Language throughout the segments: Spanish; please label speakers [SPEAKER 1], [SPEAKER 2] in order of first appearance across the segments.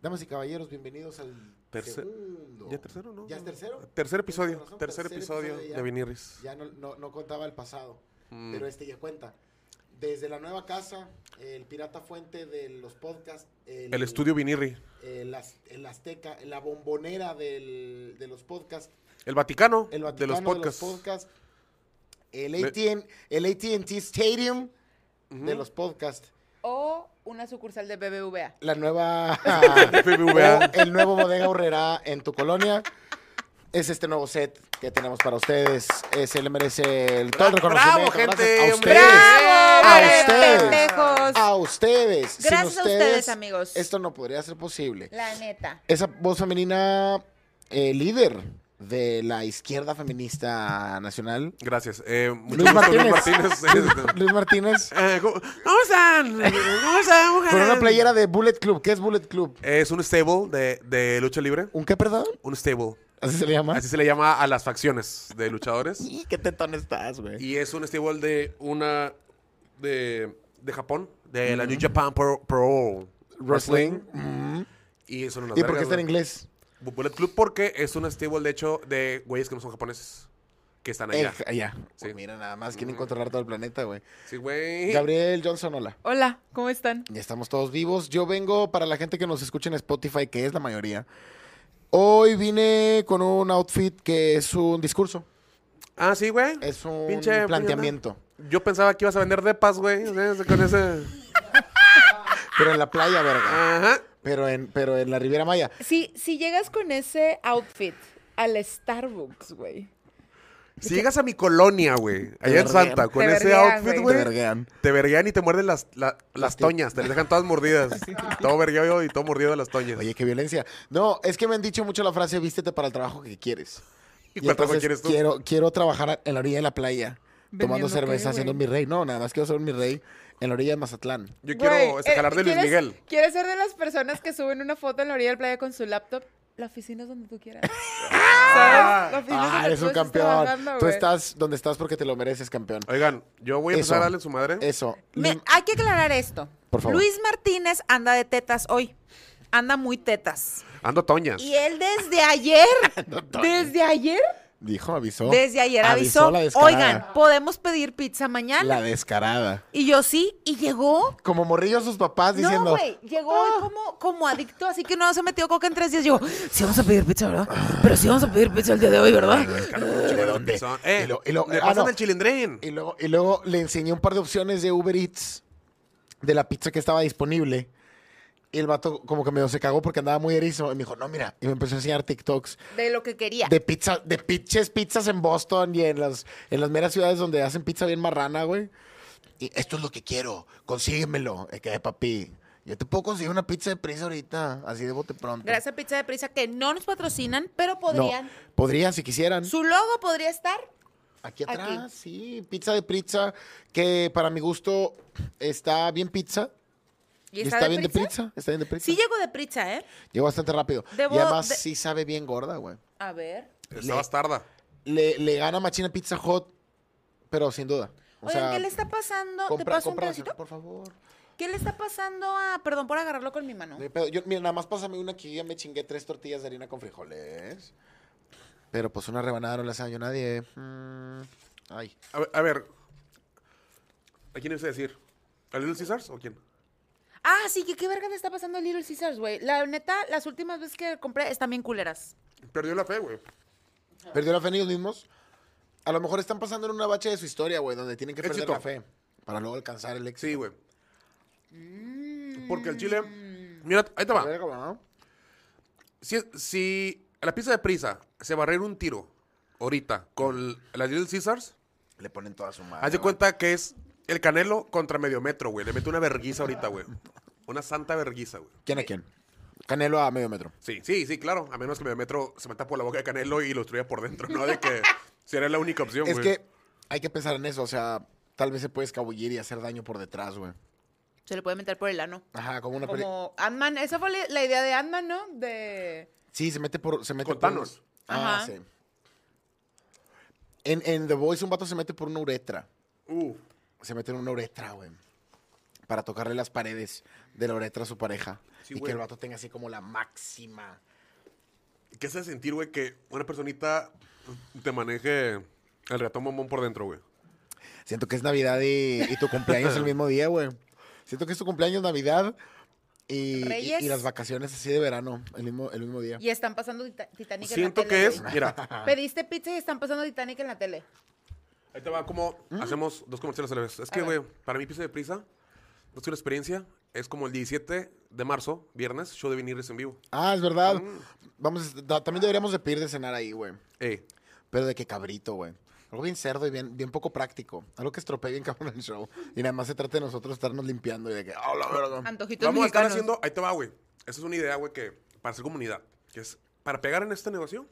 [SPEAKER 1] Damas y caballeros, bienvenidos al
[SPEAKER 2] Tercer-
[SPEAKER 1] segundo.
[SPEAKER 2] ¿Ya tercero, no?
[SPEAKER 1] ¿Ya es tercero? Tienes
[SPEAKER 2] Tercer episodio.
[SPEAKER 1] razón,
[SPEAKER 2] Tercer episodio
[SPEAKER 1] ya-
[SPEAKER 2] de Vinirris.
[SPEAKER 1] Ya no, no- no contaba el pasado,
[SPEAKER 2] Mm.
[SPEAKER 1] pero este ya cuenta. Desde la nueva casa, el pirata fuente de los podcasts.
[SPEAKER 2] El estudio Vinirri.
[SPEAKER 1] El, az- el azteca, la bombonera del- de los podcasts.
[SPEAKER 2] El Vaticano,
[SPEAKER 1] El
[SPEAKER 2] de
[SPEAKER 1] Vaticano
[SPEAKER 2] los podcasts.
[SPEAKER 1] el
[SPEAKER 2] De-
[SPEAKER 1] ATN el AT&T Stadium
[SPEAKER 2] Ujú.
[SPEAKER 1] de los podcasts.
[SPEAKER 3] O una sucursal de BBVA.
[SPEAKER 1] La nueva...
[SPEAKER 2] BBVA.
[SPEAKER 1] el nuevo Bodega Horrera en tu colonia. Es este nuevo set que tenemos para ustedes. Eh, Se le merece el todo el
[SPEAKER 2] Bra-
[SPEAKER 1] reconocimiento.
[SPEAKER 2] bravo, gente,
[SPEAKER 1] Gracias a
[SPEAKER 2] hombre.
[SPEAKER 1] ustedes.
[SPEAKER 3] ¡Bravo!
[SPEAKER 1] A
[SPEAKER 3] ¡Vale,
[SPEAKER 1] ustedes.
[SPEAKER 3] pendejos!
[SPEAKER 1] A ustedes. Sin
[SPEAKER 3] Gracias a ustedes, amigos.
[SPEAKER 1] Esto no podría ser posible.
[SPEAKER 3] La neta.
[SPEAKER 1] Esa voz femenina eh, líder de la izquierda feminista nacional.
[SPEAKER 2] Gracias. Eh, mucho
[SPEAKER 1] Luis
[SPEAKER 2] gusto, Luis
[SPEAKER 1] Martínez.
[SPEAKER 2] Martínez.
[SPEAKER 1] Luis Martínez.
[SPEAKER 2] Eh, ¿Cómo cómo están? ¿Cómo están, mujeres?
[SPEAKER 1] Con una playera de Bullet Club. ¿Qué es Bullet Club?
[SPEAKER 2] Es un stable de, de lucha libre.
[SPEAKER 1] ¿Un qué, perdón?
[SPEAKER 2] Un stable.
[SPEAKER 1] ¿Así se le llama?
[SPEAKER 2] Así se le llama a las facciones de luchadores.
[SPEAKER 1] Y, ¿Qué tetón estás, güey?
[SPEAKER 2] Y es un stable de una... de, de Japón. De la New Japan Pro, Pro
[SPEAKER 1] Mm. Wrestling.
[SPEAKER 2] Wrestling.
[SPEAKER 1] Mm.
[SPEAKER 2] Y son unas
[SPEAKER 1] ¿Y por qué
[SPEAKER 2] vergas,
[SPEAKER 1] está en
[SPEAKER 2] güey.
[SPEAKER 1] inglés?
[SPEAKER 2] Bu- Bullet Club porque es un stable, de hecho, de güeyes que no son japoneses. Que están allá.
[SPEAKER 1] Eh, allá.
[SPEAKER 2] Sí.
[SPEAKER 1] Pues mira, nada más quieren controlar todo el planeta, güey.
[SPEAKER 2] Sí, güey.
[SPEAKER 1] Gabriel Johnson, hola.
[SPEAKER 3] Hola, ¿cómo están?
[SPEAKER 1] Ya estamos todos vivos. Yo vengo para la gente que nos escucha en Spotify, que es la mayoría. Hoy vine con un outfit que es un discurso,
[SPEAKER 2] Ah, sí, güey.
[SPEAKER 1] es un
[SPEAKER 2] Pinche, pinche
[SPEAKER 1] planteamiento.
[SPEAKER 2] Yo pensaba que ibas a vender depas, güey. o sea, Con ese...
[SPEAKER 1] Pero en la playa, verga.
[SPEAKER 2] Ajá.
[SPEAKER 1] Pero en, pero en la Riviera Maya.
[SPEAKER 3] Si, si llegas con ese outfit al Starbucks, güey.
[SPEAKER 2] Si llegas a mi colonia, güey, allá en
[SPEAKER 1] verguean.
[SPEAKER 2] Santa, con
[SPEAKER 3] Te
[SPEAKER 2] ese
[SPEAKER 3] verguean,
[SPEAKER 2] outfit,
[SPEAKER 3] güey.
[SPEAKER 1] Te
[SPEAKER 2] güey,
[SPEAKER 1] verguean.
[SPEAKER 2] te verguean y te muerden las, la- las
[SPEAKER 1] ti-
[SPEAKER 2] toñas, te les dejan todas mordidas. todo vergueo y todo mordido de las toñas.
[SPEAKER 1] Oye, qué violencia. No, es que me han dicho mucho la frase, vístete para el trabajo que quieres.
[SPEAKER 2] ¿Y cuál trabajo
[SPEAKER 1] entonces
[SPEAKER 2] quieres tú?
[SPEAKER 1] Quiero, quiero trabajar en la orilla de la playa, tomando
[SPEAKER 3] Vendiendo
[SPEAKER 1] cerveza,
[SPEAKER 3] qué,
[SPEAKER 1] haciendo
[SPEAKER 3] güey.
[SPEAKER 1] mi rey. No, nada más quiero ser un mi rey en la orilla de Mazatlán.
[SPEAKER 2] Yo quiero este, jalar de Luis Miguel.
[SPEAKER 3] eh, ¿Quieres ser de las personas que suben una foto en la orilla del playa con su laptop? La oficina es donde tú quieras. Ah, ¿Sabes? La oficina es
[SPEAKER 1] Ah,
[SPEAKER 3] donde
[SPEAKER 1] eres
[SPEAKER 3] tú
[SPEAKER 1] un
[SPEAKER 3] estés
[SPEAKER 1] campeón.
[SPEAKER 3] trabajando,
[SPEAKER 1] Tú
[SPEAKER 3] güey.
[SPEAKER 1] estás donde estás porque te lo mereces, campeón.
[SPEAKER 2] Oigan, yo voy a empezar
[SPEAKER 1] Eso.
[SPEAKER 2] a darle en su madre.
[SPEAKER 1] Eso.
[SPEAKER 4] Me-
[SPEAKER 1] Lim-
[SPEAKER 4] hay que aclarar esto.
[SPEAKER 1] Por favor.
[SPEAKER 4] Luis Martínez anda de tetas hoy. Anda muy tetas.
[SPEAKER 2] Ando toñas.
[SPEAKER 4] Y él desde ayer,
[SPEAKER 3] ¿Desde ayer?
[SPEAKER 1] Dijo, avisó.
[SPEAKER 4] desde ayer avisó,
[SPEAKER 1] la descarada.
[SPEAKER 4] oigan, podemos pedir pizza mañana.
[SPEAKER 1] La descarada.
[SPEAKER 4] Y yo sí, y llegó.
[SPEAKER 1] Como morrillo sus papás
[SPEAKER 4] no,
[SPEAKER 1] diciendo. "Ah".
[SPEAKER 4] güey, llegó hoy como, como adicto, así que no se metió coca en tres días. Llegó, sí vamos a pedir pizza, ¿verdad? Pero sí vamos a pedir pizza el día de hoy, ¿verdad?
[SPEAKER 2] ¿De
[SPEAKER 1] dónde?
[SPEAKER 2] Eh,
[SPEAKER 1] Y lo- y lo-
[SPEAKER 2] me
[SPEAKER 1] ah,
[SPEAKER 2] pasan
[SPEAKER 1] no.
[SPEAKER 2] el chilindrín.
[SPEAKER 1] Y luego, y luego le enseñé un par de opciones de Uber Eats de la pizza que estaba disponible. Y el vato como que medio se cagó porque andaba muy erizo. Y me dijo, no, mira. Y me empezó a enseñar TikToks
[SPEAKER 4] De lo que quería.
[SPEAKER 1] de pizza, de pinches pizzas en Boston y en las, en las meras ciudades donde hacen pizza bien marrana, güey. Y esto es lo que quiero, consíguemelo. Es que, papi, yo te puedo conseguir una pizza de prisa ahorita, así de bote pronto.
[SPEAKER 4] Gracias a Pizza de Prisa que no nos patrocinan, pero
[SPEAKER 1] No,
[SPEAKER 4] podrían.
[SPEAKER 1] podrían si quisieran.
[SPEAKER 4] Su logo podría estar
[SPEAKER 1] Aquí
[SPEAKER 4] Aquí.
[SPEAKER 1] atrás, sí, pizza de pizza, que para mi gusto está bien pizza.
[SPEAKER 4] y
[SPEAKER 1] y
[SPEAKER 4] está, de
[SPEAKER 1] bien
[SPEAKER 4] Pritza?
[SPEAKER 1] de pizza, está bien de pizza.
[SPEAKER 4] Sí llegó de Pritza, ¿eh?
[SPEAKER 1] Llegó bastante rápido.
[SPEAKER 4] Debo
[SPEAKER 1] y además
[SPEAKER 4] de-
[SPEAKER 1] sí sabe bien gorda, güey.
[SPEAKER 4] A ver.
[SPEAKER 2] Está bastarda.
[SPEAKER 1] Le, le gana Machina Pizza Hot, pero sin duda. O
[SPEAKER 4] Oigan,
[SPEAKER 1] sea,
[SPEAKER 4] ¿qué le está pasando? ¿Te
[SPEAKER 1] compra-
[SPEAKER 4] paso un
[SPEAKER 1] compra,
[SPEAKER 4] pedacito?
[SPEAKER 1] por favor.
[SPEAKER 4] ¿Qué le está pasando a... Perdón por agarrarlo con mi mano.
[SPEAKER 1] No hay pedo. Yo- mira, nada más pásame una que yo ya me chingué tres tortillas de harina con frijoles. Pero pues una rebanada no la sabe yo nadie. Mm, Ay.
[SPEAKER 2] A ver, a ver. ¿A quién ibas a decir? ¿A Little Caesars o quién?
[SPEAKER 4] Ah, sí, que qué verga le está pasando a Little Caesars, güey. La neta, las últimas veces que compré están bien culeras.
[SPEAKER 2] Perdió la fe, güey.
[SPEAKER 1] ¿Perdió la fe en ellos mismos? A lo mejor están pasando en una bache de su historia, güey, donde tienen que
[SPEAKER 2] Éxito.
[SPEAKER 1] perder la fe para luego alcanzar el éxito.
[SPEAKER 2] Sí, güey. Porque el chile. Mira, ahí te va.
[SPEAKER 1] Verga, ¿no?
[SPEAKER 2] Si, si a la pizza de prisa se va a reír un tiro ahorita con la Little Caesars,
[SPEAKER 1] Le ponen toda su madre.
[SPEAKER 2] haz de
[SPEAKER 1] güey.
[SPEAKER 2] cuenta que es el Canelo contra medio metro, güey. Le mete una verguiza ahorita, güey. Una santa verguiza, güey.
[SPEAKER 1] ¿Quién a quién? Canelo a medio metro.
[SPEAKER 2] Sí, sí, sí, claro. A menos que medio metro se meta por la boca de Canelo y lo destruya por dentro, ¿no? De que sería la única opción,
[SPEAKER 1] Es
[SPEAKER 2] güey.
[SPEAKER 1] que hay que pensar en eso, o sea, tal vez se puede escabullir y hacer daño por detrás, güey.
[SPEAKER 4] Se le puede meter por el ano.
[SPEAKER 1] Ajá, como una peli-
[SPEAKER 3] Como Ant-Man. Esa fue la- la idea de Ant-Man, ¿no? De...
[SPEAKER 1] Sí, se mete por. Se mete
[SPEAKER 2] Con
[SPEAKER 1] por-
[SPEAKER 2] Thanos.
[SPEAKER 1] Ah,
[SPEAKER 4] Ajá.
[SPEAKER 1] sí. En, en The Voice, un vato se mete por una uretra.
[SPEAKER 2] Uh,
[SPEAKER 1] Se mete en una uretra, güey. para tocarle las paredes de la uretra a su pareja.
[SPEAKER 2] Sí,
[SPEAKER 1] y
[SPEAKER 2] güey.
[SPEAKER 1] que el vato tenga así como la máxima.
[SPEAKER 2] ¿Qué se hace sentir, güey, que una personita pues, te maneje el ratón bombón por dentro, güey?
[SPEAKER 1] Siento que es Navidad y, y tu cumpleaños el mismo día, güey. Siento que es tu cumpleaños, Navidad y, y-
[SPEAKER 3] Reyes.
[SPEAKER 1] y las vacaciones así de verano, el mismo, el mismo día.
[SPEAKER 3] Y están pasando Tita- Titanic
[SPEAKER 2] Siento
[SPEAKER 3] en la
[SPEAKER 2] que
[SPEAKER 3] tele.
[SPEAKER 2] es, Ah.
[SPEAKER 3] güey.
[SPEAKER 2] mira,
[SPEAKER 3] Pediste pizza y están pasando Titanic en la tele.
[SPEAKER 2] ahí te va como hacemos dos comerciales a la vez. Es que, güey, para mí pizza de prisa, no sé la experiencia, es como el 17 de marzo, viernes, show de vinirres en vivo.
[SPEAKER 1] Ah, es verdad. Vamos, a- da- también deberíamos de pedir de cenar ahí, güey.
[SPEAKER 2] Ey,
[SPEAKER 1] Pero de que cabrito, güey. Algo bien cerdo y bien, bien poco práctico. Algo que estropee bien cabrón el show. Y nada más se trata de nosotros estarnos limpiando y de que, "Ah, la verga".
[SPEAKER 3] Antojitos
[SPEAKER 2] vamos a estar
[SPEAKER 3] mexicanos.
[SPEAKER 2] haciendo, ahí te va, güey. Esa es una idea, güey, que para hacer comunidad, que es para pegar en este negocio,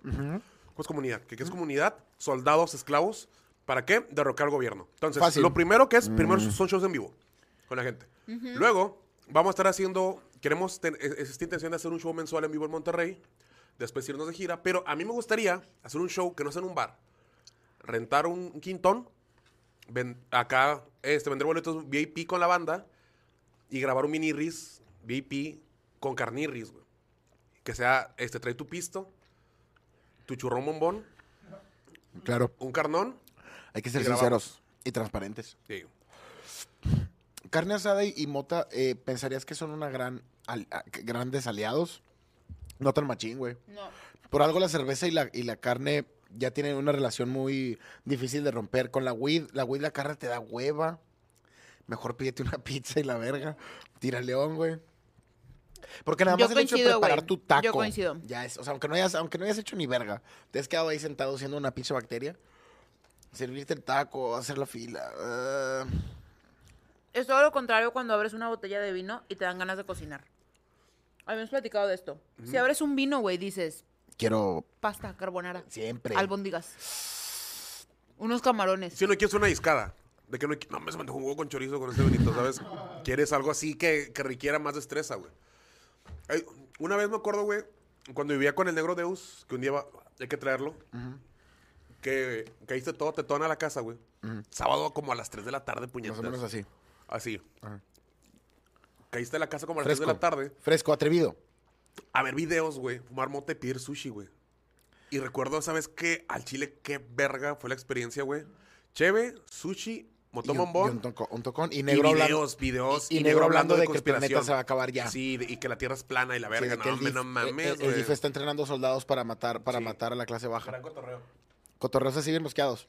[SPEAKER 2] pues comunidad, que, que es comunidad, soldados, esclavos, ¿para qué? Derrocar al gobierno. Entonces,
[SPEAKER 1] Fácil.
[SPEAKER 2] lo primero que es, primero son shows en vivo con la gente. Luego, vamos a estar haciendo, queremos, ten- e, es, es esta intención de hacer un show mensual en vivo en Monterrey, después irnos de gira, pero a mí me gustaría hacer un show que no sea en un bar, rentar un, un quintón, ven- acá, este, vender boletos VIP con la banda y grabar un mini RIS VIP con carnirris, güey. Que sea, este, trae tu pisto, tu churrón bombón,
[SPEAKER 1] Claro.
[SPEAKER 2] un carnón.
[SPEAKER 1] Hay que ser
[SPEAKER 2] Y grabamos.
[SPEAKER 1] sinceros y transparentes.
[SPEAKER 2] Sí.
[SPEAKER 1] Carne asada y, y mota, eh, ¿pensarías que son una gran, al- a- grandes aliados? No tan machín, güey.
[SPEAKER 3] No.
[SPEAKER 1] Por algo la cerveza y la, y la carne ya tienen una relación muy difícil de romper. Con la weed, la weed la carne te da hueva. Mejor pídete una pizza y la verga. Tira león, güey. Porque nada
[SPEAKER 3] Yo
[SPEAKER 1] más el hecho de
[SPEAKER 3] coincido,
[SPEAKER 1] preparar
[SPEAKER 3] güey.
[SPEAKER 1] tu taco.
[SPEAKER 3] Yo coincido.
[SPEAKER 1] Ya es, o sea, aunque no hayas, aunque no hayas hecho ni verga, te has quedado ahí sentado siendo una pinche bacteria. Servirte el taco, hacer la fila. ah.
[SPEAKER 3] Es todo lo contrario cuando abres una botella de vino y te dan ganas de cocinar. Habíamos platicado de esto. Si abres un vino, güey, dices
[SPEAKER 1] quiero
[SPEAKER 3] pasta, carbonara,
[SPEAKER 1] siempre.
[SPEAKER 3] albóndigas, unos camarones.
[SPEAKER 2] Si no quieres una discada, de que no, no me se me antojó un huevo con chorizo con este vinito, ¿sabes? Quieres algo así que, que requiera más destreza, güey. Ay, Una vez me acuerdo, güey, cuando vivía con el negro Deus, que un día va- hay que traerlo, que caíste todo tetón a la casa, güey. Sábado como a las 3 de la tarde,
[SPEAKER 1] Más
[SPEAKER 2] puñetas.
[SPEAKER 1] o menos así.
[SPEAKER 2] Así.
[SPEAKER 1] Ajá.
[SPEAKER 2] Caíste a la casa como a las 3
[SPEAKER 1] Fresco.
[SPEAKER 2] de la tarde.
[SPEAKER 1] Fresco, atrevido.
[SPEAKER 2] a ver videos, güey, fumar mote, pedir sushi, güey. Y recuerdo esa vez que al Chile, qué verga fue la experiencia, güey. Cheve, sushi,
[SPEAKER 1] Y un-
[SPEAKER 2] motón
[SPEAKER 1] y un,
[SPEAKER 2] bombón.
[SPEAKER 1] toco- un tocón. Y
[SPEAKER 2] Y,
[SPEAKER 1] negro hablando-
[SPEAKER 2] videos, videos.
[SPEAKER 1] y- y negro hablando de que el planeta se va a acabar ya.
[SPEAKER 2] Sí, de- y que la tierra es plana y la verga.
[SPEAKER 1] Sí, de que
[SPEAKER 2] no,
[SPEAKER 1] el
[SPEAKER 2] hombre,
[SPEAKER 1] DIF,
[SPEAKER 2] no
[SPEAKER 1] eh, eh,
[SPEAKER 2] mames,
[SPEAKER 1] El
[SPEAKER 2] güey.
[SPEAKER 1] DIF está entrenando soldados para matar, para
[SPEAKER 2] Sí.
[SPEAKER 1] matar a la clase baja.
[SPEAKER 2] Gran cotorreo.
[SPEAKER 1] Cotorreos así bien mosqueados.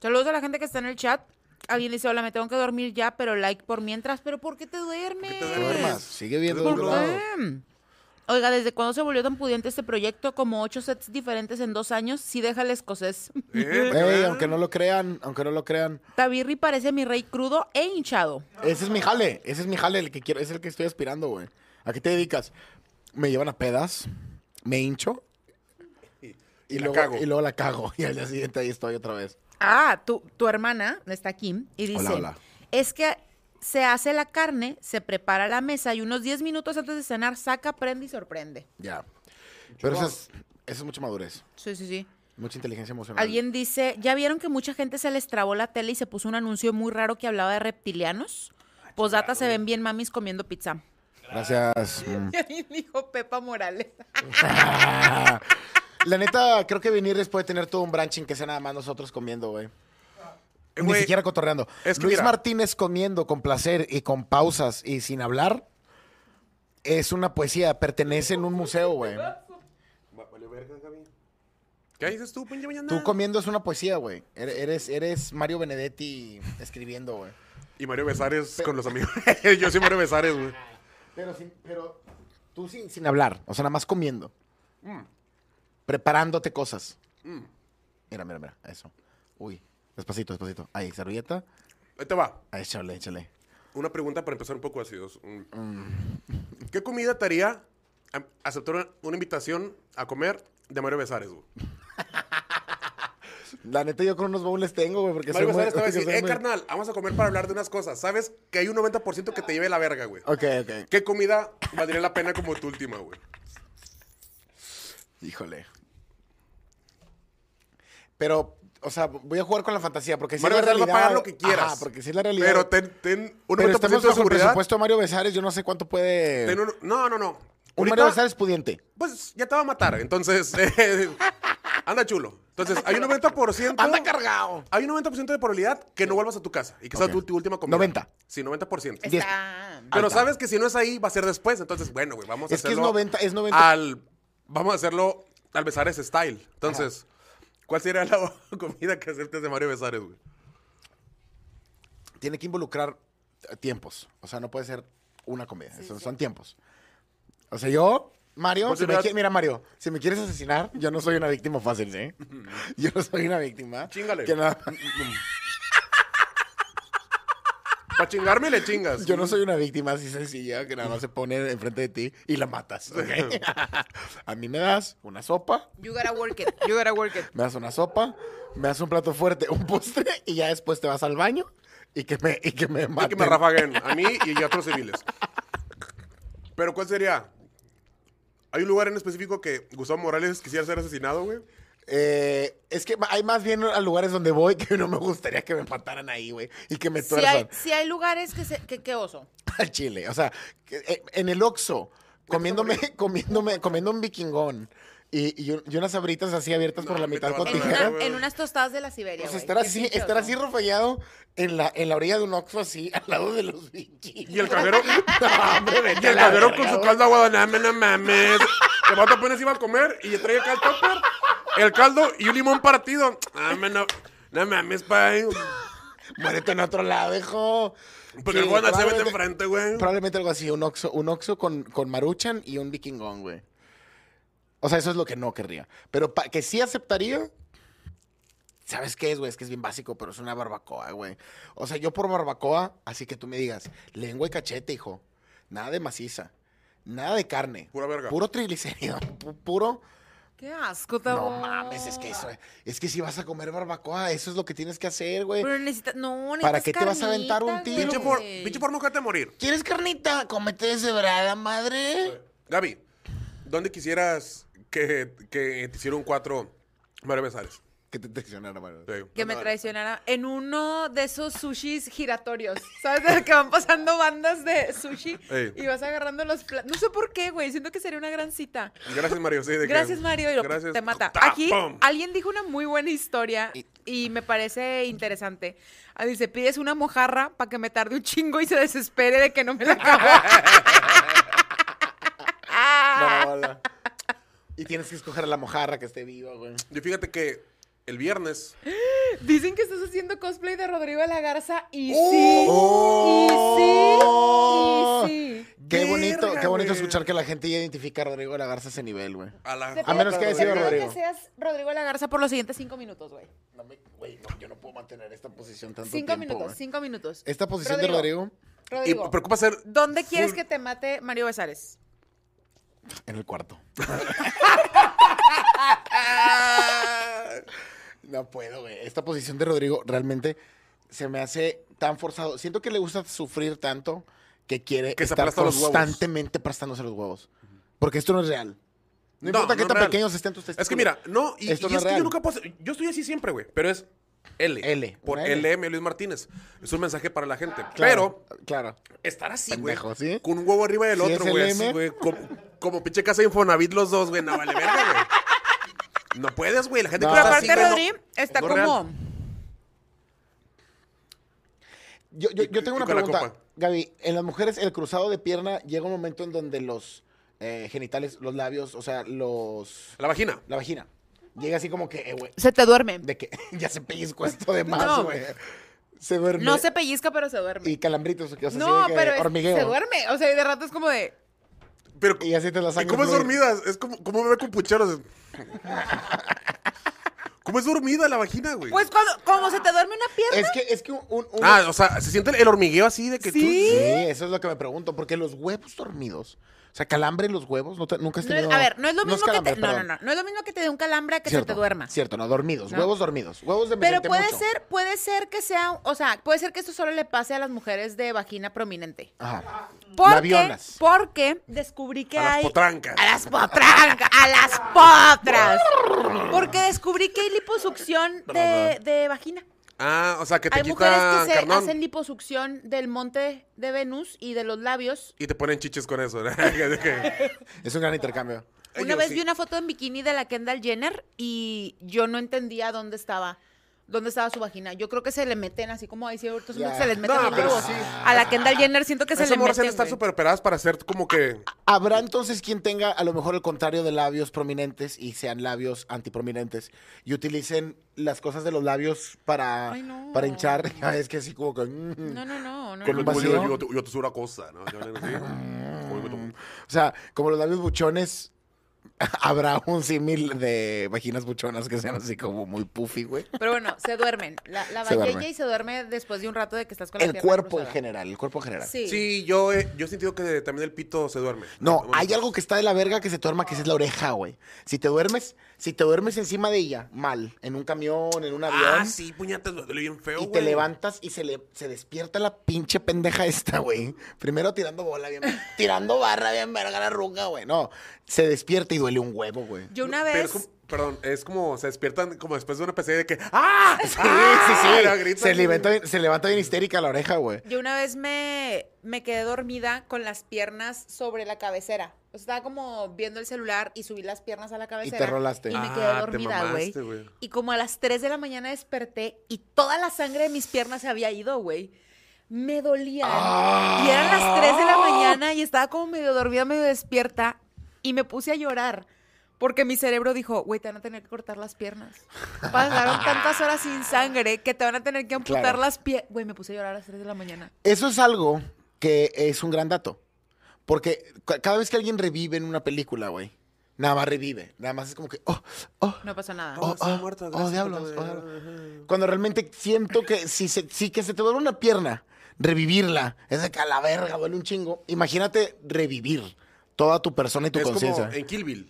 [SPEAKER 3] Saludos a la gente que está en el chat. Alguien dice, hola, me tengo que dormir ya, pero like por mientras. ¿Pero por qué te duermes?
[SPEAKER 2] te
[SPEAKER 1] No duermas, sigue viendo
[SPEAKER 2] ¿Por
[SPEAKER 1] de un
[SPEAKER 2] qué?
[SPEAKER 1] lado.
[SPEAKER 3] Mm. Oiga, ¿desde cuándo se volvió tan pudiente este proyecto? Como ocho sets diferentes en dos años. Sí, deja el escocés.
[SPEAKER 2] Eh,
[SPEAKER 1] Ey,
[SPEAKER 2] cabrón.
[SPEAKER 1] aunque no lo crean, aunque no lo crean.
[SPEAKER 3] Tabirri parece mi rey crudo e hinchado.
[SPEAKER 1] Ese es mi jale, ese es mi jale, el que quiero, es el que estoy aspirando, güey. ¿A qué te dedicas? Me llevan a pedas, me hincho y,
[SPEAKER 2] y la
[SPEAKER 1] luego,
[SPEAKER 2] cago.
[SPEAKER 1] y luego la cago. Y al día siguiente ahí estoy otra vez.
[SPEAKER 3] Ah, tu, tu hermana está Kim y dice,
[SPEAKER 1] Hola, hola.
[SPEAKER 3] es que se hace la carne, se prepara la mesa y unos 10 minutos antes de cenar saca, prende y sorprende.
[SPEAKER 1] Ya. Pero eso es, eso es mucha madurez,
[SPEAKER 3] Sí, sí, sí.
[SPEAKER 1] mucha inteligencia emocional.
[SPEAKER 3] Alguien dice, ¿ya vieron que mucha gente se les trabó la tele y se puso un anuncio muy raro que hablaba de reptilianos?
[SPEAKER 1] Ah,
[SPEAKER 3] Posdata se ven bien mamis comiendo pizza.
[SPEAKER 1] Gracias. mm.
[SPEAKER 3] Y ahí dijo Pepa Morales.
[SPEAKER 1] La neta, creo que Vinirres puede tener todo un branching que sea nada más nosotros comiendo, güey.
[SPEAKER 2] Eh,
[SPEAKER 1] Ni
[SPEAKER 2] güey,
[SPEAKER 1] siquiera cotorreando.
[SPEAKER 2] es que
[SPEAKER 1] Luis
[SPEAKER 2] mira.
[SPEAKER 1] Martínez comiendo con placer y con pausas y sin hablar es una poesía, pertenece en un museo, güey.
[SPEAKER 2] Va- vale verga, Gaby. ¿Qué dices tú, pinche mañana?
[SPEAKER 1] Tú comiendo es una poesía, güey. Er- Eres, eres Mario Benedetti escribiendo, güey.
[SPEAKER 2] Y Mario Besares con los amigos. Yo soy Mario Besares, güey.
[SPEAKER 1] Pero, sin- pero tú sin, sin hablar, o sea, nada más comiendo. Preparándote cosas. Mira, mira, mira, eso. Uy, despacito, despacito. Ahí, servilleta.
[SPEAKER 2] Ahí te va.
[SPEAKER 1] Ahí, échale, échale.
[SPEAKER 2] Una pregunta para empezar un poco ácidos. Mm.
[SPEAKER 1] Mm.
[SPEAKER 2] ¿Qué comida te haría a- aceptar una, una invitación a comer de Mario Besares, güey?
[SPEAKER 1] La neta, yo con unos bowls tengo, güey, porque
[SPEAKER 2] Mario
[SPEAKER 1] soy muy-
[SPEAKER 2] Besares te va a
[SPEAKER 1] porque
[SPEAKER 2] decir,
[SPEAKER 1] soy
[SPEAKER 2] eh,
[SPEAKER 1] muy-
[SPEAKER 2] carnal, vamos a comer para hablar de unas cosas. Sabes que hay un 90% que te lleve la verga, güey.
[SPEAKER 1] Ok, ok.
[SPEAKER 2] ¿Qué comida valdría la pena como tu última, güey?
[SPEAKER 1] Híjole. Pero o sea, voy a jugar con la fantasía porque si
[SPEAKER 2] Mario
[SPEAKER 1] es la
[SPEAKER 2] Besares va a
[SPEAKER 1] realidad.
[SPEAKER 2] pagar lo que quieras.
[SPEAKER 1] Ajá, porque si es la realidad.
[SPEAKER 2] Pero ten, ten un
[SPEAKER 1] Pero
[SPEAKER 2] 90%
[SPEAKER 1] estamos
[SPEAKER 2] de
[SPEAKER 1] bajo el
[SPEAKER 2] seguridad.
[SPEAKER 1] presupuesto de Mario Besares, yo no sé cuánto puede.
[SPEAKER 2] ten un- no, no, no.
[SPEAKER 1] Un
[SPEAKER 2] Ahorita,
[SPEAKER 1] Mario Besares pudiente.
[SPEAKER 2] pues ya te va a matar. Entonces, eh, anda chulo. Entonces, hay un 90%.
[SPEAKER 1] Anda cargado.
[SPEAKER 2] Hay un 90% de probabilidad que no vuelvas a tu casa y que sea
[SPEAKER 1] Ok.
[SPEAKER 2] tu ulti- última comida.
[SPEAKER 1] 90.
[SPEAKER 2] Sí, 90%.
[SPEAKER 1] Diez.
[SPEAKER 3] Está.
[SPEAKER 2] Pero
[SPEAKER 1] Alta.
[SPEAKER 2] sabes que si no es ahí, va a ser después. Entonces, bueno, güey, vamos a
[SPEAKER 1] Es que es
[SPEAKER 2] hacerlo.
[SPEAKER 1] 90, es 90.
[SPEAKER 2] Al, vamos a hacerlo al Besares Style. Entonces, ¿cuál sería la comida que aceptes de Mario Besares, güey?
[SPEAKER 1] Tiene que involucrar eh, tiempos. O sea, no puede ser una comida. Son, son tiempos. O sea, yo, Mario,
[SPEAKER 2] Pues,
[SPEAKER 1] si me
[SPEAKER 2] mira-
[SPEAKER 1] qui- mira, Mario, si me quieres asesinar, yo no soy una víctima fácil, ¿sí? Yo no soy una víctima.
[SPEAKER 2] Chíngale.
[SPEAKER 1] que nada-
[SPEAKER 2] Para chingarme le chingas.
[SPEAKER 1] yo no soy una víctima así sencilla que nada más se pone enfrente de ti y la matas. ¿ok? A mí me das una sopa,
[SPEAKER 3] You gotta work it. You gotta work it.
[SPEAKER 1] me das una sopa, me das un plato fuerte, un postre y ya después te vas al baño y que me, y que me
[SPEAKER 2] Y
[SPEAKER 1] maten.
[SPEAKER 2] que me rafaguen a mí y a otros civiles. Pero ¿cuál sería? Hay un lugar en específico que Gustavo Morales quisiera ser asesinado, güey.
[SPEAKER 1] Eh, es que hay más bien a lugares donde voy que no me gustaría que me mataran ahí, güey. Y que me
[SPEAKER 3] Si hay,
[SPEAKER 1] tuerzan
[SPEAKER 3] si hay lugares que, se, que, que oso.
[SPEAKER 1] al chile. O sea, que, eh, en el Oxxo, comiéndome, comiéndome, comiendo un vikingón y, y un- y unas abritas así abiertas por
[SPEAKER 2] No,
[SPEAKER 1] la
[SPEAKER 2] me
[SPEAKER 1] mitad
[SPEAKER 2] te
[SPEAKER 1] con
[SPEAKER 2] vas a
[SPEAKER 3] En,
[SPEAKER 2] la
[SPEAKER 1] tijera.
[SPEAKER 2] verga.
[SPEAKER 3] una- en unas tostadas de la Siberia.
[SPEAKER 1] O sea, Pues
[SPEAKER 3] güey.
[SPEAKER 1] estar
[SPEAKER 3] Qué
[SPEAKER 1] así,
[SPEAKER 3] pinche
[SPEAKER 1] estar
[SPEAKER 3] oso.
[SPEAKER 1] así rofallado en la, en la orilla de un Oxxo así, al lado de los vikingos.
[SPEAKER 2] Y el cajero.
[SPEAKER 1] No, hombre,
[SPEAKER 2] y
[SPEAKER 1] vete a
[SPEAKER 2] el
[SPEAKER 1] la
[SPEAKER 2] cajero
[SPEAKER 1] verga,
[SPEAKER 2] con su
[SPEAKER 1] güey.
[SPEAKER 2] caldo aguado. No, no mames. El vato apenas iba a comer y le trae el caldo pues. el caldo y un limón partido. Ah, me no. No mames, pay.
[SPEAKER 1] Muérete en otro lado, hijo. Sí,
[SPEAKER 2] Porque el guana se vende
[SPEAKER 1] probablemente-
[SPEAKER 2] enfrente, güey.
[SPEAKER 1] Probablemente algo así, un oxo, un oxo con, con maruchan y un vikingón, güey. O sea, eso es lo que no querría. Pero pa- que sí aceptaría. ¿Sabes qué es, güey? Es que es bien básico, pero es una barbacoa, güey. O sea, yo por barbacoa, así que tú me digas, lengua y cachete, hijo. Nada de maciza. Nada de carne.
[SPEAKER 2] Pura verga.
[SPEAKER 1] Puro triglicérido. pu- puro.
[SPEAKER 3] Qué asco,
[SPEAKER 1] No
[SPEAKER 3] Tabo.
[SPEAKER 1] mames, es que eso. Es que si vas a comer barbacoa, eso es lo que tienes que hacer, güey.
[SPEAKER 3] Pero necesitas. No, necesitas.
[SPEAKER 1] ¿Para qué te vas a aventar un
[SPEAKER 3] carnita,
[SPEAKER 1] tiro,
[SPEAKER 2] Pinche
[SPEAKER 3] güey.
[SPEAKER 2] por, pinche por mojarte a morir.
[SPEAKER 1] ¿Quieres carnita? Cómete deshebrada, madre.
[SPEAKER 2] Gaby, ¿dónde quisieras que, que te hicieron cuatro Mario Besares?
[SPEAKER 1] Que te traicionara, Mario.
[SPEAKER 2] Sí.
[SPEAKER 3] Que me traicionara en uno de esos sushis giratorios. ¿Sabes? De que van pasando bandas de sushi
[SPEAKER 2] Ey.
[SPEAKER 3] y vas agarrando los platos. No sé por qué, güey. Siento que sería una gran cita.
[SPEAKER 2] Gracias, Mario. Sí, de que-
[SPEAKER 3] Gracias, Mario. y lo-
[SPEAKER 2] gracias.
[SPEAKER 3] Te mata.
[SPEAKER 2] Ta,
[SPEAKER 3] Aquí
[SPEAKER 2] pum.
[SPEAKER 3] alguien dijo una muy buena historia
[SPEAKER 1] Y-
[SPEAKER 3] y me parece interesante. Ah, Dice, pides una mojarra para que me tarde un chingo y se desespere de que no me la acabo.
[SPEAKER 1] Marola. Y tienes que escoger a la mojarra que esté viva, güey.
[SPEAKER 2] Yo fíjate que el viernes.
[SPEAKER 3] Dicen que estás haciendo cosplay de Rodrigo de la Garza y
[SPEAKER 1] ¡Oh!
[SPEAKER 2] ¡Oh!
[SPEAKER 3] sí. Y sí. Y sí.
[SPEAKER 1] Qué bonito,
[SPEAKER 2] Verga,
[SPEAKER 1] qué bonito
[SPEAKER 2] güey.
[SPEAKER 1] escuchar que la gente ya identifica a Rodrigo de la Garza a ese nivel, güey.
[SPEAKER 2] A, la,
[SPEAKER 1] A menos que haya sido
[SPEAKER 3] Espero
[SPEAKER 1] Rodrigo.
[SPEAKER 3] que seas Rodrigo de la Garza por los siguientes cinco minutos, güey.
[SPEAKER 1] No me- güey, no, yo no puedo mantener esta posición tanto
[SPEAKER 3] Cinco
[SPEAKER 1] tiempo,
[SPEAKER 3] minutos,
[SPEAKER 1] güey.
[SPEAKER 3] cinco minutos.
[SPEAKER 1] Esta posición de Rodrigo
[SPEAKER 2] Y
[SPEAKER 3] Rodrigo,
[SPEAKER 2] preocupa ser.
[SPEAKER 3] ¿dónde quieres
[SPEAKER 2] full-
[SPEAKER 3] que te mate Mario Besares?
[SPEAKER 1] en el cuarto. no puedo, güey. Esta posición de Rodrigo realmente se me hace tan forzado. Siento que le gusta sufrir tanto que quiere
[SPEAKER 2] Que se
[SPEAKER 1] estar
[SPEAKER 2] aplasta los huevos.
[SPEAKER 1] constantemente aplastándose los huevos. Porque esto no es real. No,
[SPEAKER 2] No,
[SPEAKER 1] importa qué
[SPEAKER 2] no es
[SPEAKER 1] tan
[SPEAKER 2] real.
[SPEAKER 1] pequeños estén tus testículos.
[SPEAKER 2] Es que mira, no, y,
[SPEAKER 1] Esto
[SPEAKER 2] y
[SPEAKER 1] no
[SPEAKER 2] es
[SPEAKER 1] es
[SPEAKER 2] que yo
[SPEAKER 1] real.
[SPEAKER 2] nunca puedo. hacer- Yo estoy así siempre, güey, pero es L.
[SPEAKER 1] L,
[SPEAKER 2] Por
[SPEAKER 1] una L.
[SPEAKER 2] LM Luis Martínez. Es un mensaje para la gente.
[SPEAKER 1] Claro,
[SPEAKER 2] Pero
[SPEAKER 1] claro.
[SPEAKER 2] estar así, güey.
[SPEAKER 1] Pendejo, ¿sí?
[SPEAKER 2] Con un huevo arriba del
[SPEAKER 1] Sí,
[SPEAKER 2] otro,
[SPEAKER 1] es
[SPEAKER 2] güey.
[SPEAKER 1] LM.
[SPEAKER 2] así, güey, Como, como pinche casa de Infonavit los dos, güey. No vale verga, güey. No puedes, güey. La gente
[SPEAKER 1] No.
[SPEAKER 2] que
[SPEAKER 3] Pero
[SPEAKER 2] está
[SPEAKER 1] Ah,
[SPEAKER 3] aparte,
[SPEAKER 2] así, güey, no-
[SPEAKER 3] Rodri, está
[SPEAKER 2] no es real.
[SPEAKER 3] como...
[SPEAKER 1] Yo, yo- yo
[SPEAKER 2] Y-
[SPEAKER 1] tengo
[SPEAKER 2] y
[SPEAKER 1] una
[SPEAKER 2] con la
[SPEAKER 1] pregunta.
[SPEAKER 2] copa.
[SPEAKER 1] Gaby, en las mujeres el cruzado de pierna llega un momento en donde los eh, genitales, los labios, o sea, los...
[SPEAKER 2] La vagina.
[SPEAKER 1] La vagina. Llega así como que, eh, güey,
[SPEAKER 3] Se te duerme.
[SPEAKER 1] de que ya se pellizco esto de
[SPEAKER 3] No.
[SPEAKER 1] más, güey. Se duerme.
[SPEAKER 3] No se pellizca, pero se duerme.
[SPEAKER 1] Y calambritos, que, o sea,
[SPEAKER 3] no,
[SPEAKER 1] así de que
[SPEAKER 3] pero es-
[SPEAKER 1] hormigueo.
[SPEAKER 3] se duerme. O sea, y de rato es como de...
[SPEAKER 2] Pero,
[SPEAKER 1] Y así te la
[SPEAKER 2] ¿Y
[SPEAKER 1] sangre
[SPEAKER 2] cómo es
[SPEAKER 1] fluye.
[SPEAKER 2] dormida? Es como, como bebé con pucheros. ¿Cómo es dormida la vagina, güey?
[SPEAKER 3] Pues cuando, como se te duerme una
[SPEAKER 1] Es
[SPEAKER 3] pierna.
[SPEAKER 1] que, es que un... un- un-
[SPEAKER 2] ah, o sea, se siente el hormigueo así de que
[SPEAKER 1] Sí,
[SPEAKER 2] tú...
[SPEAKER 1] eso es lo que me pregunto, porque los huevos dormidos O sea, calambre en los huevos. ¿no te- nunca has
[SPEAKER 3] No es-
[SPEAKER 1] tenido.
[SPEAKER 3] a ver, no es lo mismo
[SPEAKER 1] es calambre,
[SPEAKER 3] que te, no, no,
[SPEAKER 1] perdón.
[SPEAKER 3] no, no es lo mismo que te dé un calambre a que se te duerma.
[SPEAKER 1] Cierto, no, dormidos.
[SPEAKER 3] No.
[SPEAKER 1] Huevos dormidos. Huevos de me
[SPEAKER 3] Pero
[SPEAKER 1] senté
[SPEAKER 3] puede
[SPEAKER 1] mucho.
[SPEAKER 3] ser, puede ser que sea, o sea, puede ser que esto solo le pase a las mujeres de vagina prominente.
[SPEAKER 1] Ajá.
[SPEAKER 3] Porque,
[SPEAKER 1] Labionas.
[SPEAKER 3] porque descubrí que
[SPEAKER 2] A las
[SPEAKER 3] hay
[SPEAKER 2] potrancas.
[SPEAKER 3] a las potrancas, a las potras. Porque descubrí que hay liposucción de, de vagina.
[SPEAKER 2] Ah, o sea, que te
[SPEAKER 3] Hay mujeres
[SPEAKER 2] quitan
[SPEAKER 3] que se
[SPEAKER 2] carnón
[SPEAKER 3] hacen liposucción del monte de Venus y de los labios.
[SPEAKER 2] y te ponen chiches con eso. ¿verdad?
[SPEAKER 1] Es un gran intercambio.
[SPEAKER 2] Ay,
[SPEAKER 3] Una
[SPEAKER 2] yo
[SPEAKER 3] vez
[SPEAKER 2] sí.
[SPEAKER 3] vi una foto en bikini de la Kendall Jenner y yo no entendía dónde estaba. ¿Dónde estaba su vagina? Yo creo que se le meten así como ahí ciertos
[SPEAKER 1] Ya.
[SPEAKER 3] hombres que se les meten
[SPEAKER 2] No,
[SPEAKER 3] los
[SPEAKER 2] pero
[SPEAKER 3] huevos.
[SPEAKER 2] sí.
[SPEAKER 3] A la Kendall Jenner siento que se
[SPEAKER 2] Esas
[SPEAKER 3] le
[SPEAKER 2] morras
[SPEAKER 3] meten.
[SPEAKER 2] han de estar
[SPEAKER 3] güey.
[SPEAKER 2] súper operadas para hacer como que...
[SPEAKER 1] Habrá entonces quien tenga a lo mejor el contrario de labios prominentes y sean labios antiprominentes y utilicen las cosas de los labios para,
[SPEAKER 3] Ay, no.
[SPEAKER 1] para hinchar. Ah, es que así como que. mm.
[SPEAKER 3] No, no, no, no.
[SPEAKER 1] Con
[SPEAKER 2] Yo,
[SPEAKER 1] un
[SPEAKER 2] yo-
[SPEAKER 3] no.
[SPEAKER 1] vacío.
[SPEAKER 2] yo- yo te- yo te soy una cosa, ¿no? Yo le decía,
[SPEAKER 3] Mm.
[SPEAKER 2] "Uy, me tocó".
[SPEAKER 1] mm. O sea, como los labios buchones, habrá un símil de vaginas buchonas que sean así como muy puffy, güey.
[SPEAKER 3] Pero bueno, se duermen. La, la
[SPEAKER 1] Se duerme.
[SPEAKER 3] vallella y se duerme después de un rato de que estás con la
[SPEAKER 1] El
[SPEAKER 3] pierna
[SPEAKER 1] cuerpo en
[SPEAKER 3] cruzada.
[SPEAKER 1] general, el cuerpo en general.
[SPEAKER 3] Sí.
[SPEAKER 2] Sí, yo he, yo he sentido que también el pito se duerme.
[SPEAKER 1] No,
[SPEAKER 2] Bueno,
[SPEAKER 1] hay algo que está de la verga que se te duerma, que esa es la oreja, güey. Si te duermes, si te duermes encima de ella, mal, en un camión, en un avión,
[SPEAKER 2] Ah, sí, puñetas, duele bien feo,
[SPEAKER 1] y
[SPEAKER 2] güey.
[SPEAKER 1] te levantas y se le se despierta la pinche pendeja esta, güey. Primero tirando bola bien, tirando barra bien verga la ruca, güey. No, se despierta y duele un huevo, güey.
[SPEAKER 3] Yo una
[SPEAKER 2] Pero
[SPEAKER 3] vez.
[SPEAKER 2] es como- perdón, es como se despiertan como después de una pesadilla de que ¡Ah! Sí,
[SPEAKER 1] sí, sí. Se levanta, bien- se levanta bien histérica la oreja, güey.
[SPEAKER 3] Yo una vez me, me quedé dormida con las piernas sobre la cabecera. O sea, estaba como viendo el celular y subí las piernas a la cabecera.
[SPEAKER 1] rolaste.
[SPEAKER 3] Y me
[SPEAKER 2] Ah,
[SPEAKER 3] quedé
[SPEAKER 2] te
[SPEAKER 3] dormida, güey.
[SPEAKER 2] mamaste, güey.
[SPEAKER 3] Y como a las 3 de la mañana desperté y toda la sangre de mis piernas se había ido, güey. Me dolía.
[SPEAKER 1] Ah,
[SPEAKER 2] Ah.
[SPEAKER 3] Y eran las 3 de la mañana y estaba como medio dormida, medio despierta. Y me puse a llorar. Porque mi cerebro dijo, güey, te van a tener que cortar las piernas. Pasaron tantas horas sin sangre que te van a tener que amputar
[SPEAKER 1] Claro.
[SPEAKER 3] las piernas. Güey, me puse a llorar a las 3 de la mañana.
[SPEAKER 1] Eso es algo que es un gran dato. Porque ca- cada vez que alguien revive en una película, güey, nada más revive. Nada más es como que, oh, oh,
[SPEAKER 3] No pasa nada.
[SPEAKER 1] oh,
[SPEAKER 2] está
[SPEAKER 1] oh,
[SPEAKER 2] muerto,
[SPEAKER 1] oh,
[SPEAKER 2] gracias,
[SPEAKER 1] diablos,
[SPEAKER 2] puto,
[SPEAKER 1] oh,
[SPEAKER 2] eh,
[SPEAKER 1] diablos. Cuando realmente siento que si, se- si que se te duele una pierna, revivirla, es de que a la verga, duele un chingo. Imagínate revivir toda tu persona y tu
[SPEAKER 2] Es como
[SPEAKER 1] conciencia.
[SPEAKER 2] en Kill Bill.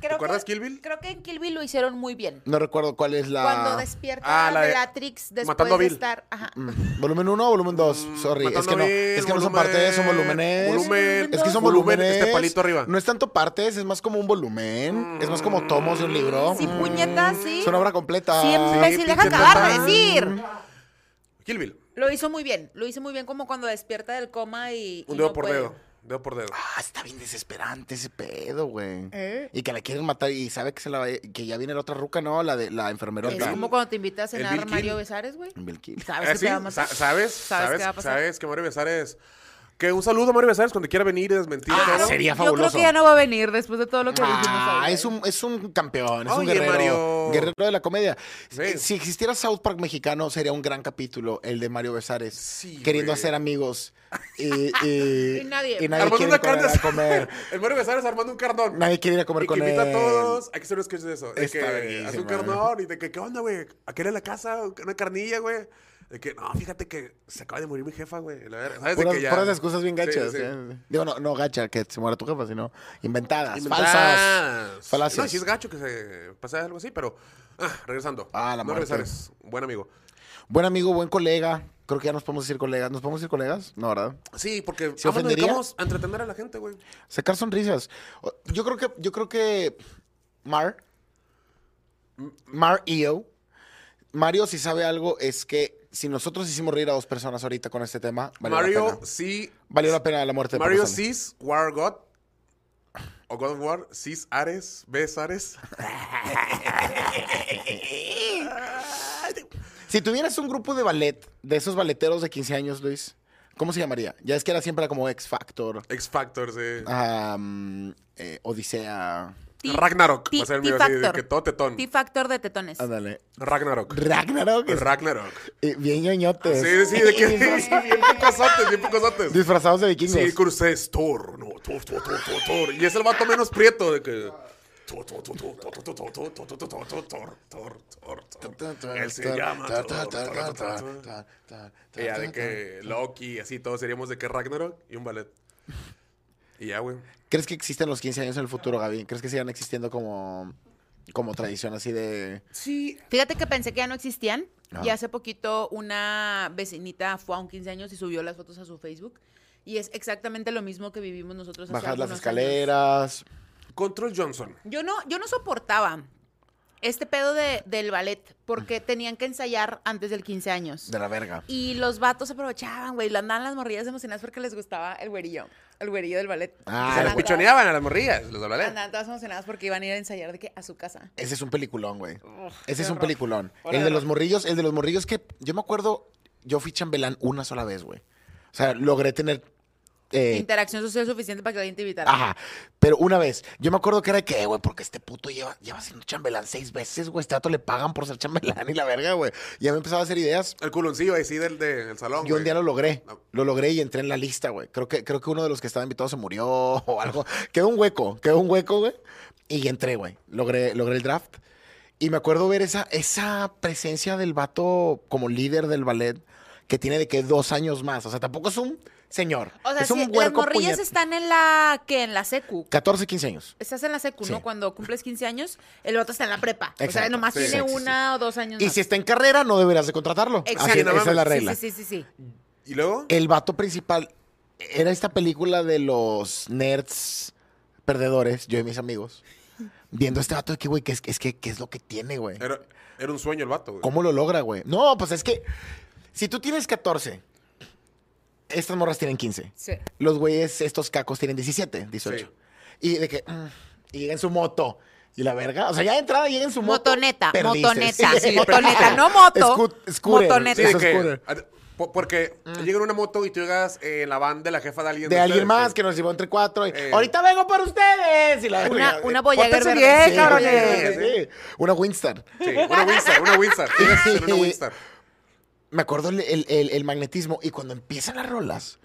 [SPEAKER 3] ¿Te
[SPEAKER 2] acuerdas Kill Bill?
[SPEAKER 3] Creo que en Kill Bill lo hicieron muy bien.
[SPEAKER 1] No recuerdo cuál es la...
[SPEAKER 3] Cuando despierta
[SPEAKER 2] Ah, la de-
[SPEAKER 3] Bellatrix después
[SPEAKER 2] Matando a
[SPEAKER 3] de
[SPEAKER 2] Bill.
[SPEAKER 3] estar... Ajá.
[SPEAKER 1] Mm, ¿Volumen 1 o volumen 2? Sorry, es que no, es que no son partes, son volúmenes.
[SPEAKER 2] Volumen,
[SPEAKER 1] Es que son volúmenes.
[SPEAKER 2] Este palito arriba.
[SPEAKER 1] No es tanto partes, es más como un volumen. Es más como tomos de un libro.
[SPEAKER 3] Sí,
[SPEAKER 1] Mm.
[SPEAKER 3] puñetas, sí.
[SPEAKER 1] Es una obra completa.
[SPEAKER 3] Sí, imbécil, deja
[SPEAKER 2] pinche Mm.
[SPEAKER 3] acabar de
[SPEAKER 2] tata.
[SPEAKER 3] decir.
[SPEAKER 2] Kill Bill,
[SPEAKER 3] Lo hizo muy bien. Lo hizo muy bien como cuando despierta del coma y.
[SPEAKER 2] un
[SPEAKER 3] y
[SPEAKER 2] dedo
[SPEAKER 3] no
[SPEAKER 2] por
[SPEAKER 3] puede.
[SPEAKER 2] dedo. Dedo por dedo.
[SPEAKER 1] Ah, está bien desesperante ese pedo, güey.
[SPEAKER 3] ¿Eh?
[SPEAKER 1] Y que la quieren matar y sabe que se la va- que ya viene la otra ruca, ¿no? La de la enfermera.
[SPEAKER 3] Es
[SPEAKER 1] otra.
[SPEAKER 3] como cuando te invita a
[SPEAKER 2] El
[SPEAKER 3] cenar
[SPEAKER 2] Bill
[SPEAKER 3] Mario
[SPEAKER 2] Kill.
[SPEAKER 3] Besares, güey.
[SPEAKER 1] Belkis.
[SPEAKER 3] Sabes
[SPEAKER 2] Eh,
[SPEAKER 3] que
[SPEAKER 2] sí,
[SPEAKER 3] te va a matar.
[SPEAKER 2] sa- ¿Sabes?
[SPEAKER 3] ¿Sabes qué va a pasar?
[SPEAKER 2] ¿Sabes que Mario Besares... Que un saludo a Mario Besares cuando quiera venir y desmentir
[SPEAKER 3] Ah,
[SPEAKER 2] todo.
[SPEAKER 1] Sería
[SPEAKER 3] Yo creo
[SPEAKER 1] fabuloso.
[SPEAKER 3] que ya no va a venir después de todo lo que dijimos.
[SPEAKER 1] Ah,
[SPEAKER 3] ahora.
[SPEAKER 1] es un, es un campeón, es un
[SPEAKER 2] Oye,
[SPEAKER 1] guerrero.
[SPEAKER 2] Mario.
[SPEAKER 1] Guerrero de la comedia.
[SPEAKER 2] Sí.
[SPEAKER 1] Eh, Si existiera South Park mexicano, sería un gran capítulo, el de Mario Besares.
[SPEAKER 2] Sí,
[SPEAKER 1] queriendo
[SPEAKER 2] güey.
[SPEAKER 1] hacer amigos. Y, y-
[SPEAKER 3] Y nadie.
[SPEAKER 1] y
[SPEAKER 2] Armando
[SPEAKER 1] quiere
[SPEAKER 2] una
[SPEAKER 1] ir con él
[SPEAKER 2] carne
[SPEAKER 1] a comer.
[SPEAKER 2] El Mario Besares armando un carnón.
[SPEAKER 1] Nadie quiere ir a comer
[SPEAKER 2] Y que
[SPEAKER 1] con
[SPEAKER 2] invita a
[SPEAKER 1] él.
[SPEAKER 2] todos. Hay que hacer un sketch de eso. De
[SPEAKER 1] Está
[SPEAKER 2] que
[SPEAKER 1] verguísima.
[SPEAKER 2] hace un carnón y de que, ¿qué onda, güey? ¿A qué era la casa? ¿Una carnilla, güey? De que, no, fíjate que se acaba de morir mi jefa, güey. La verdad, ¿sabes? De
[SPEAKER 1] Puras,
[SPEAKER 2] que ya-
[SPEAKER 1] puras excusas bien
[SPEAKER 2] Sí,
[SPEAKER 1] gachas.
[SPEAKER 2] sí.
[SPEAKER 1] ¿eh? Digo, no, no gacha, que se muera tu jefa, sino inventadas,
[SPEAKER 2] Inventadas.
[SPEAKER 1] falsas. Falacias.
[SPEAKER 2] No, sí es gacho que se pasa algo así, pero... Ah, regresando.
[SPEAKER 1] Ah, la
[SPEAKER 2] Mario
[SPEAKER 1] muerte.
[SPEAKER 2] Besares, buen amigo.
[SPEAKER 1] Buen amigo, buen colega. Creo que ya nos podemos decir colegas. ¿Nos podemos decir colegas? No, ¿verdad?
[SPEAKER 2] Sí, porque
[SPEAKER 1] ¿Se
[SPEAKER 2] ambos nos
[SPEAKER 1] ofendería?
[SPEAKER 2] dedicamos a entretener a la gente, güey.
[SPEAKER 1] Sacar sonrisas. O- Yo creo que, yo creo que Mar, Mar EO, Mario, si sabe algo, es que si nosotros hicimos reír a dos personas ahorita con este tema, valió la
[SPEAKER 2] Mario
[SPEAKER 1] pena.
[SPEAKER 2] sí.
[SPEAKER 1] Valió la pena la muerte de
[SPEAKER 2] Mario
[SPEAKER 1] Paco Stanley.
[SPEAKER 2] Cis, War God. O God of War, Cis Ares, Besares.
[SPEAKER 1] Si tuvieras un grupo de ballet, de esos balleteros de 15 años, Luis, ¿cómo se llamaría? Ya es que era siempre como X Factor,
[SPEAKER 2] X Factor, sí.
[SPEAKER 1] Ah. am, eh, Odisea.
[SPEAKER 3] Ti-
[SPEAKER 2] Ragnarok.
[SPEAKER 3] Ti-
[SPEAKER 2] va a ser el
[SPEAKER 3] Ti
[SPEAKER 2] mío, así, de
[SPEAKER 3] Factor.
[SPEAKER 2] que todo tetón.
[SPEAKER 3] T-Factor de tetones.
[SPEAKER 1] Ándale.
[SPEAKER 2] Ragnarok.
[SPEAKER 1] Ragnarok. es-
[SPEAKER 2] Ragnarok.
[SPEAKER 1] eh, bien ñoñotes.
[SPEAKER 2] Ah, Sí, sí, de que sí,
[SPEAKER 1] Disfraz-
[SPEAKER 2] bien pocosotes, bien pocosotes.
[SPEAKER 1] Disfrazados de vikingos.
[SPEAKER 2] Sí, crucé es Thor, no, Thor, Thor, Thor, Thor, Thor. Y es el vato menos prieto de que... Thor, Thor, Thor, Thor, Thor, Thor, Thor, Thor, Thor, Thor, Thor, Thor, Thor, Thor, Thor, Thor, Thor. Él se llama Thor, Thor, Thor, Thor, Thor. Y ya de que Loki, así todos seríamos de que Ragnarok y un ballet. Y ya, güey.
[SPEAKER 1] ¿Crees que existen los 15 años en el futuro, Gaby? ¿Crees que sigan existiendo como, como tradición así de...
[SPEAKER 2] Sí.
[SPEAKER 3] Fíjate que pensé que ya no existían.
[SPEAKER 1] Ajá.
[SPEAKER 3] Y hace poquito una vecinita fue a un 15 años y subió las fotos a su Facebook. Y es exactamente lo mismo que vivimos nosotros. hace
[SPEAKER 1] Bajar las
[SPEAKER 3] algunos años.
[SPEAKER 1] escaleras.
[SPEAKER 2] Control Johnson.
[SPEAKER 3] Yo no, yo no soportaba este pedo de- del ballet porque tenían que ensayar antes del 15 años.
[SPEAKER 1] De la verga.
[SPEAKER 3] Y los vatos aprovechaban, güey, lo andaban las morrillas emocionadas porque les gustaba el güerillo, el güerillo del ballet.
[SPEAKER 1] Ah,
[SPEAKER 2] se
[SPEAKER 1] el
[SPEAKER 2] las
[SPEAKER 3] las
[SPEAKER 1] güey.
[SPEAKER 2] pichoneaban a las morrillas, los hablaré.
[SPEAKER 3] Andaban todas emocionadas porque iban a ir a ensayar de que a su casa.
[SPEAKER 1] Ese es un peliculón, güey. Ese
[SPEAKER 2] qué
[SPEAKER 1] es un
[SPEAKER 2] horror.
[SPEAKER 1] peliculón.
[SPEAKER 2] Ahora
[SPEAKER 1] el de
[SPEAKER 2] de
[SPEAKER 1] los
[SPEAKER 2] horror.
[SPEAKER 1] morrillos, el de los morrillos que yo me acuerdo, yo fui chambelán una sola vez, güey. O sea, logré tener eh,
[SPEAKER 3] Interacción social suficiente para que alguien te invitara.
[SPEAKER 1] Ajá. Pero una vez, yo me acuerdo que era de que, güey, porque este puto lleva, lleva siendo chambelán seis veces, güey. Este dato le pagan por ser chambelán y la verga, güey. Ya me empezaba a hacer ideas.
[SPEAKER 2] El culoncillo ahí sí del, de- del salón.
[SPEAKER 1] Yo un
[SPEAKER 2] güey.
[SPEAKER 1] día lo logré.
[SPEAKER 2] No.
[SPEAKER 1] Lo logré y entré en la lista, güey. Creo que, creo que uno de los que estaba invitado se murió o algo. Quedó un hueco, quedó un hueco, güey. Y entré, güey. Logré, logré el draft. Y me acuerdo ver esa, esa presencia del vato como líder del ballet que tiene de que dos años más. O sea, tampoco es un señor.
[SPEAKER 3] O sea,
[SPEAKER 1] es un
[SPEAKER 3] si las
[SPEAKER 1] huerco
[SPEAKER 3] morrillas
[SPEAKER 1] puñet-
[SPEAKER 3] están en la que en la secu.
[SPEAKER 1] 14, 15 años.
[SPEAKER 3] Estás en la secu,
[SPEAKER 1] Sí.
[SPEAKER 3] ¿no? Cuando cumples 15 años, el vato está en la prepa. O sea,
[SPEAKER 1] Exacto.
[SPEAKER 3] nomás
[SPEAKER 2] Sí,
[SPEAKER 3] tiene
[SPEAKER 1] sí, sí,
[SPEAKER 3] una o dos años
[SPEAKER 1] Y
[SPEAKER 3] más.
[SPEAKER 1] si está en carrera, no deberás de contratarlo.
[SPEAKER 3] Exacto.
[SPEAKER 1] Así,
[SPEAKER 2] Sí, no
[SPEAKER 1] esa es la
[SPEAKER 2] mames.
[SPEAKER 1] regla.
[SPEAKER 3] Sí, sí, sí, sí, sí.
[SPEAKER 2] ¿Y luego?
[SPEAKER 1] El vato principal era esta película de los nerds perdedores, yo y mis amigos, viendo a este vato de que, güey, que es, es que, ¿qué es lo que tiene, güey?
[SPEAKER 2] Era, era un sueño el vato, güey.
[SPEAKER 1] ¿Cómo lo logra, güey? No, pues es que si tú tienes 14, estas morras tienen 15.
[SPEAKER 3] Sí.
[SPEAKER 1] Los güeyes, estos cacos tienen 17, 18.
[SPEAKER 2] Sí.
[SPEAKER 1] Y de que, mm, y llega en su moto. Y la verga, o sea, ya de entrada llega en su moto.
[SPEAKER 3] Motoneta,
[SPEAKER 1] perdiste.
[SPEAKER 3] motoneta,
[SPEAKER 1] Sí,
[SPEAKER 3] motoneta,
[SPEAKER 1] perdiste.
[SPEAKER 3] no moto,
[SPEAKER 1] Scoot- scooter,
[SPEAKER 3] motoneta.
[SPEAKER 2] Sí, de
[SPEAKER 1] eso es
[SPEAKER 2] que,
[SPEAKER 1] scooter.
[SPEAKER 2] a- po- porque
[SPEAKER 3] Mm.
[SPEAKER 2] llega en una moto y tú llegas eh, en la van de la jefa de alguien.
[SPEAKER 1] de alguien
[SPEAKER 2] ustedes, pues.
[SPEAKER 1] más
[SPEAKER 2] sí.
[SPEAKER 1] que nos llevó entre cuatro. y,
[SPEAKER 2] Eh.
[SPEAKER 1] Ahorita vengo por ustedes. Y la
[SPEAKER 3] Una-
[SPEAKER 1] verga,
[SPEAKER 3] una
[SPEAKER 1] eh,
[SPEAKER 3] Voyager
[SPEAKER 1] pórtense
[SPEAKER 3] verde.
[SPEAKER 1] bien,
[SPEAKER 3] Sí,
[SPEAKER 1] cabrones.
[SPEAKER 2] sí, sí.
[SPEAKER 1] sí. Una Winston.
[SPEAKER 2] Sí, una Winstar, una Winstar. Llegas en una Winstar.
[SPEAKER 1] Me acuerdo el, el- el- el magnetismo. Y cuando empiezan las rolas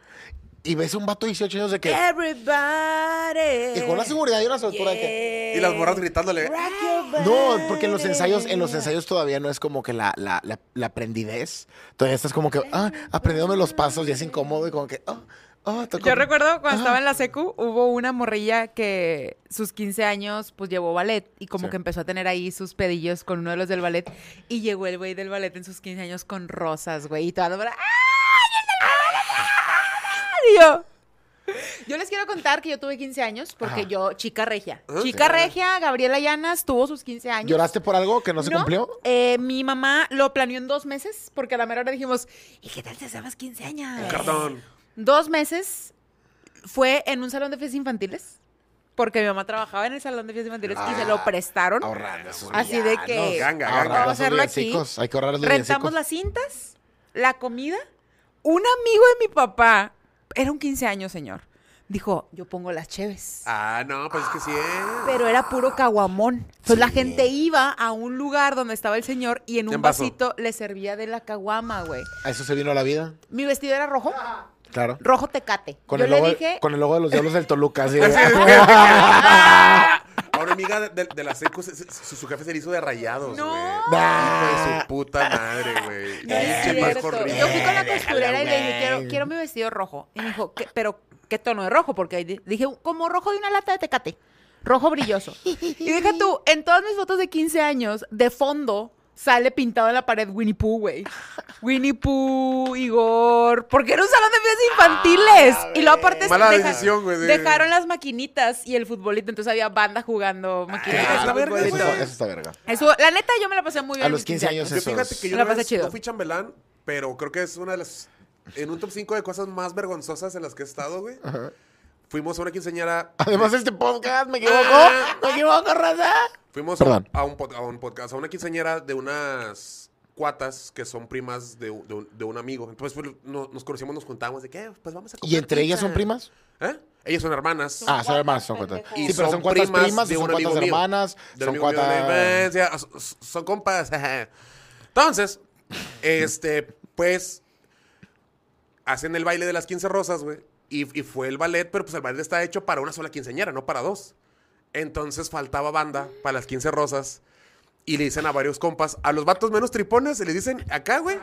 [SPEAKER 1] y ves a un vato de 18 años de que.
[SPEAKER 3] Everybody.
[SPEAKER 1] Y con una seguridad y una soltura de que.
[SPEAKER 2] Y las morras gritándole.
[SPEAKER 1] Eh,
[SPEAKER 3] Rock your body.
[SPEAKER 1] No, porque en los ensayos, en los ensayos todavía no es como que la, la, la, la aprendidez. Todavía estás como que, ah, aprendiéndome los pasos, ya es incómodo y como que, ah, ah, tocó-
[SPEAKER 4] Yo recuerdo cuando estaba en
[SPEAKER 1] Ah.
[SPEAKER 4] la secu, hubo una morrilla que sus 15 años pues llevó ballet y como
[SPEAKER 1] Sí.
[SPEAKER 4] que empezó a tener ahí sus pedillos con uno de los del ballet y llegó el güey del ballet en sus 15 años con rosas, güey, y todas las morras, ¡ay, el del ballet! Y yo,
[SPEAKER 3] Yo les quiero contar que yo tuve 15 años porque
[SPEAKER 1] Ajá. ¿Eh?
[SPEAKER 3] yo, chica regia.
[SPEAKER 2] Ah,
[SPEAKER 3] Chica
[SPEAKER 2] sí.
[SPEAKER 3] regia, Gabriela Llanas tuvo sus 15 años.
[SPEAKER 1] ¿Lloraste por algo que no se cumplió?
[SPEAKER 3] eh, mi mamá lo planeó en dos meses porque a la mera hora dijimos, ¿y qué tal te hacemos 15 años?
[SPEAKER 2] Cartón.
[SPEAKER 3] Dos meses fue en un salón de fiestas infantiles porque mi mamá trabajaba en el salón de fiestas infantiles y se lo
[SPEAKER 1] Ah,
[SPEAKER 3] prestaron.
[SPEAKER 1] Ahorrando esos
[SPEAKER 3] Así de que-
[SPEAKER 1] villanos.
[SPEAKER 2] Ganga,
[SPEAKER 1] Ahorrar
[SPEAKER 2] ganga.
[SPEAKER 3] Vamos a
[SPEAKER 1] esos
[SPEAKER 3] hacerlo aquí.
[SPEAKER 1] villancicos, Hay que ahorrar los
[SPEAKER 3] Rentamos
[SPEAKER 1] villancicos.
[SPEAKER 3] las cintas, la comida.
[SPEAKER 4] un amigo de mi papá, era un 15 años, señor, dijo, yo pongo las cheves.
[SPEAKER 2] Ah, no, pues es que sí es.
[SPEAKER 4] Pero era puro caguamón. Entonces la
[SPEAKER 1] Sí.
[SPEAKER 4] gente iba a un lugar donde estaba el señor y en un
[SPEAKER 2] En vaso.
[SPEAKER 4] vasito le servía de la caguama, güey.
[SPEAKER 1] A eso se vino la vida,
[SPEAKER 3] Mi vestido era rojo,
[SPEAKER 1] claro.
[SPEAKER 3] rojo tecate.
[SPEAKER 1] Con,
[SPEAKER 3] yo
[SPEAKER 1] el
[SPEAKER 3] le
[SPEAKER 1] logo,
[SPEAKER 3] dije,
[SPEAKER 1] con el logo de los diablos del Toluca, así de-
[SPEAKER 2] Ahora, amiga de, de- de la seco, se- se- su, su jefe se le hizo de rayados, güey.
[SPEAKER 4] No.
[SPEAKER 2] Hijo de
[SPEAKER 1] Nah.
[SPEAKER 2] su puta madre, güey.
[SPEAKER 3] No es
[SPEAKER 2] Pinche
[SPEAKER 3] cierto.
[SPEAKER 2] Paco
[SPEAKER 1] horrible.
[SPEAKER 3] Yo fui con la
[SPEAKER 1] Déjala,
[SPEAKER 3] costurera y le dije,
[SPEAKER 1] güey.
[SPEAKER 3] quiero, quiero mi vestido rojo. Y me dijo, "¿Qué- pero ¿qué tono de rojo? Porque di- dije, como rojo de una lata de tecate. Rojo brilloso.
[SPEAKER 4] Y deja tú, en todas mis fotos de 15 años, de fondo sale pintado en la pared Winnie Pooh, güey. Winnie Pooh, Igor, porque era un salón de fiestas infantiles. y luego aparte
[SPEAKER 2] Ah, Mala
[SPEAKER 4] deja-
[SPEAKER 2] decisión, güey, de-
[SPEAKER 4] dejaron las maquinitas y el futbolito, entonces había banda jugando maquinitas.
[SPEAKER 2] Ah, la verga,
[SPEAKER 1] eso,
[SPEAKER 2] güey.
[SPEAKER 1] está, eso está verga.
[SPEAKER 4] Eso, la neta, yo me la pasé muy bien.
[SPEAKER 1] A
[SPEAKER 4] en
[SPEAKER 1] los
[SPEAKER 4] mis
[SPEAKER 1] 15 años
[SPEAKER 2] Yo
[SPEAKER 1] eso.
[SPEAKER 2] fíjate que yo
[SPEAKER 4] La
[SPEAKER 2] una
[SPEAKER 4] pasé
[SPEAKER 2] vez
[SPEAKER 4] chido.
[SPEAKER 2] no fui chambelán, pero creo que es una de las. En un top 5 de cosas más vergonzosas en las que he estado, güey. Fuimos a una quinceañera.
[SPEAKER 1] Además, este podcast, me equivoco,
[SPEAKER 3] Ah.
[SPEAKER 1] me equivoco, raza.
[SPEAKER 2] Fuimos
[SPEAKER 1] Perdón.
[SPEAKER 2] A, un, pod- a un podcast, a una quinceañera de unas cuatas que son primas de, un- de un, de un amigo. Entonces pues, no- nos conocimos, nos juntábamos de que, pues vamos a comer
[SPEAKER 1] ¿Y entre ellas
[SPEAKER 2] pizza".
[SPEAKER 1] son primas?
[SPEAKER 2] ¿Eh? Ellas son hermanas.
[SPEAKER 1] Ah, son hermanas, son cuantas.
[SPEAKER 3] pendejo.
[SPEAKER 1] Sí,
[SPEAKER 2] Y
[SPEAKER 1] pero son cuantas primas, son cuantas
[SPEAKER 2] mío.
[SPEAKER 1] hermanas,
[SPEAKER 2] De un
[SPEAKER 1] son
[SPEAKER 2] amigo mío de la
[SPEAKER 1] cuantas...
[SPEAKER 2] infancia, s- s- son compas. Entonces, este, pues, hacen el baile de las 15 rosas, güey. Y, y fue el ballet, pero pues el ballet está hecho para una sola quinceañera, no para dos. Entonces faltaba banda para las 15 rosas. Y le dicen a varios compas, a los vatos menos tripones, se les dicen acá, güey.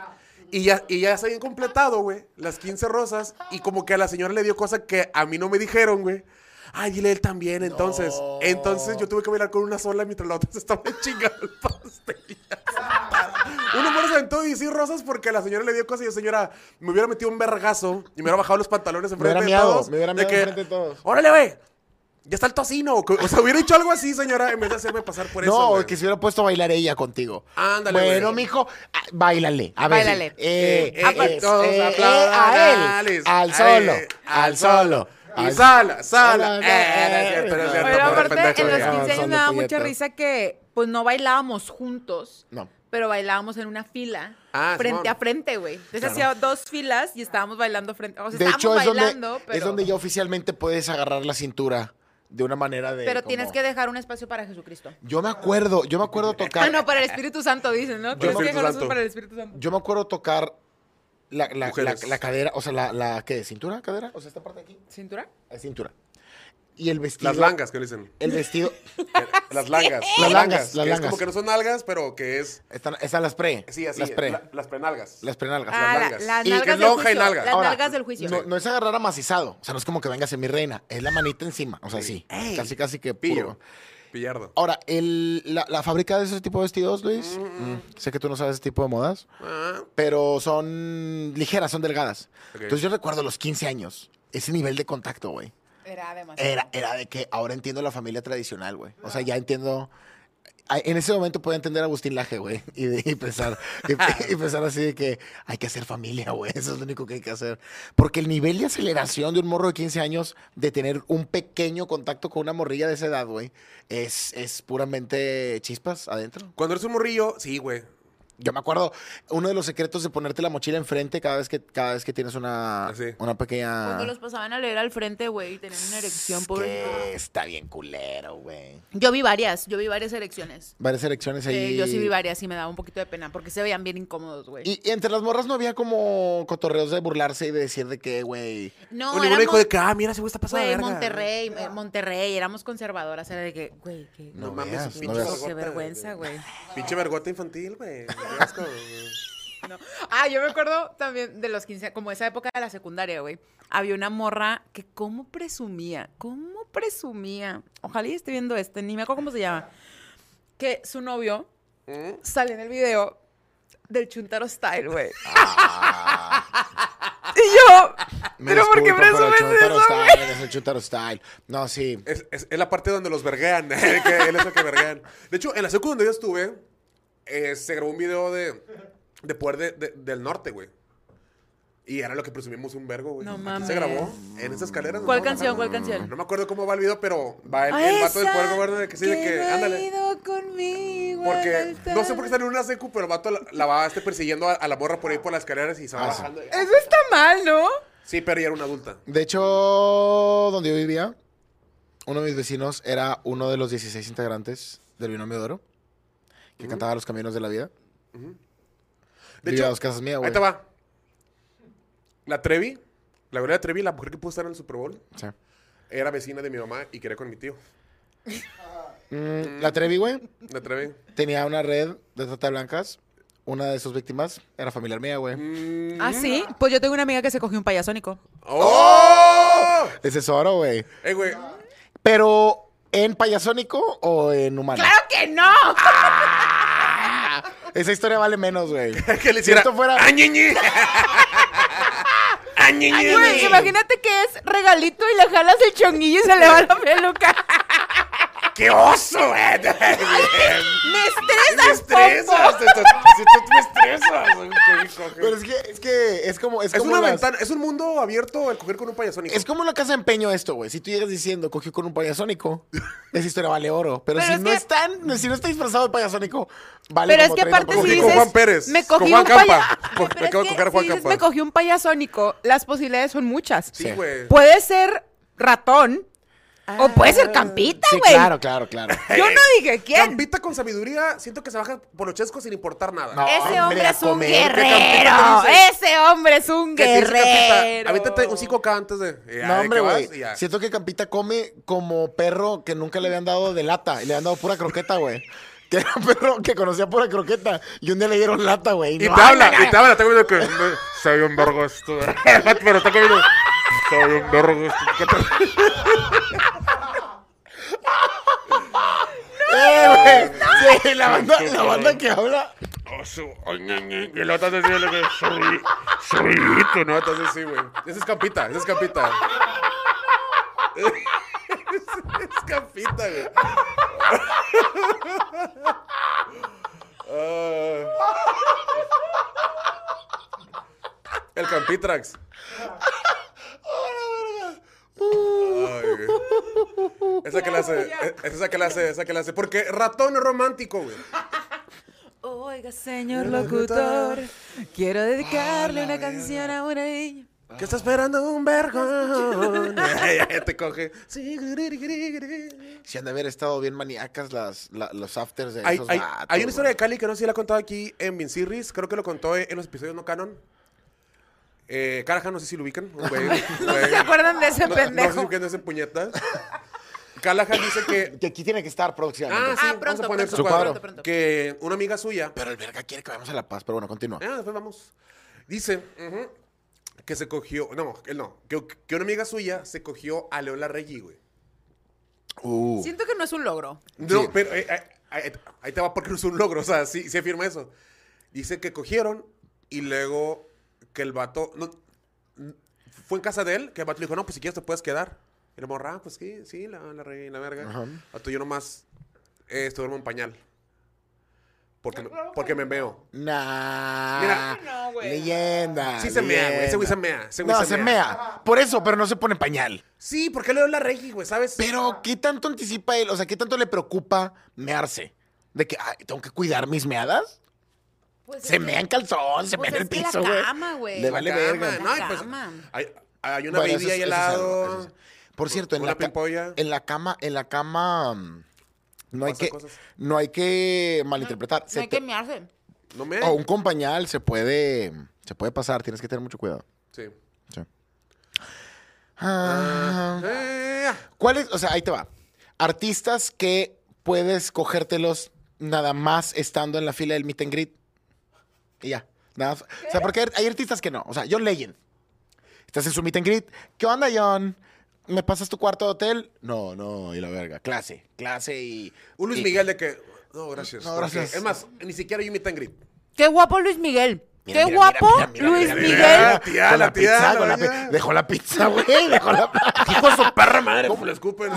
[SPEAKER 2] Y ya, y ya se habían completado, güey, las 15 rosas. Y como que a la señora le dio cosa que a mí no me dijeron, güey. Ay, dile él también, entonces.
[SPEAKER 1] No.
[SPEAKER 2] Entonces yo tuve que bailar con una sola mientras la otra se estaba chingando el pastel. Uno muere se aventó 16 rosas porque a la señora le dio cosa y yo, señora, me hubiera metido un vergazo y me hubiera bajado los pantalones enfrente
[SPEAKER 1] hubiera
[SPEAKER 2] de
[SPEAKER 1] miado,
[SPEAKER 2] todos.
[SPEAKER 1] me hubiera
[SPEAKER 2] de
[SPEAKER 1] miado
[SPEAKER 2] que,
[SPEAKER 1] enfrente de todos.
[SPEAKER 2] Órale, güey. Ya está el tocino. O que- o sea, hubiera hecho algo así, señora, en vez de hacerme pasar por eso.
[SPEAKER 1] No,
[SPEAKER 2] güey. Eh,
[SPEAKER 1] que eh, se hubiera puesto a bailar ella contigo.
[SPEAKER 2] Ándale,
[SPEAKER 1] Bueno,
[SPEAKER 2] güey.
[SPEAKER 1] mijo, ah, bailale. A ver.
[SPEAKER 3] Bailale.
[SPEAKER 1] Eh,
[SPEAKER 2] Eh,
[SPEAKER 1] eh,
[SPEAKER 2] apa-
[SPEAKER 1] eh,
[SPEAKER 2] todos
[SPEAKER 1] eh, eh, a
[SPEAKER 2] aplaudan,
[SPEAKER 1] él.
[SPEAKER 2] Alex.
[SPEAKER 1] Al
[SPEAKER 2] A
[SPEAKER 1] solo.
[SPEAKER 2] él,
[SPEAKER 1] Al solo.
[SPEAKER 2] Y
[SPEAKER 1] al-
[SPEAKER 2] sala, sala.
[SPEAKER 1] Sala,
[SPEAKER 2] Eh, no es cierto, no es cierto,
[SPEAKER 1] Pero
[SPEAKER 2] pobre
[SPEAKER 1] aparte,
[SPEAKER 2] pendejo,
[SPEAKER 1] en los
[SPEAKER 2] ya.
[SPEAKER 1] digamos,
[SPEAKER 3] 15 años
[SPEAKER 1] son
[SPEAKER 3] me daba mucha
[SPEAKER 1] puñetas.
[SPEAKER 3] risa que pues no bailábamos juntos,
[SPEAKER 1] No.
[SPEAKER 3] pero bailábamos en una fila,
[SPEAKER 2] Ah,
[SPEAKER 3] frente
[SPEAKER 2] Simón.
[SPEAKER 3] a frente, güey. Entonces hacía dos filas y estábamos bailando frente, o sea,
[SPEAKER 1] De hecho,
[SPEAKER 3] estábamos
[SPEAKER 1] es donde,
[SPEAKER 3] bailando, pero,
[SPEAKER 1] es donde ya oficialmente puedes agarrar la cintura de una manera de.
[SPEAKER 3] pero tienes
[SPEAKER 1] como-
[SPEAKER 3] que dejar un espacio para Jesucristo.
[SPEAKER 1] Yo me acuerdo, yo me acuerdo tocar.
[SPEAKER 3] Ah, no, pues. para el Espíritu Santo dicen, ¿no? Tienes que
[SPEAKER 2] Espíritu
[SPEAKER 3] dejar
[SPEAKER 2] Santo.
[SPEAKER 3] eso para el Espíritu Santo.
[SPEAKER 1] Yo me acuerdo tocar la, la- la,
[SPEAKER 2] Mujeres.
[SPEAKER 1] la cadera, o sea, la, la ¿qué? ¿Cintura? ¿Cadera? O sea, esta parte de aquí.
[SPEAKER 3] ¿Cintura?
[SPEAKER 1] Es cintura. Y el vestido.
[SPEAKER 2] Las langas, que le dicen. Eh,
[SPEAKER 1] El vestido.
[SPEAKER 2] Las langas.
[SPEAKER 1] Las langas,
[SPEAKER 2] que
[SPEAKER 1] las
[SPEAKER 2] Es como
[SPEAKER 1] langas.
[SPEAKER 2] que no son algas, pero que es.
[SPEAKER 1] Están, están las pre.
[SPEAKER 2] Sí, así.
[SPEAKER 1] Las pre.
[SPEAKER 2] la- las penalgas.
[SPEAKER 1] las prenalgas.
[SPEAKER 3] Ah,
[SPEAKER 1] las
[SPEAKER 3] la-
[SPEAKER 1] langas.
[SPEAKER 2] nalgas.
[SPEAKER 3] las
[SPEAKER 2] Y que
[SPEAKER 3] nalgas del
[SPEAKER 2] lonja y
[SPEAKER 3] juicio.
[SPEAKER 2] nalga.
[SPEAKER 3] Las
[SPEAKER 1] Ahora,
[SPEAKER 3] nalgas del juicio.
[SPEAKER 1] No, no es agarrar amacizado. O sea, no es como que venga a ser mi reina. Es la manita encima. O sea, sí. Casi, casi que
[SPEAKER 2] Pillo.
[SPEAKER 1] puro.
[SPEAKER 2] Pillardo.
[SPEAKER 1] Ahora, el, la, la fábrica de ese tipo de vestidos, Luis. mm, Sé que tú no sabes ese tipo de modas.
[SPEAKER 2] Ah,
[SPEAKER 1] Pero son ligeras, son delgadas.
[SPEAKER 2] Ok.
[SPEAKER 1] Entonces yo recuerdo los 15 años. Ese nivel de contacto, güey.
[SPEAKER 3] Era demasiado.
[SPEAKER 1] Era, era de que ahora entiendo la familia tradicional, güey. O sea, ya entiendo. a- En ese momento podía entender a Agustín Laje, güey. Y, de- y pensar, y, y pensar así de que hay que hacer familia, güey. Eso es lo único que hay que hacer. Porque el nivel de aceleración de un morro de 15 años de tener un pequeño contacto con una morrilla de esa edad, güey, es, es puramente chispas adentro.
[SPEAKER 2] Cuando eres un morrillo, sí, güey.
[SPEAKER 1] Yo me acuerdo, uno de los secretos de ponerte la mochila enfrente cada vez que, cada vez que tienes una,
[SPEAKER 2] Así.
[SPEAKER 1] una pequeña.
[SPEAKER 3] Cuando los pasaban a leer al frente, güey, y tenían una erección, pobre.
[SPEAKER 1] que está bien culero, güey.
[SPEAKER 3] Yo vi varias, yo vi varias erecciones.
[SPEAKER 1] Varias elecciones ahí.
[SPEAKER 3] Eh, yo sí vi varias y me daba un poquito de pena porque se veían bien incómodos, güey.
[SPEAKER 1] Y, y entre las morras no había como cotorreos de burlarse y de decir de que, güey.
[SPEAKER 3] No,
[SPEAKER 2] Un
[SPEAKER 3] éramos,
[SPEAKER 2] hijo de que, ah, mira, ese güey está pasando.
[SPEAKER 3] güey, Monterrey, eh, Monterrey, éramos conservadoras, era de que, güey, qué,
[SPEAKER 1] No,
[SPEAKER 2] No mames,
[SPEAKER 1] veas,
[SPEAKER 2] su
[SPEAKER 1] no
[SPEAKER 2] pinche
[SPEAKER 1] veas.
[SPEAKER 2] vergüenza,
[SPEAKER 3] qué vergüenza, güey.
[SPEAKER 2] Pinche vergota infantil, güey. Qué asco, güey.
[SPEAKER 3] No. Ah, yo me acuerdo también de los 15, como esa época de la secundaria, güey. Había una morra que cómo presumía, cómo presumía. Ojalá y esté viendo este, ni me acuerdo cómo se llama. Que su novio
[SPEAKER 1] ¿Eh?
[SPEAKER 3] sale en el video del Chuntaro Style, güey.
[SPEAKER 2] Ah.
[SPEAKER 3] y yo,
[SPEAKER 1] Me
[SPEAKER 3] pero ¿por qué
[SPEAKER 1] disculpo, pero
[SPEAKER 3] presumes
[SPEAKER 1] Chuntaro
[SPEAKER 3] eso, güey?
[SPEAKER 1] Style, es el Chuntaro Style. No, sí.
[SPEAKER 2] Es, es- es la parte donde los verguean. que él es el que verguean. De hecho, en la secu donde yo estuve, eh, se grabó un video de, de Poder de- de- del Norte, güey. Y era lo que presumimos un vergo, güey.
[SPEAKER 3] No
[SPEAKER 2] Aquí
[SPEAKER 3] mames.
[SPEAKER 2] se grabó en esas escaleras. nos
[SPEAKER 3] ¿Cuál
[SPEAKER 2] vamos a
[SPEAKER 3] canción?
[SPEAKER 2] bajar.
[SPEAKER 3] ¿Cuál canción?
[SPEAKER 2] No me acuerdo cómo va el video, pero va el,
[SPEAKER 3] A
[SPEAKER 2] el vato del
[SPEAKER 3] esa
[SPEAKER 2] Poder Gobernador que sí, de que,
[SPEAKER 3] no ha
[SPEAKER 2] ándale.
[SPEAKER 3] ido conmigo al
[SPEAKER 2] Porque no sé por qué
[SPEAKER 3] altar.
[SPEAKER 2] salió una secu, pero el vato la, la va este, persiguiendo a, a la morra por ahí por las escaleras y se va
[SPEAKER 1] Ah, sí.
[SPEAKER 2] bajando.
[SPEAKER 3] Eso está mal, ¿no?
[SPEAKER 2] Sí, pero ya era una adulta.
[SPEAKER 1] De hecho, donde yo vivía, uno de mis vecinos era uno de los 16 integrantes del Binomio de Oro, que cantaba Los Caminos de la Vida.
[SPEAKER 2] De
[SPEAKER 1] Vivía
[SPEAKER 2] hecho,
[SPEAKER 1] a dos casas mías, güey.
[SPEAKER 2] Ahí te va. La Trevi, la verdad Trevi, la mujer que pudo estar en el Super Bowl,
[SPEAKER 1] Sí.
[SPEAKER 2] era vecina de mi mamá y quería con mi tío.
[SPEAKER 1] Mm, la Trevi, güey,
[SPEAKER 2] La Trevi.
[SPEAKER 1] tenía una red de trata de blancas. Una de sus víctimas era familiar mía, güey.
[SPEAKER 2] Mm.
[SPEAKER 3] Ah, sí. Pues yo tengo una amiga que se cogió un payasónico.
[SPEAKER 2] ¡Oh!
[SPEAKER 1] Ese es oro, güey.
[SPEAKER 2] Eh, güey.
[SPEAKER 1] Ah. Pero, ¿en payasónico o en humano?
[SPEAKER 3] ¡Claro que no!
[SPEAKER 1] Esa historia vale menos, güey.
[SPEAKER 2] Que le
[SPEAKER 1] Si
[SPEAKER 2] hiciera. ¡Ah,
[SPEAKER 1] esto fuera-
[SPEAKER 2] ¡Añiñi! ¡Añiñi!
[SPEAKER 3] Güey, imagínate que es regalito y le jalas el chonguillo y se le va la peluca.
[SPEAKER 2] ¡Qué oso, eh!
[SPEAKER 3] ¡Me
[SPEAKER 2] ¡Me estresas!
[SPEAKER 3] estresas,
[SPEAKER 2] este,
[SPEAKER 3] Popo!
[SPEAKER 2] te- te- Si tú te estresas. güey, coge, coge.
[SPEAKER 1] Pero es que, es que, es como, es,
[SPEAKER 2] Es
[SPEAKER 1] como
[SPEAKER 2] una
[SPEAKER 1] las-
[SPEAKER 2] ventana, es un mundo abierto el coger con un payasónico.
[SPEAKER 1] Es como la casa de empeño esto, güey. Si tú llegas diciendo, cogió con un payasónico, esa historia vale oro. Pero,
[SPEAKER 3] Pero
[SPEAKER 1] si
[SPEAKER 3] es
[SPEAKER 1] no
[SPEAKER 3] que-
[SPEAKER 1] están, si no está disfrazado de payasónico, vale
[SPEAKER 3] Pero es
[SPEAKER 1] como
[SPEAKER 3] que
[SPEAKER 1] 30 por
[SPEAKER 3] aparte si
[SPEAKER 2] Cogí
[SPEAKER 1] ciento.
[SPEAKER 2] con
[SPEAKER 3] dices...
[SPEAKER 2] Juan Pérez,
[SPEAKER 3] Me
[SPEAKER 2] con
[SPEAKER 3] cogí
[SPEAKER 2] Juan
[SPEAKER 3] un
[SPEAKER 2] Campa.
[SPEAKER 3] paya-
[SPEAKER 2] Con-
[SPEAKER 3] Pero
[SPEAKER 2] me
[SPEAKER 3] es
[SPEAKER 2] acabo de
[SPEAKER 3] que
[SPEAKER 2] coger a Juan
[SPEAKER 3] si dices,
[SPEAKER 2] Campa.
[SPEAKER 3] Me cogí un payasónico. Las posibilidades son muchas.
[SPEAKER 2] Sí,
[SPEAKER 1] Pues,
[SPEAKER 2] güey.
[SPEAKER 3] Puede ser ratón o puede ser campita,
[SPEAKER 1] Sí,
[SPEAKER 3] güey.
[SPEAKER 1] claro, claro, claro.
[SPEAKER 3] Yo no dije quién.
[SPEAKER 2] Campita con sabiduría, siento que se baja por los chescos sin importar nada.
[SPEAKER 1] No,
[SPEAKER 3] Ese hombre
[SPEAKER 1] a
[SPEAKER 3] es un
[SPEAKER 1] comer.
[SPEAKER 3] guerrero. Ese hombre es un
[SPEAKER 2] Que te dice Campita,
[SPEAKER 3] guerrero.
[SPEAKER 2] Aviéntate un 5K antes de. y ya,
[SPEAKER 1] No,
[SPEAKER 2] de
[SPEAKER 1] hombre,
[SPEAKER 2] que vas,
[SPEAKER 1] güey.
[SPEAKER 2] y ya.
[SPEAKER 1] Siento que Campita come como perro que nunca le habían dado de lata. Y le han dado pura croqueta, güey. que era un perro que conocía por la croqueta. Y un día le dieron lata, güey.
[SPEAKER 2] Y
[SPEAKER 1] No,
[SPEAKER 2] te habla,
[SPEAKER 1] no, no.
[SPEAKER 2] y te habla, está comiendo que. Se ve un vergo esto. Pero está comiendo. Se ve un vergo esto. ¿Qué tal?
[SPEAKER 1] ¡Eh, güey! Sí, la banda, la banda que habla.
[SPEAKER 2] Oh, su- ay, ñe, ñe. Y lo estás diciendo que. Soy. Soy. No, estás así, güey. Esa es campita, esa es campita. Esa es campita, güey. Ah. El Campitrax. Ay, güey. Esa que la hace, esa que la hace, esa que la hace. Porque ratón es romántico, güey.
[SPEAKER 3] Oiga, señor locutor, quiero dedicarle una canción a una niña.
[SPEAKER 2] ¿Qué está esperando un vergón? te coge. Sí, gri, gri, gri.
[SPEAKER 1] Si han de haber estado bien maníacas las, la- los afters de
[SPEAKER 2] Hay,
[SPEAKER 1] esos
[SPEAKER 2] hay-
[SPEAKER 1] vatos,
[SPEAKER 2] hay una historia
[SPEAKER 1] güey.
[SPEAKER 2] de Cali que no sé si la he contado aquí en Min Series. Creo que lo contó en los episodios no canon. Eh, Carajan, no sé si lo ubican. un güey, un güey.
[SPEAKER 4] ¿Se acuerdan de ese
[SPEAKER 2] No,
[SPEAKER 4] pendejo?
[SPEAKER 2] No sé si no hacen puñetas. Callahan dice que.
[SPEAKER 1] Que aquí tiene que estar
[SPEAKER 2] Ah,
[SPEAKER 1] próximamente.
[SPEAKER 2] sí,
[SPEAKER 4] Ah,
[SPEAKER 2] vamos a
[SPEAKER 4] pronto,
[SPEAKER 2] poner
[SPEAKER 4] pronto,
[SPEAKER 2] su cuadro.
[SPEAKER 1] pronto,
[SPEAKER 4] pronto.
[SPEAKER 2] Que una amiga suya.
[SPEAKER 1] Pero el verga quiere que vayamos a La Paz. Pero bueno, continúa.
[SPEAKER 2] Ah, después vamos. Dice ujú, que se cogió. No, él no. Que, que una amiga suya se cogió a Leola Reggie, güey.
[SPEAKER 1] Uh.
[SPEAKER 4] Siento que no es un logro.
[SPEAKER 2] No,
[SPEAKER 1] Sí.
[SPEAKER 2] pero eh, eh, ahí- ahí te va porque no es un logro, o sea, sí, sí afirma eso. Dice que cogieron y luego que el vato... no, n- fue en casa de él, que el vato le dijo, no, pues si quieres te puedes quedar. Y la morra, "Ah, pues sí, sí, la, la, re- la verga.
[SPEAKER 1] Ajá.
[SPEAKER 2] Vato, yo nomás eh, estoy en pañal. Porque me, porque me veo.
[SPEAKER 1] Nah.
[SPEAKER 2] Mira.
[SPEAKER 1] Leyenda.
[SPEAKER 2] Sí se mea, güey, ese güey se
[SPEAKER 1] leyenda.
[SPEAKER 2] mea, ese güey
[SPEAKER 1] Ah, No,
[SPEAKER 2] se
[SPEAKER 1] se
[SPEAKER 2] mea.
[SPEAKER 1] mea. Por eso, pero no se pone pañal.
[SPEAKER 2] Sí, porque le dio la regi, güey, ¿sabes?
[SPEAKER 1] Pero, ¿qué tanto anticipa él? O sea, ¿qué tanto le preocupa mearse? De que, ay, tengo que cuidar mis meadas.
[SPEAKER 4] Pues
[SPEAKER 1] Se mea en calzón, se
[SPEAKER 4] Pues
[SPEAKER 1] mea en el
[SPEAKER 4] es que la
[SPEAKER 1] piso, güey.
[SPEAKER 4] cama, güey.
[SPEAKER 1] Le vale
[SPEAKER 2] La cama,
[SPEAKER 1] verga.
[SPEAKER 2] No, y pues,
[SPEAKER 4] Cama.
[SPEAKER 2] hay, hay una
[SPEAKER 1] Bueno, eso
[SPEAKER 2] baby
[SPEAKER 1] es-
[SPEAKER 2] ahí al
[SPEAKER 1] eso es algo,
[SPEAKER 2] lado.
[SPEAKER 1] eso es- Por cierto, en
[SPEAKER 2] una
[SPEAKER 1] la, ca-
[SPEAKER 2] pimpolla.
[SPEAKER 1] en la cama, en la cama mm, no hay
[SPEAKER 2] Pasan
[SPEAKER 1] que
[SPEAKER 2] cosas.
[SPEAKER 1] no hay que malinterpretar. Se
[SPEAKER 4] No hay
[SPEAKER 1] te-
[SPEAKER 4] que mearse.
[SPEAKER 2] No me...
[SPEAKER 1] o Oh, un compañal se puede se puede pasar, tienes que tener mucho cuidado.
[SPEAKER 2] Sí.
[SPEAKER 1] Sí. Ah,
[SPEAKER 2] Eh,
[SPEAKER 1] ¿Cuál es? O sea, ahí te va. Artistas que puedes cogértelos nada más estando en la fila del meet and greet. Y ya. Nada más. O sea, porque hay- hay artistas que no. O sea, John Legend. Estás en su meet and greet. ¿Qué onda, John? ¿Me pasas tu cuarto de hotel? No, no, y la verga. Clase, clase y.
[SPEAKER 2] Un Luis
[SPEAKER 1] y-
[SPEAKER 2] Miguel de que. No, gracias.
[SPEAKER 1] No,
[SPEAKER 2] porque-
[SPEAKER 1] gracias.
[SPEAKER 2] Es más, ni siquiera yo me tan grit.
[SPEAKER 4] Qué guapo Luis Miguel.
[SPEAKER 1] Mira,
[SPEAKER 4] Qué
[SPEAKER 1] mira,
[SPEAKER 4] guapo
[SPEAKER 1] mira, mira,
[SPEAKER 4] Luis
[SPEAKER 1] mira,
[SPEAKER 4] Miguel.
[SPEAKER 1] mira,
[SPEAKER 2] La tía,
[SPEAKER 1] Con
[SPEAKER 2] la
[SPEAKER 1] la
[SPEAKER 2] tía,
[SPEAKER 1] pizza,
[SPEAKER 2] la
[SPEAKER 1] con la
[SPEAKER 2] verga.
[SPEAKER 1] pi- Dejó la pizza, güey. Dejó la Hijo de su perra madre.
[SPEAKER 2] ¿Cómo le escupen?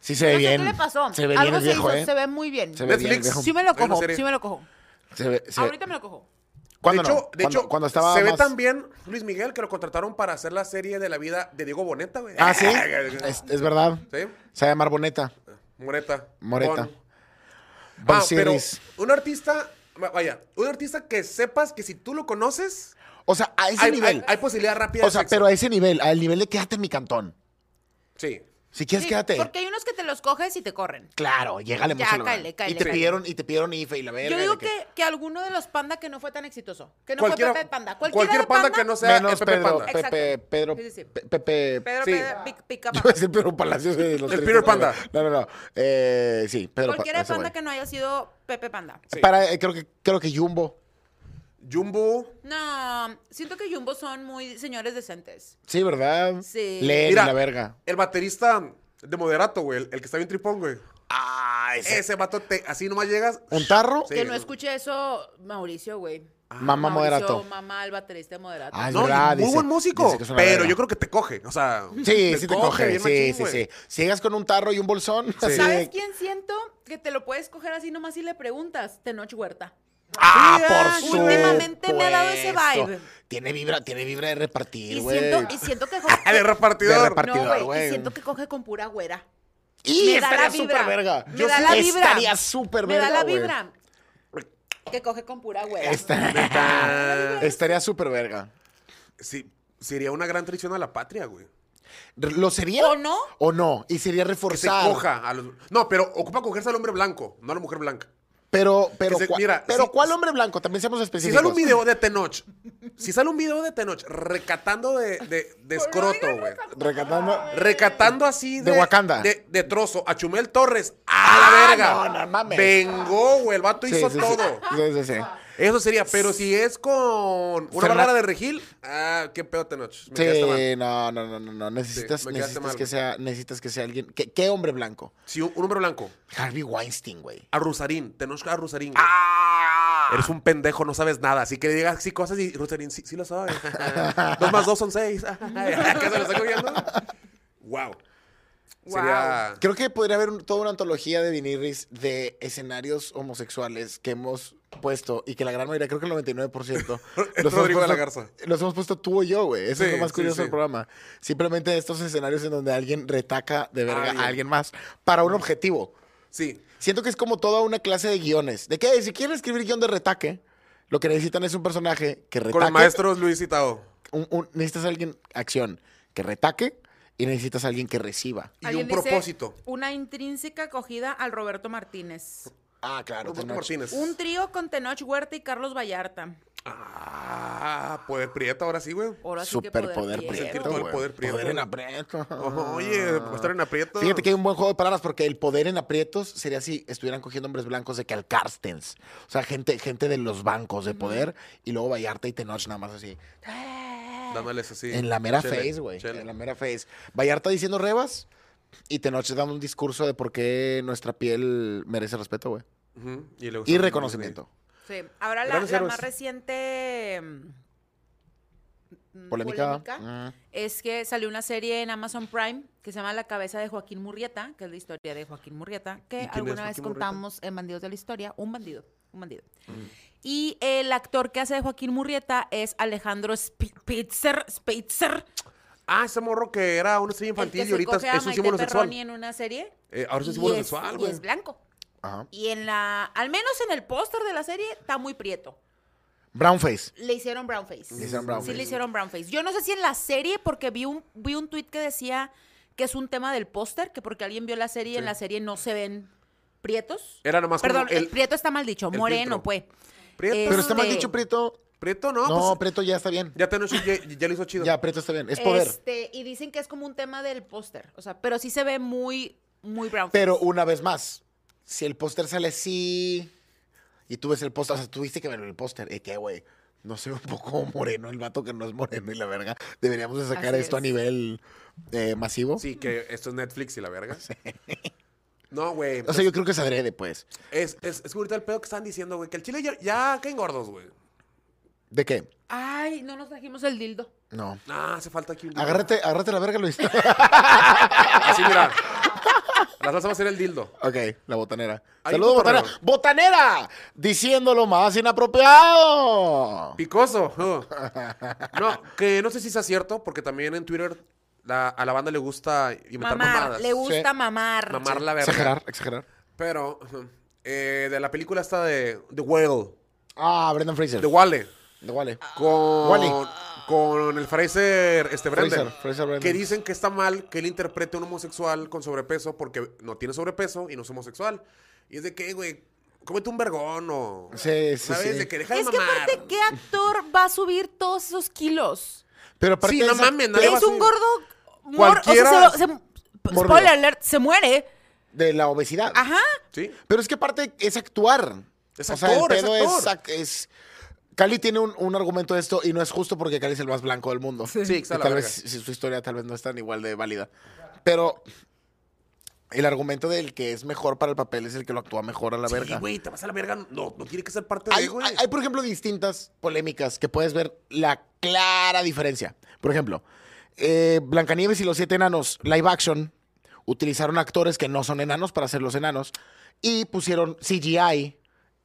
[SPEAKER 1] Sí, se ve
[SPEAKER 4] No sé
[SPEAKER 1] bien.
[SPEAKER 4] ¿Qué le pasó?
[SPEAKER 1] Se ve bien
[SPEAKER 4] Algo
[SPEAKER 1] el
[SPEAKER 4] se
[SPEAKER 1] viejo,
[SPEAKER 4] hizo,
[SPEAKER 1] ¿eh?
[SPEAKER 4] se ve muy bien.
[SPEAKER 1] Se ve bien el
[SPEAKER 2] Netflix.
[SPEAKER 1] viejo.
[SPEAKER 4] Sí me lo
[SPEAKER 2] Hay una
[SPEAKER 4] cojo,
[SPEAKER 2] serie.
[SPEAKER 4] sí me lo cojo.
[SPEAKER 1] Se ve- se-
[SPEAKER 4] Ahorita me lo cojo.
[SPEAKER 1] ¿Cuándo
[SPEAKER 2] de
[SPEAKER 1] no?
[SPEAKER 2] hecho, de
[SPEAKER 1] Cuando-
[SPEAKER 2] hecho,
[SPEAKER 1] cuando estaba
[SPEAKER 2] se ve
[SPEAKER 1] más-
[SPEAKER 2] tan bien Luis Miguel que lo contrataron para hacer la serie de la vida de Diego Boneta, güey.
[SPEAKER 1] Ah, sí. es, es verdad.
[SPEAKER 2] Sí.
[SPEAKER 1] Se va a llamar Boneta.
[SPEAKER 2] Moreta.
[SPEAKER 1] Moreta.
[SPEAKER 2] Bon.
[SPEAKER 1] Bon
[SPEAKER 2] Ah, pero
[SPEAKER 1] Series.
[SPEAKER 2] un artista, va- vaya, un artista que sepas que si tú lo conoces,
[SPEAKER 1] O sea, a ese
[SPEAKER 2] hay,
[SPEAKER 1] nivel.
[SPEAKER 2] hay- hay posibilidad rápida
[SPEAKER 1] o
[SPEAKER 2] de
[SPEAKER 1] sea,
[SPEAKER 2] sexo.
[SPEAKER 1] pero a ese nivel, al nivel de quédate en mi cantón.
[SPEAKER 2] Sí.
[SPEAKER 1] Si quieres,
[SPEAKER 4] Sí,
[SPEAKER 1] quédate.
[SPEAKER 4] Porque hay unos que te los coges y te corren.
[SPEAKER 1] Claro, llégale
[SPEAKER 4] Ya,
[SPEAKER 1] mucho. al lugar.
[SPEAKER 4] cáele, cáele,
[SPEAKER 1] y te
[SPEAKER 4] cáele.
[SPEAKER 1] pidieron, y te pidieron IFE y la verga.
[SPEAKER 4] Yo
[SPEAKER 1] de
[SPEAKER 4] digo
[SPEAKER 1] que-
[SPEAKER 4] que, que alguno de los panda que no fue tan exitoso. Que no
[SPEAKER 2] Cualquiera-
[SPEAKER 4] fue Pepe Panda. Cualquiera
[SPEAKER 2] Cualquier
[SPEAKER 4] de
[SPEAKER 2] panda,
[SPEAKER 4] panda,
[SPEAKER 2] que no sea
[SPEAKER 1] Menos
[SPEAKER 2] Pepe
[SPEAKER 1] Pedro,
[SPEAKER 2] Panda.
[SPEAKER 4] Exacto.
[SPEAKER 1] Pepe, Pedro,
[SPEAKER 4] Sí, sí, sí.
[SPEAKER 1] Pe- Pepe,
[SPEAKER 4] Pedro,
[SPEAKER 2] Sí.
[SPEAKER 4] Pedro, pic- pica
[SPEAKER 1] Yo
[SPEAKER 4] panda.
[SPEAKER 1] iba a decir Pedro Palacios de los
[SPEAKER 2] El
[SPEAKER 1] tres
[SPEAKER 2] Peter
[SPEAKER 1] Pantera.
[SPEAKER 2] Panda.
[SPEAKER 1] No, no, no. Eh, sí, Pedro Pa-
[SPEAKER 4] Cualquiera de
[SPEAKER 1] ese
[SPEAKER 4] panda
[SPEAKER 1] güey.
[SPEAKER 4] que no haya sido Pepe Panda.
[SPEAKER 2] Sí.
[SPEAKER 1] Para, eh, creo que, creo que Jumbo.
[SPEAKER 2] Jumbo.
[SPEAKER 4] No, siento que Jumbo son muy señores decentes.
[SPEAKER 1] Sí, ¿verdad?
[SPEAKER 4] Sí.
[SPEAKER 1] Len y
[SPEAKER 2] Mira.
[SPEAKER 1] la verga.
[SPEAKER 2] El baterista de Moderato, güey. El, el que está bien tripón, güey.
[SPEAKER 1] Ah, ese.
[SPEAKER 2] Ese vato, te, así nomás llegas.
[SPEAKER 1] ¿Un tarro?
[SPEAKER 2] Sí.
[SPEAKER 4] Que no escuche eso Mauricio, güey.
[SPEAKER 1] Ah,
[SPEAKER 2] Ah,
[SPEAKER 1] Mamá
[SPEAKER 4] Mauricio,
[SPEAKER 1] moderato.
[SPEAKER 4] Mamá, el baterista de moderato.
[SPEAKER 1] Ah, es
[SPEAKER 2] No, y
[SPEAKER 1] verdad,
[SPEAKER 2] muy
[SPEAKER 1] dice-
[SPEAKER 2] buen músico,
[SPEAKER 1] dice que es una
[SPEAKER 2] pero
[SPEAKER 1] verga.
[SPEAKER 2] yo creo que te coge, o sea...
[SPEAKER 1] Sí, sí te coge.
[SPEAKER 2] bien
[SPEAKER 1] Sí,
[SPEAKER 2] machín,
[SPEAKER 1] sí,
[SPEAKER 2] güey.
[SPEAKER 1] sí. Si llegas con un tarro y un bolsón, así
[SPEAKER 4] ¿Sabes
[SPEAKER 1] de-
[SPEAKER 4] quién siento? Que te lo puedes coger así nomás si le preguntas. Tenoch Huerta.
[SPEAKER 1] Ah, por
[SPEAKER 4] Mira, últimamente me ha dado ese
[SPEAKER 1] supuesto.
[SPEAKER 4] vibe.
[SPEAKER 1] Tiene vibra, tiene vibra de repartir,
[SPEAKER 4] Y
[SPEAKER 1] güey.
[SPEAKER 4] siento, y siento que coge...
[SPEAKER 2] Ah, de repartidor.
[SPEAKER 1] De repart-
[SPEAKER 4] no,
[SPEAKER 1] partidor,
[SPEAKER 4] güey,
[SPEAKER 1] güey.
[SPEAKER 4] Y siento que coge con pura güera.
[SPEAKER 1] Y
[SPEAKER 4] Me da
[SPEAKER 1] estaría
[SPEAKER 4] la vibra.
[SPEAKER 1] súper verga.
[SPEAKER 4] Me
[SPEAKER 1] Yo
[SPEAKER 4] da
[SPEAKER 1] sí
[SPEAKER 4] la vibra.
[SPEAKER 1] Estaría súper
[SPEAKER 4] Me
[SPEAKER 1] verga.
[SPEAKER 4] da la
[SPEAKER 1] güey.
[SPEAKER 4] vibra. Que coge con pura güera.
[SPEAKER 1] Esta- Estaría súper verga.
[SPEAKER 2] Ah, Sí, sería una gran traición a la patria, güey.
[SPEAKER 1] ¿Lo sería?
[SPEAKER 4] ¿O no?
[SPEAKER 1] O no. Y sería
[SPEAKER 2] Que se
[SPEAKER 1] reforzado.
[SPEAKER 2] coja a los... No, pero ocupa cogerse al hombre blanco, no a la mujer blanca.
[SPEAKER 1] Pero, pero,
[SPEAKER 2] se-
[SPEAKER 1] cua-
[SPEAKER 2] mira,
[SPEAKER 1] pero
[SPEAKER 2] si-
[SPEAKER 1] ¿cuál hombre blanco? También seamos
[SPEAKER 2] Si
[SPEAKER 1] específicos.
[SPEAKER 2] sale un video de Tenoch, si sale un video de Tenoch recatando de, de, de escroto, güey.
[SPEAKER 1] Recatando.
[SPEAKER 2] Recatando así de,
[SPEAKER 1] De Wakanda. Ah,
[SPEAKER 2] De, de trozo a Chumel Torres. ¡A la verga!
[SPEAKER 1] no, no mames.
[SPEAKER 2] Vengó, güey. El vato
[SPEAKER 1] Sí,
[SPEAKER 2] hizo
[SPEAKER 1] sí, sí.
[SPEAKER 2] todo.
[SPEAKER 1] Sí, sí, sí.
[SPEAKER 2] Eso sería, pero si es con una
[SPEAKER 1] Fernan-
[SPEAKER 2] barra de regil, ah, qué pedo Tenoch. Me quedaste mal.
[SPEAKER 1] Sí, no, no, no, no, no. Necesitas,
[SPEAKER 2] Sí, me quedaste
[SPEAKER 1] necesitas,
[SPEAKER 2] mal.
[SPEAKER 1] que sea, necesitas que sea alguien. ¿Qué, qué hombre blanco?
[SPEAKER 2] Si un, un hombre blanco,
[SPEAKER 1] Harvey Weinstein, güey.
[SPEAKER 2] a Rusarín, Tenoch a Rusarín. güey.
[SPEAKER 1] Ah.
[SPEAKER 2] Eres un pendejo, no sabes nada. Así que le digas así cosas y Rusarín, sí, sí lo sabe. dos más dos son seis. ¿Qué se lo está cogiendo? Wow. Sería.
[SPEAKER 1] Creo que podría haber un- toda una antología de viniris de escenarios homosexuales que hemos puesto y que la gran mayoría, creo que el 99%,
[SPEAKER 2] Rodrigo
[SPEAKER 1] hemos
[SPEAKER 2] de
[SPEAKER 1] puesto-
[SPEAKER 2] la Garza.
[SPEAKER 1] Los hemos puesto tú o yo, güey. Eso
[SPEAKER 2] Sí,
[SPEAKER 1] es lo más
[SPEAKER 2] sí,
[SPEAKER 1] curioso
[SPEAKER 2] sí.
[SPEAKER 1] del programa. Simplemente estos escenarios en donde alguien retaca de verga
[SPEAKER 2] alguien.
[SPEAKER 1] a alguien más para un objetivo.
[SPEAKER 2] Sí.
[SPEAKER 1] Siento que es como toda una clase de guiones. De que eh, si quieren escribir guión de retaque, lo que necesitan es un personaje que retaque.
[SPEAKER 2] Con el maestro Luis Citado.
[SPEAKER 1] un- un- necesitas alguien, acción, que retaque y necesitas alguien que reciba.
[SPEAKER 2] Y
[SPEAKER 3] Alguien
[SPEAKER 2] un
[SPEAKER 3] dice,
[SPEAKER 2] propósito.
[SPEAKER 3] Una intrínseca acogida al Roberto Martínez.
[SPEAKER 1] Ah, claro.
[SPEAKER 2] Roberto
[SPEAKER 1] Tenoch.
[SPEAKER 2] Martínez.
[SPEAKER 3] Un trío con Tenoch Huerta y Carlos Vallarta.
[SPEAKER 2] Ah, poder prieto ahora sí, güey.
[SPEAKER 3] Ahora sí que
[SPEAKER 1] Superpoder
[SPEAKER 3] poder
[SPEAKER 2] Sentir
[SPEAKER 1] prieto,
[SPEAKER 2] todo el
[SPEAKER 1] güey.
[SPEAKER 2] poder prieto.
[SPEAKER 1] Poder en aprieto.
[SPEAKER 2] Oye, va a estar en aprieto.
[SPEAKER 1] Ah. Fíjate que hay un buen juego de palabras porque el poder en aprietos sería si estuvieran cogiendo hombres blancos de que al Carstens. O sea, gente, gente de los bancos de poder y luego Vallarta y Tenoch nada más así.
[SPEAKER 2] Dándoles así.
[SPEAKER 1] En la mera
[SPEAKER 2] Chele,
[SPEAKER 1] face, güey.
[SPEAKER 2] chele.
[SPEAKER 1] En la mera face. Vallarta diciendo rebas y Tenoch dando un discurso de por qué nuestra piel merece respeto, güey.
[SPEAKER 2] Ujú, y, luego-
[SPEAKER 1] Y reconocimiento.
[SPEAKER 3] Sí. Ahora la,
[SPEAKER 2] Grandes
[SPEAKER 3] la
[SPEAKER 2] héroes.
[SPEAKER 3] más reciente mm,
[SPEAKER 1] Polémica.
[SPEAKER 3] polémica
[SPEAKER 1] Mm.
[SPEAKER 3] es que salió una serie en Amazon Prime que se llama La cabeza de Joaquín Murrieta, que es la historia de Joaquín Murrieta,
[SPEAKER 2] ¿Y
[SPEAKER 3] que
[SPEAKER 2] quién es
[SPEAKER 3] alguna
[SPEAKER 2] Joaquín
[SPEAKER 3] vez
[SPEAKER 2] Murrieta? Mm.
[SPEAKER 3] contamos en Bandidos de la Historia, un bandido, un bandido. Y el actor que hace de Joaquín Murrieta es Alejandro Spi- Spitzer, Spitzer,
[SPEAKER 2] Ah, ese morro que era un estrella
[SPEAKER 3] el que
[SPEAKER 2] infantil y
[SPEAKER 3] se
[SPEAKER 2] ahorita
[SPEAKER 3] coge a
[SPEAKER 2] es un
[SPEAKER 3] Maite
[SPEAKER 2] símbolo sexual.
[SPEAKER 3] Perroni en una serie.
[SPEAKER 2] Eh, ahora es un
[SPEAKER 3] Y
[SPEAKER 2] símbolo
[SPEAKER 3] es-
[SPEAKER 2] sexual,
[SPEAKER 3] y
[SPEAKER 2] güey.
[SPEAKER 3] es blanco.
[SPEAKER 1] Ajá.
[SPEAKER 3] Y en la, al menos en el póster de la serie, está muy prieto.
[SPEAKER 1] Brownface.
[SPEAKER 3] Le hicieron brownface.
[SPEAKER 1] Le hicieron brownface.
[SPEAKER 3] Sí, le hicieron brownface. Yo no sé si en la serie, porque vi un, vi un tweet que decía que es un tema del póster, que porque alguien vio la serie y en la serie no se ven prietos.
[SPEAKER 2] Era nomás como
[SPEAKER 3] Perdón, el,
[SPEAKER 2] el-
[SPEAKER 3] prieto está mal dicho,
[SPEAKER 2] el
[SPEAKER 3] moreno,
[SPEAKER 2] filtro.
[SPEAKER 3] pues.
[SPEAKER 2] Prieto.
[SPEAKER 1] Pero está mal
[SPEAKER 3] Este-
[SPEAKER 1] dicho Prieto.
[SPEAKER 2] Prieto, no.
[SPEAKER 1] No,
[SPEAKER 2] pues,
[SPEAKER 1] Prieto ya está bien.
[SPEAKER 2] ya, Tenoch ya, ya lo hizo chido.
[SPEAKER 1] Ya, Prieto está bien. Es poder.
[SPEAKER 3] Este, y dicen que es como un tema del póster. O sea, pero sí se ve muy, muy brownface.
[SPEAKER 1] Pero una vez más, si el póster sale así y tú ves el póster, o sea, tuviste que ver el póster, ¿y qué, güey? No se ve un poco moreno el vato que no es moreno y la verga. Deberíamos de sacar
[SPEAKER 3] Así
[SPEAKER 1] esto a
[SPEAKER 3] es.
[SPEAKER 1] nivel eh, masivo.
[SPEAKER 2] Sí, que esto es Netflix y la verga. No, güey.
[SPEAKER 1] O sea, yo creo que se adrede, pues.
[SPEAKER 2] Es, es, es que ahorita el pedo que están diciendo, güey, que el chile ya, ya caen gordos, güey.
[SPEAKER 1] ¿De qué?
[SPEAKER 3] Ay, no nos trajimos el dildo.
[SPEAKER 1] No.
[SPEAKER 2] Ah, hace falta aquí un.
[SPEAKER 1] Agárrate, agárrate la verga, Luis.
[SPEAKER 2] Así, mira. La salsa va a ser el dildo.
[SPEAKER 1] ok, la botanera.
[SPEAKER 2] Hay
[SPEAKER 1] Saludos,
[SPEAKER 2] un cotorreo.
[SPEAKER 1] botanera. ¡Botanera! Diciendo lo más inapropiado.
[SPEAKER 2] Picoso. uh. No, que no sé si sea cierto, porque también en Twitter la- a la banda le gusta inventar
[SPEAKER 3] Mamar,
[SPEAKER 2] mamadas.
[SPEAKER 3] le gusta
[SPEAKER 1] Sí.
[SPEAKER 3] mamar.
[SPEAKER 2] Mamar la verga.
[SPEAKER 1] Exagerar, exagerar.
[SPEAKER 2] Pero, ujú, eh, de la película esta de The Whale,
[SPEAKER 1] Ah, Brendan Fraser. eh.
[SPEAKER 2] de Wale,
[SPEAKER 1] De Wale.
[SPEAKER 2] Ah. con,
[SPEAKER 1] Wally.
[SPEAKER 2] con el Fraser, este Brendan,
[SPEAKER 1] Fraser, Fraser Brendan.
[SPEAKER 2] que dicen que está mal que él interprete a un homosexual con sobrepeso porque no tiene sobrepeso y no es homosexual. Y es de que, güey, cómete un vergón o...
[SPEAKER 1] Sí, sí,
[SPEAKER 2] ¿Sabes?
[SPEAKER 1] sí.
[SPEAKER 2] De que deja de
[SPEAKER 3] Es que
[SPEAKER 2] mamar.
[SPEAKER 3] aparte, ¿qué actor va a subir todos esos kilos?
[SPEAKER 1] Pero aparte
[SPEAKER 2] Sí, no
[SPEAKER 1] de esa-
[SPEAKER 2] mames, nadie va a
[SPEAKER 3] es un
[SPEAKER 2] subir.
[SPEAKER 3] gordo mor-
[SPEAKER 2] Cualquiera-
[SPEAKER 3] o sea, se- se-
[SPEAKER 1] Mórbido.
[SPEAKER 3] spoiler alert, se muere.
[SPEAKER 1] de la obesidad.
[SPEAKER 3] Ajá.
[SPEAKER 2] Sí.
[SPEAKER 1] Pero es que aparte es actuar.
[SPEAKER 2] Ah. Es
[SPEAKER 1] o sea, el
[SPEAKER 2] actor, es
[SPEAKER 1] pedo es,
[SPEAKER 2] actor.
[SPEAKER 1] ac- es- Cali tiene un, un argumento de esto y no es justo porque Cali es el más blanco del mundo.
[SPEAKER 2] Sí,
[SPEAKER 1] Y
[SPEAKER 2] está la
[SPEAKER 1] tal
[SPEAKER 2] verga.
[SPEAKER 1] vez si- su historia tal vez no es tan igual de válida. Pero el argumento del que es mejor para el papel es el que lo actúa mejor a la
[SPEAKER 2] Sí,
[SPEAKER 1] verga.
[SPEAKER 2] güey, te vas a la verga. No, no tiene que ser parte
[SPEAKER 1] Hay,
[SPEAKER 2] de, güey.
[SPEAKER 1] hay- hay, por ejemplo, distintas polémicas que puedes ver la clara diferencia. Por ejemplo, eh, Blancanieves y los siete enanos, live action, utilizaron actores que no son enanos para hacer los enanos y pusieron CGI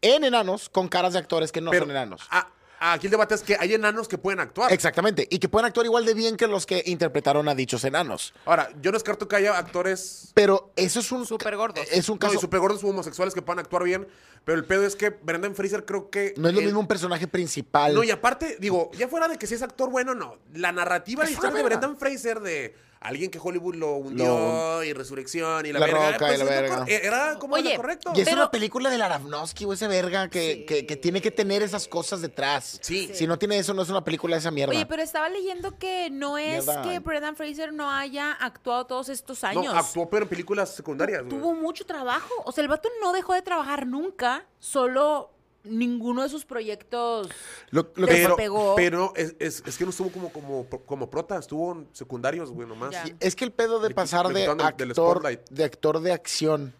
[SPEAKER 1] en enanos con caras de actores que no
[SPEAKER 2] Pero,
[SPEAKER 1] son enanos.
[SPEAKER 2] a- a- Ah, aquí el debate es que hay enanos que pueden actuar.
[SPEAKER 1] Exactamente. Y que pueden actuar igual de bien que los que interpretaron a dichos enanos.
[SPEAKER 2] Ahora, yo no descarto que haya actores
[SPEAKER 1] Pero eso es un.
[SPEAKER 3] Súper gordos.
[SPEAKER 1] Es un
[SPEAKER 2] No,
[SPEAKER 1] caso.
[SPEAKER 2] y super gordos homosexuales que puedan actuar bien. Pero el pedo es que Brendan Fraser creo que.
[SPEAKER 1] No es lo
[SPEAKER 2] el-
[SPEAKER 1] mismo un personaje principal.
[SPEAKER 2] No, y aparte, digo, ya fuera de que si es actor bueno o no, la narrativa de
[SPEAKER 1] Es
[SPEAKER 2] la historia
[SPEAKER 1] una
[SPEAKER 2] de
[SPEAKER 1] verga.
[SPEAKER 2] Brendan Fraser de alguien que Hollywood lo hundió y resurrección y la,
[SPEAKER 1] La
[SPEAKER 2] verga.
[SPEAKER 1] Roca y la
[SPEAKER 2] pues es lo
[SPEAKER 1] verga.
[SPEAKER 2] cor- Era como
[SPEAKER 3] Oye,
[SPEAKER 2] lo correcto.
[SPEAKER 1] Y es
[SPEAKER 3] Pero-
[SPEAKER 1] una película del Aronofsky, o ese verga, que, que- que tiene que tener esas cosas detrás.
[SPEAKER 2] Sí.
[SPEAKER 1] Si no tiene eso, no es una película de esa mierda.
[SPEAKER 3] Este, Oye, pero estaba leyendo que no es
[SPEAKER 1] Mierda.
[SPEAKER 3] que Brendan Fraser no haya actuado todos estos
[SPEAKER 2] No,
[SPEAKER 3] años.
[SPEAKER 2] actuó pero en películas secundarias. güey.
[SPEAKER 3] Tuvo mucho trabajo. O sea, el vato no dejó de trabajar nunca, solo ninguno de sus proyectos.
[SPEAKER 1] Lo- lo que
[SPEAKER 2] pero,
[SPEAKER 3] pegó.
[SPEAKER 2] pero es, es- es que no estuvo como, como, como prota, estuvo en secundarios, güey, nomás.
[SPEAKER 3] Ya.
[SPEAKER 1] Y Es que el pedo de
[SPEAKER 2] Le-
[SPEAKER 1] pasar
[SPEAKER 2] le
[SPEAKER 1] de
[SPEAKER 2] quitaron del- del
[SPEAKER 1] actor,
[SPEAKER 2] spotlight.
[SPEAKER 1] de actor de acción,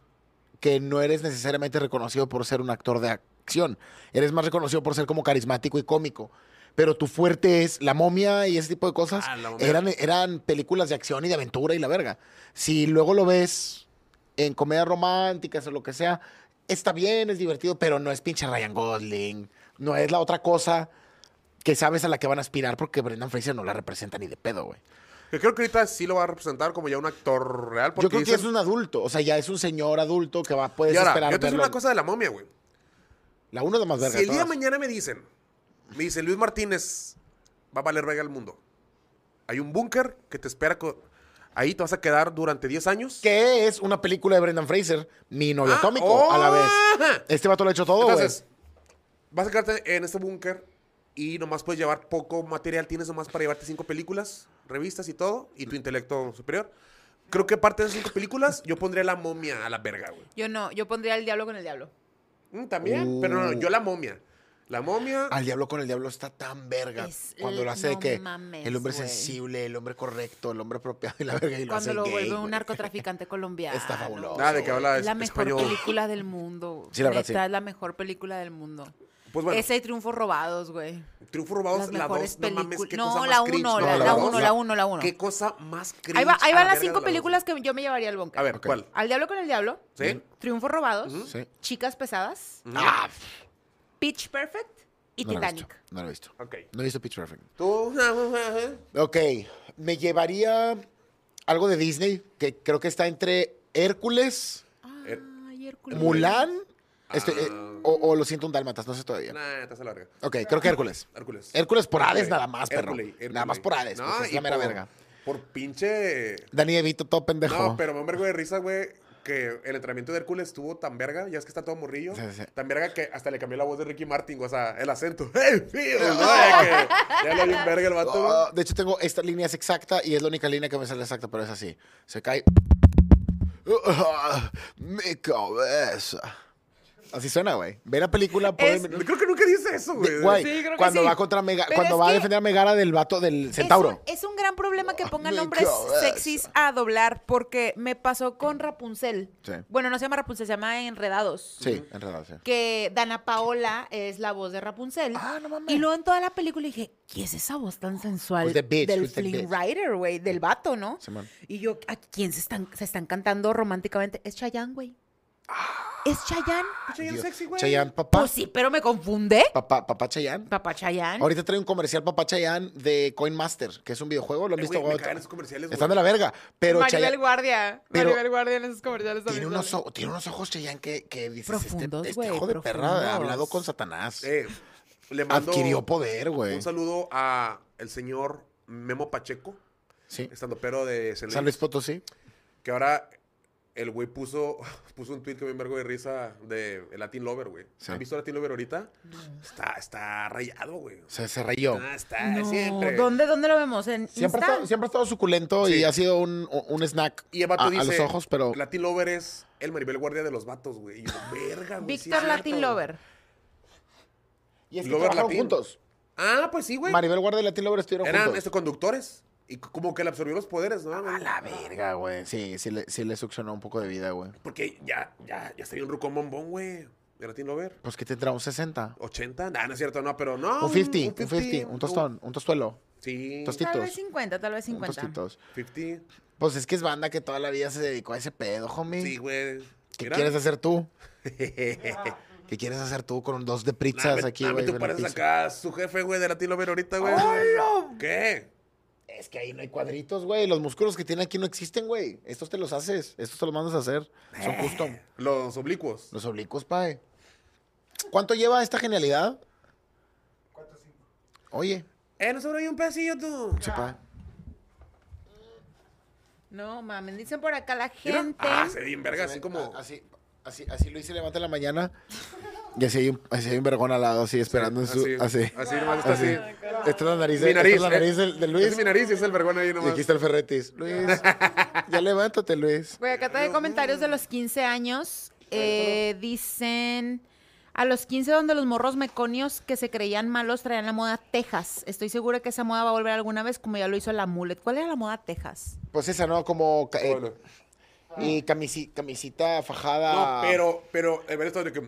[SPEAKER 1] que no eres necesariamente reconocido por ser un actor de acción, eres más reconocido por ser como carismático y cómico. Pero tu fuerte es la momia y ese tipo de cosas.
[SPEAKER 2] Ah, La Momia.
[SPEAKER 1] eran, eran películas de acción y de aventura y la verga. Si luego lo ves en comedias románticas o lo que sea, está bien, es divertido, pero no es pinche Ryan Gosling. No es la otra cosa que sabes a la que van a aspirar porque Brendan Fraser no la representa ni de pedo, güey.
[SPEAKER 2] Que creo que ahorita sí lo va a representar como ya un actor real. Porque
[SPEAKER 1] Yo creo que
[SPEAKER 2] dicen-
[SPEAKER 1] es un adulto, o sea, ya es un señor adulto que va, puedes
[SPEAKER 2] Y ahora,
[SPEAKER 1] esperar
[SPEAKER 2] yo te voy a decir
[SPEAKER 1] verlo.
[SPEAKER 2] una cosa de la momia, güey.
[SPEAKER 1] La uno es la más verga.
[SPEAKER 2] Si el día de
[SPEAKER 1] todas.
[SPEAKER 2] mañana me dicen, me dice Luis Martínez, va a valer verga el mundo. Hay un búnker que te espera. co- Ahí te vas a quedar durante 10 años.
[SPEAKER 1] Que es una película de Brendan Fraser, mi novio
[SPEAKER 2] Ah,
[SPEAKER 1] atómico,
[SPEAKER 2] oh.
[SPEAKER 1] a la vez. Este vato lo ha hecho todo, güey.
[SPEAKER 2] Entonces, vas a quedarte en este búnker y nomás puedes llevar poco material. Tienes nomás para llevarte cinco películas, revistas y todo, y tu intelecto superior. Creo que aparte de esas cinco películas, yo pondría la momia a la verga, güey.
[SPEAKER 4] Yo no, yo pondría el diablo con el diablo.
[SPEAKER 2] Mm, También, pero no, no, yo la momia. La momia.
[SPEAKER 1] Al diablo con el diablo está tan verga.
[SPEAKER 3] Es
[SPEAKER 1] cuando lo
[SPEAKER 3] el-
[SPEAKER 1] hace de
[SPEAKER 3] no
[SPEAKER 1] que
[SPEAKER 3] mames,
[SPEAKER 1] el hombre
[SPEAKER 3] güey.
[SPEAKER 1] sensible, el hombre correcto, el hombre apropiado y la verga y lo
[SPEAKER 3] Cuando
[SPEAKER 1] hace
[SPEAKER 3] lo
[SPEAKER 1] gay,
[SPEAKER 3] vuelve
[SPEAKER 1] güey.
[SPEAKER 3] un narcotraficante colombiano.
[SPEAKER 1] Está fabuloso.
[SPEAKER 2] Nada de que habla
[SPEAKER 3] Es la
[SPEAKER 2] es-
[SPEAKER 3] mejor
[SPEAKER 2] español.
[SPEAKER 3] película del mundo.
[SPEAKER 1] Sí, la verdad,
[SPEAKER 3] Neta,
[SPEAKER 1] sí.
[SPEAKER 3] es la mejor película del mundo.
[SPEAKER 2] Pues bueno.
[SPEAKER 3] Ese y Triunfos Robados, güey.
[SPEAKER 2] Triunfo robados,
[SPEAKER 3] Las
[SPEAKER 2] la
[SPEAKER 3] mejores
[SPEAKER 2] dos, no mames, qué
[SPEAKER 3] películas.
[SPEAKER 2] cosa
[SPEAKER 3] No,
[SPEAKER 2] más
[SPEAKER 3] la
[SPEAKER 2] cringe.
[SPEAKER 3] uno,
[SPEAKER 1] la- la
[SPEAKER 2] dos,
[SPEAKER 1] uno,
[SPEAKER 3] la uno, la uno.
[SPEAKER 2] Qué cosa más cringe.
[SPEAKER 4] Ahí, va, ahí
[SPEAKER 2] a
[SPEAKER 4] van
[SPEAKER 2] la
[SPEAKER 4] las
[SPEAKER 2] verga
[SPEAKER 4] cinco
[SPEAKER 2] de la dos.
[SPEAKER 4] películas que yo me llevaría al búnker.
[SPEAKER 2] A ver, ¿cuál?
[SPEAKER 4] Al diablo con el diablo.
[SPEAKER 2] ¿Sí?
[SPEAKER 4] Triunfos robados.
[SPEAKER 1] Sí.
[SPEAKER 4] Chicas pesadas.
[SPEAKER 1] Ah,
[SPEAKER 4] Pitch perfect. Y
[SPEAKER 1] no lo he visto,
[SPEAKER 4] Titanic.
[SPEAKER 1] no lo he visto.
[SPEAKER 2] Ok.
[SPEAKER 1] No he visto Pitch Perfect.
[SPEAKER 2] Tú.
[SPEAKER 1] Ok, me llevaría algo de Disney, que creo que está entre Hércules,
[SPEAKER 2] Eh,
[SPEAKER 3] Ay, Hércules.
[SPEAKER 1] Mulan, este, eh, o, o Lo siento un Dálmatas, no sé todavía.
[SPEAKER 2] Nah, estás a la verga.
[SPEAKER 1] Ok, creo que Hércules.
[SPEAKER 2] Hércules.
[SPEAKER 1] Hércules por Hades
[SPEAKER 2] Hércules,
[SPEAKER 1] nada más, perro.
[SPEAKER 2] Hércules, Hércules.
[SPEAKER 1] Nada más por Hades,
[SPEAKER 2] No,
[SPEAKER 1] porque es
[SPEAKER 2] y
[SPEAKER 1] la mera
[SPEAKER 2] por-
[SPEAKER 1] verga.
[SPEAKER 2] Por pinche.
[SPEAKER 1] Dani Evito, todo pendejo.
[SPEAKER 2] No, pero me da un vergo de risa, güey. Que el entrenamiento de Hércules estuvo tan verga, ya es que está todo morrillo,
[SPEAKER 1] Sí, sí.
[SPEAKER 2] tan verga que hasta le cambió la voz de Ricky Martin, o sea, el acento. ¡Hey, Phil! ¿no? De que ya le dio un verga el vato, güey.
[SPEAKER 1] Ah, de hecho, tengo esta línea es exacta y es la única línea que me sale exacta, pero es así. Se cae. Ah, mi cabeza. Así suena, güey. Ve la película por
[SPEAKER 4] Es-
[SPEAKER 2] Creo que nunca dice eso,
[SPEAKER 1] De-
[SPEAKER 2] güey.
[SPEAKER 1] Güey,
[SPEAKER 4] Sí, creo que
[SPEAKER 1] cuando
[SPEAKER 4] sí.
[SPEAKER 1] va contra Mega,
[SPEAKER 4] Pero
[SPEAKER 1] cuando
[SPEAKER 4] es
[SPEAKER 1] va a
[SPEAKER 4] que-
[SPEAKER 1] defender a Megara del vato del
[SPEAKER 3] Es un-
[SPEAKER 1] centauro.
[SPEAKER 3] Es un, gran problema que pongan
[SPEAKER 1] mi
[SPEAKER 3] nombres
[SPEAKER 1] cabeza.
[SPEAKER 3] sexys a doblar porque me pasó con Rapunzel.
[SPEAKER 1] Sí.
[SPEAKER 3] Bueno, no se llama Rapunzel, se llama Enredados.
[SPEAKER 1] Sí, en realidad, sí.
[SPEAKER 3] Que Dana Paola es la voz de Rapunzel.
[SPEAKER 1] Ah, no mames.
[SPEAKER 3] Y luego en toda la película dije, ¿qué es esa voz tan sensual
[SPEAKER 1] Who's the bitch?
[SPEAKER 3] del
[SPEAKER 1] Who's the
[SPEAKER 3] Flynn
[SPEAKER 1] bitch?
[SPEAKER 3] Rider, güey? Del vato, ¿no?
[SPEAKER 1] Simón.
[SPEAKER 3] Y yo, ¿a quién se están, se están cantando románticamente? Es Chayanne, güey.
[SPEAKER 1] Ah.
[SPEAKER 3] ¿Es Chayanne?
[SPEAKER 2] Chayanne
[SPEAKER 1] Dios.
[SPEAKER 2] sexy, güey.
[SPEAKER 1] Chayanne, papá.
[SPEAKER 3] Pues sí, pero me confundé.
[SPEAKER 1] Papá, papá Chayanne.
[SPEAKER 3] Papá Chayanne.
[SPEAKER 1] Ahorita trae un comercial Papá Chayanne de Coin Master, que es un videojuego, lo han
[SPEAKER 2] Eh,
[SPEAKER 1] visto.
[SPEAKER 2] güey, me
[SPEAKER 1] güey?
[SPEAKER 2] cagan esos comerciales,
[SPEAKER 1] Están de
[SPEAKER 2] güey.
[SPEAKER 1] la verga, pero
[SPEAKER 4] Maribel
[SPEAKER 1] Chayanne
[SPEAKER 4] Guardia.
[SPEAKER 1] pero-
[SPEAKER 4] Maribel Guardia en esos comerciales
[SPEAKER 1] tiene
[SPEAKER 4] también
[SPEAKER 1] unos,
[SPEAKER 4] sale.
[SPEAKER 1] o- tiene unos ojos Chayanne que, que dices,
[SPEAKER 3] Profundos,
[SPEAKER 1] este, este
[SPEAKER 3] güey,
[SPEAKER 1] hijo de
[SPEAKER 3] profundos.
[SPEAKER 1] perra ha hablado con Satanás.
[SPEAKER 2] Eh, le mando
[SPEAKER 1] Adquirió poder, güey.
[SPEAKER 2] un saludo a el señor Memo Pacheco,
[SPEAKER 1] Sí.
[SPEAKER 2] estando pero de San Luis,
[SPEAKER 1] San Luis Potosí.
[SPEAKER 2] que ahora el güey puso, puso un tweet que me envergo de risa de el Latin Lover, güey.
[SPEAKER 1] Sí.
[SPEAKER 2] ¿Han visto Latin Lover ahorita? Está, está rayado, güey.
[SPEAKER 1] Se, se rayó.
[SPEAKER 2] Ah, está
[SPEAKER 3] No,
[SPEAKER 2] siempre.
[SPEAKER 3] ¿Dónde, ¿Dónde lo vemos? ¿En
[SPEAKER 1] Siempre ha,
[SPEAKER 3] Insta?
[SPEAKER 1] estado, siempre ha estado suculento y
[SPEAKER 2] Sí.
[SPEAKER 1] ha sido un, un snack
[SPEAKER 2] Y el vato
[SPEAKER 1] a, a
[SPEAKER 2] dice,
[SPEAKER 1] los ojos, pero
[SPEAKER 2] Latin Lover es el Maribel Guardia de los vatos, güey. Y yo, verga, güey. sí es
[SPEAKER 3] Víctor
[SPEAKER 2] cierto,
[SPEAKER 3] Latin
[SPEAKER 2] güey".
[SPEAKER 3] Lover.
[SPEAKER 1] y es que
[SPEAKER 2] Lover
[SPEAKER 1] trabajaron
[SPEAKER 2] Latin.
[SPEAKER 1] juntos.
[SPEAKER 2] Ah, pues sí, güey.
[SPEAKER 1] Maribel Guardia y Latin Lover estuvieron
[SPEAKER 2] Eran
[SPEAKER 1] juntos.
[SPEAKER 2] este, conductores. Y c- como que le absorbió los poderes, ¿no?
[SPEAKER 1] A
[SPEAKER 2] güey?
[SPEAKER 1] la verga, güey. Sí, sí le, sí le succionó un poco de vida, güey.
[SPEAKER 2] Porque ya, ya, ya sería un rucón bombón, güey. De Latin Lover.
[SPEAKER 1] Pues que tendrá un 60.
[SPEAKER 2] 80, nah, no es cierto, no, pero no.
[SPEAKER 1] Un 50, un 50,
[SPEAKER 2] Uh.
[SPEAKER 1] un tostón, un tostuelo.
[SPEAKER 2] Sí,
[SPEAKER 1] Tostitos.
[SPEAKER 3] Tal vez 50, tal vez 50.
[SPEAKER 1] Un tostitos.
[SPEAKER 2] 50.
[SPEAKER 1] Pues es que es banda que toda la vida se dedicó a ese pedo, homie.
[SPEAKER 2] Sí, güey.
[SPEAKER 1] ¿Qué
[SPEAKER 2] Mira.
[SPEAKER 1] quieres hacer tú? ¿Qué quieres hacer tú con dos de
[SPEAKER 2] Nah,
[SPEAKER 1] pizzas
[SPEAKER 2] me-
[SPEAKER 1] aquí,
[SPEAKER 2] nah, me
[SPEAKER 1] güey?
[SPEAKER 2] tú
[SPEAKER 1] en la
[SPEAKER 2] pareces
[SPEAKER 1] pizza?
[SPEAKER 2] acá su jefe, güey, de Latin Lover ahorita, güey. ¿Qué?
[SPEAKER 1] Es que ahí no hay cuadritos, güey. Los músculos que tiene aquí no existen, güey. Estos te los haces. Estos te los mandas a hacer. Son custom.
[SPEAKER 2] Eh. Los oblicuos.
[SPEAKER 1] Los oblicuos, pae. ¿Cuánto lleva esta genialidad? Oye,
[SPEAKER 2] Eh, no sobró ahí un pedacillo tú.
[SPEAKER 1] sepa.
[SPEAKER 3] No mames, dicen por acá la
[SPEAKER 2] Mira.
[SPEAKER 3] gente.
[SPEAKER 2] Ah, se ve bien
[SPEAKER 1] Se
[SPEAKER 2] verga, así
[SPEAKER 1] ve-
[SPEAKER 2] como.
[SPEAKER 1] a- Ah, Así, así, así lo hice levanta en la mañana. Y así hay un, así hay un vergón al lado, así esperando en su. Así.
[SPEAKER 2] Así, así nomás está
[SPEAKER 1] Esta
[SPEAKER 2] así.
[SPEAKER 1] es la nariz, de-
[SPEAKER 2] Mi nariz.
[SPEAKER 1] esta es la nariz
[SPEAKER 2] eh.
[SPEAKER 1] del- de,
[SPEAKER 2] Es
[SPEAKER 1] Luis.
[SPEAKER 2] mi nariz y es el vergón ahí
[SPEAKER 1] Y
[SPEAKER 2] nomás.
[SPEAKER 1] aquí está el Ferretis. Luis, ya levántate, Luis.
[SPEAKER 3] Güey, acá trae comentarios de los 15 años. eh, dicen. A los 15 donde los morros meconios que se creían malos traían la moda Texas. Estoy segura que esa moda va a volver alguna vez como ya lo hizo la mullet. ¿Cuál era la moda Texas?
[SPEAKER 1] Pues esa, ¿no? Como. ca- eh,
[SPEAKER 2] Bueno.
[SPEAKER 1] Y camisi- camisita
[SPEAKER 2] No,
[SPEAKER 1] fajada.
[SPEAKER 2] pero, pero, el ver esto de que.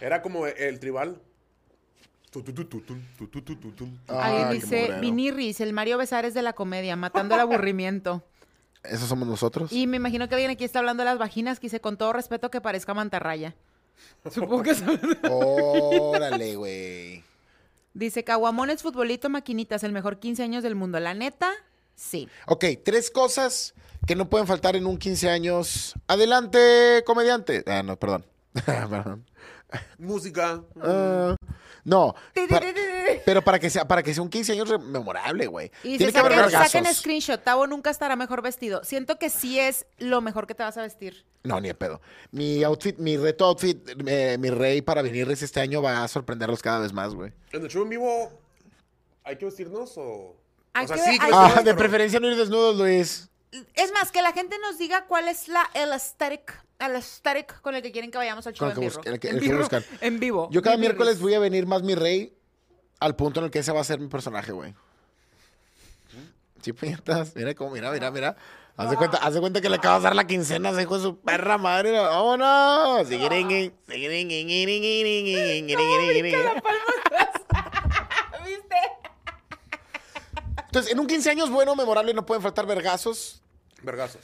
[SPEAKER 2] Era como el tribal. Tu, tu, tu, tu, tu, tu, tu, tu, tu, tu.
[SPEAKER 1] Ah, qué
[SPEAKER 3] Ahí dice
[SPEAKER 1] mugrero.
[SPEAKER 3] Vinirris, el Mario Besares de la comedia, matando el aburrimiento.
[SPEAKER 1] ¿Esos somos nosotros?
[SPEAKER 3] Y me imagino que alguien aquí está hablando de las vaginas, que dice con todo respeto que parezca mantarraya. Supongo que
[SPEAKER 1] Órale, güey.
[SPEAKER 3] Dice Caguamones, futbolito, maquinitas, el mejor 15 años del mundo. La neta, sí.
[SPEAKER 1] Ok, tres cosas que no pueden faltar en un 15 años. Adelante, comediante. Ah, no, perdón. Perdón.
[SPEAKER 2] Música.
[SPEAKER 1] Ah, no. para- pero para que sea, para que sea un 15 años re- memorable, güey.
[SPEAKER 3] Y
[SPEAKER 1] Tiene
[SPEAKER 3] dice,
[SPEAKER 1] que haber
[SPEAKER 3] saquen, saquen
[SPEAKER 1] vergazos.
[SPEAKER 3] screenshot, Tavo nunca estará mejor vestido. Siento que sí es lo mejor que te vas a vestir.
[SPEAKER 1] No, ni de pedo. Mi outfit, mi reto outfit, eh, mi rey para venirles este año va a sorprenderlos cada vez más, güey.
[SPEAKER 2] En el show en vivo, ¿hay que vestirnos o.?
[SPEAKER 3] Hay
[SPEAKER 2] o sea,
[SPEAKER 3] que-
[SPEAKER 2] sí,
[SPEAKER 3] hay
[SPEAKER 2] que
[SPEAKER 3] que-
[SPEAKER 2] vestirnos,
[SPEAKER 1] Ah, de
[SPEAKER 2] pero-
[SPEAKER 1] preferencia no ir desnudos, Luis.
[SPEAKER 3] Es más, que la gente nos diga cuál es la, el aesthetic, el aesthetic con el que quieren que vayamos al show
[SPEAKER 1] Con el
[SPEAKER 3] en,
[SPEAKER 1] que
[SPEAKER 3] vivo.
[SPEAKER 1] busque- el que-
[SPEAKER 3] en
[SPEAKER 1] el que
[SPEAKER 3] vivo.
[SPEAKER 1] buscan.
[SPEAKER 3] En vivo.
[SPEAKER 1] Yo cada
[SPEAKER 3] Vivirris.
[SPEAKER 1] miércoles voy a venir más mi rey al punto en el que ese va a ser mi personaje, güey. Sí, puñetas. Mira cómo, mira, mira, mira.
[SPEAKER 2] Ah.
[SPEAKER 1] Haz de cuenta, haz de cuenta que le acabas de dar la quincena, se hijo de su perra madre. mira. ¡Vámonos! Sigiringui, sigiringui, giringui, giringui, giringui.
[SPEAKER 3] ¿Viste?
[SPEAKER 1] Entonces, en un 15 años bueno, memorable, no pueden faltar vergazos.
[SPEAKER 2] Vergazos.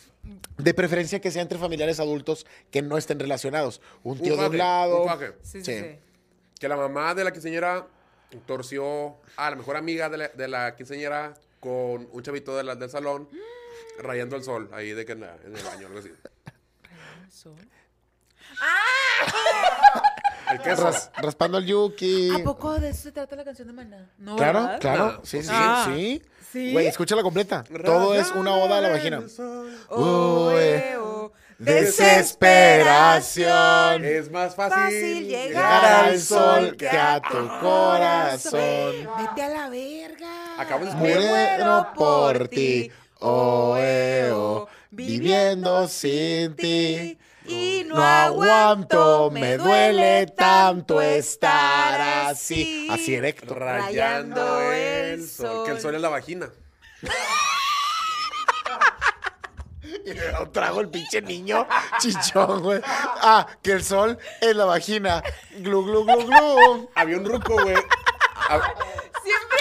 [SPEAKER 1] De preferencia que sea entre familiares adultos que no estén relacionados. Un tío de
[SPEAKER 2] faje,
[SPEAKER 1] un lado.
[SPEAKER 2] un faje.
[SPEAKER 1] Sí,
[SPEAKER 2] Que la mamá de la quinceañera torció a la mejor amiga de la, de la quinceañera con un chavito de la- del salón rayando el sol ahí de que en, la- en el baño, algo así. El queso.
[SPEAKER 1] Ras- raspando el yuki.
[SPEAKER 3] ¿A poco de eso se trata la canción de Maná? No,
[SPEAKER 1] Claro,
[SPEAKER 3] ¿verdad?
[SPEAKER 1] claro.
[SPEAKER 2] No.
[SPEAKER 1] Sí, sí,
[SPEAKER 3] Ah.
[SPEAKER 1] sí.
[SPEAKER 3] ¿Sí?
[SPEAKER 1] Güey, escúchala completa. Todo es una oda a la vagina.
[SPEAKER 2] El sol.
[SPEAKER 3] Oh,
[SPEAKER 1] Uy.
[SPEAKER 3] eh, oh.
[SPEAKER 1] Desesperación.
[SPEAKER 2] Es más fácil,
[SPEAKER 3] Fácil llegar
[SPEAKER 1] Llegar al sol que a tu corazón.
[SPEAKER 3] Vete a la verga.
[SPEAKER 2] Acabamos de
[SPEAKER 3] Me
[SPEAKER 2] escuchar.
[SPEAKER 1] Muero por ti. Oh, eh, oh. Viviendo sin ti.
[SPEAKER 3] Y
[SPEAKER 1] No aguanto, me duele tanto estar así. Así erecto.
[SPEAKER 2] Rayando el sol. Que el sol es la vagina.
[SPEAKER 1] Trago el pinche niño chichón, güey. Ah, que el sol es la vagina. Glu, glu, glu, glu.
[SPEAKER 2] Había un ruco, güey. Ah, Hab-
[SPEAKER 3] Siempre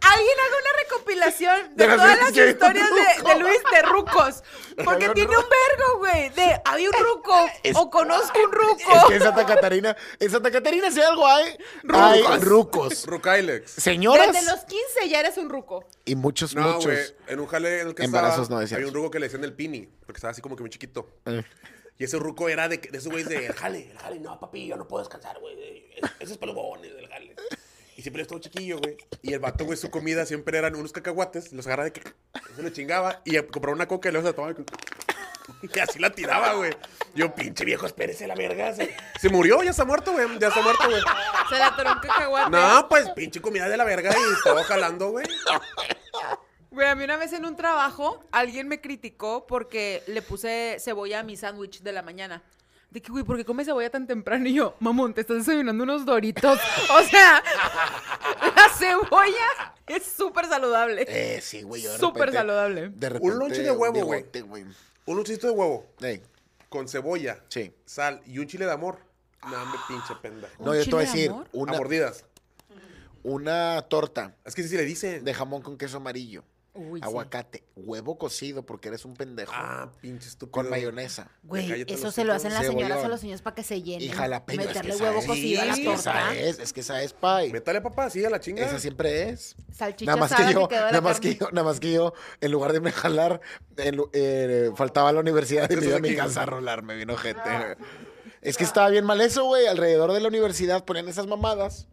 [SPEAKER 3] alguien haga una recopilación de,
[SPEAKER 1] De las
[SPEAKER 3] todas
[SPEAKER 1] veces
[SPEAKER 3] las
[SPEAKER 1] que hay un
[SPEAKER 3] historias de,
[SPEAKER 1] ruco.
[SPEAKER 3] de Luis de rucos. Porque
[SPEAKER 1] Había un
[SPEAKER 3] tiene un vergo, güey. De había un ruco
[SPEAKER 1] Es-
[SPEAKER 3] o conozco un ruco.
[SPEAKER 1] Es que en Santa Catarina, en Santa Catarina si algo hay, hay rucos.
[SPEAKER 2] Rucailex.
[SPEAKER 1] Señoras
[SPEAKER 3] Desde los 15 ya eres un ruco.
[SPEAKER 1] y muchos,
[SPEAKER 2] No, güey.
[SPEAKER 1] muchos.
[SPEAKER 2] En un jale en el que
[SPEAKER 1] Embarazos
[SPEAKER 2] estaba,
[SPEAKER 1] no deseados.
[SPEAKER 2] había un ruco que le decían el pini, porque estaba así como que muy chiquito.
[SPEAKER 1] Eh,
[SPEAKER 2] Y ese ruco era de, de esos güeyes de, el jale, el jale, no, papi, yo no puedo descansar, güey. es- Esos pelubones del jale. Y siempre estaba chiquillo, güey. Y el vato, güey, su comida siempre eran unos cacahuates, los agarraba de que se lo chingaba y compraba una coca y luego se la tomaba. Y así la tiraba, güey. Yo, pinche viejo, espérese la verga. Se, se murió, ya está muerto, güey. Ya está muerto, güey.
[SPEAKER 3] Se la atoró un cacahuate.
[SPEAKER 2] No, pues pinche comida de la verga y estaba jalando, güey.
[SPEAKER 3] Güey, a mí una vez en un trabajo alguien me criticó porque le puse cebolla a mi sándwich de la mañana. De que, güey, ¿por qué comes cebolla tan temprano? Y yo, mamón, te estás desayunando unos doritos. O sea, la cebolla es súper saludable.
[SPEAKER 1] Eh, sí, güey. yo de
[SPEAKER 3] Súper
[SPEAKER 1] repente-
[SPEAKER 3] saludable.
[SPEAKER 1] De repente,
[SPEAKER 2] lonche de huevo, güey.
[SPEAKER 1] bigote, güey.
[SPEAKER 2] Un luchito de huevo.
[SPEAKER 1] Ey,
[SPEAKER 2] con cebolla,
[SPEAKER 1] Sí.
[SPEAKER 2] sal y un chile de amor. No,
[SPEAKER 3] Ah.
[SPEAKER 2] me pinche pendejo.
[SPEAKER 1] No,
[SPEAKER 3] ¿Un
[SPEAKER 1] yo te voy a
[SPEAKER 3] chile de
[SPEAKER 1] decir,
[SPEAKER 3] amor?
[SPEAKER 1] una,
[SPEAKER 2] A mordidas.
[SPEAKER 1] una torta
[SPEAKER 2] Es que sí, sí le dicen.
[SPEAKER 1] de jamón con queso amarillo,
[SPEAKER 3] Uy, sí.
[SPEAKER 1] aguacate, huevo cocido porque eres un pendejo,
[SPEAKER 2] Ah, pinche estúpido.
[SPEAKER 1] con mayonesa.
[SPEAKER 3] Güey,
[SPEAKER 2] Cállate
[SPEAKER 3] eso
[SPEAKER 2] los
[SPEAKER 3] se lo
[SPEAKER 2] hocico.
[SPEAKER 3] hacen las señoras a
[SPEAKER 1] Cebollón.
[SPEAKER 3] los señores para que se llenen.
[SPEAKER 1] Y jalapeño. Es que
[SPEAKER 3] Meterle
[SPEAKER 1] esa
[SPEAKER 3] huevo
[SPEAKER 1] es,
[SPEAKER 3] cocido a
[SPEAKER 1] es
[SPEAKER 3] la
[SPEAKER 1] que esa
[SPEAKER 3] torta.
[SPEAKER 1] es, es que esa es, pay.
[SPEAKER 2] Métale, papá, sí, a la chinga.
[SPEAKER 1] Esa siempre es.
[SPEAKER 3] Salchicha
[SPEAKER 1] Nada más,
[SPEAKER 3] asada
[SPEAKER 1] que
[SPEAKER 3] que
[SPEAKER 1] yo,
[SPEAKER 3] quedó de la
[SPEAKER 1] nada, más
[SPEAKER 3] carne.
[SPEAKER 1] que yo, nada más que yo, en lugar de irme a jalar, en lu- eh, faltaba a la universidad y me
[SPEAKER 2] Eso es
[SPEAKER 1] iba a mi
[SPEAKER 2] aquí.
[SPEAKER 1] casa a rolarme, vino gente.
[SPEAKER 3] Ah.
[SPEAKER 1] Es que estaba bien mal eso, güey. Alrededor de la universidad ponían esas mamadas,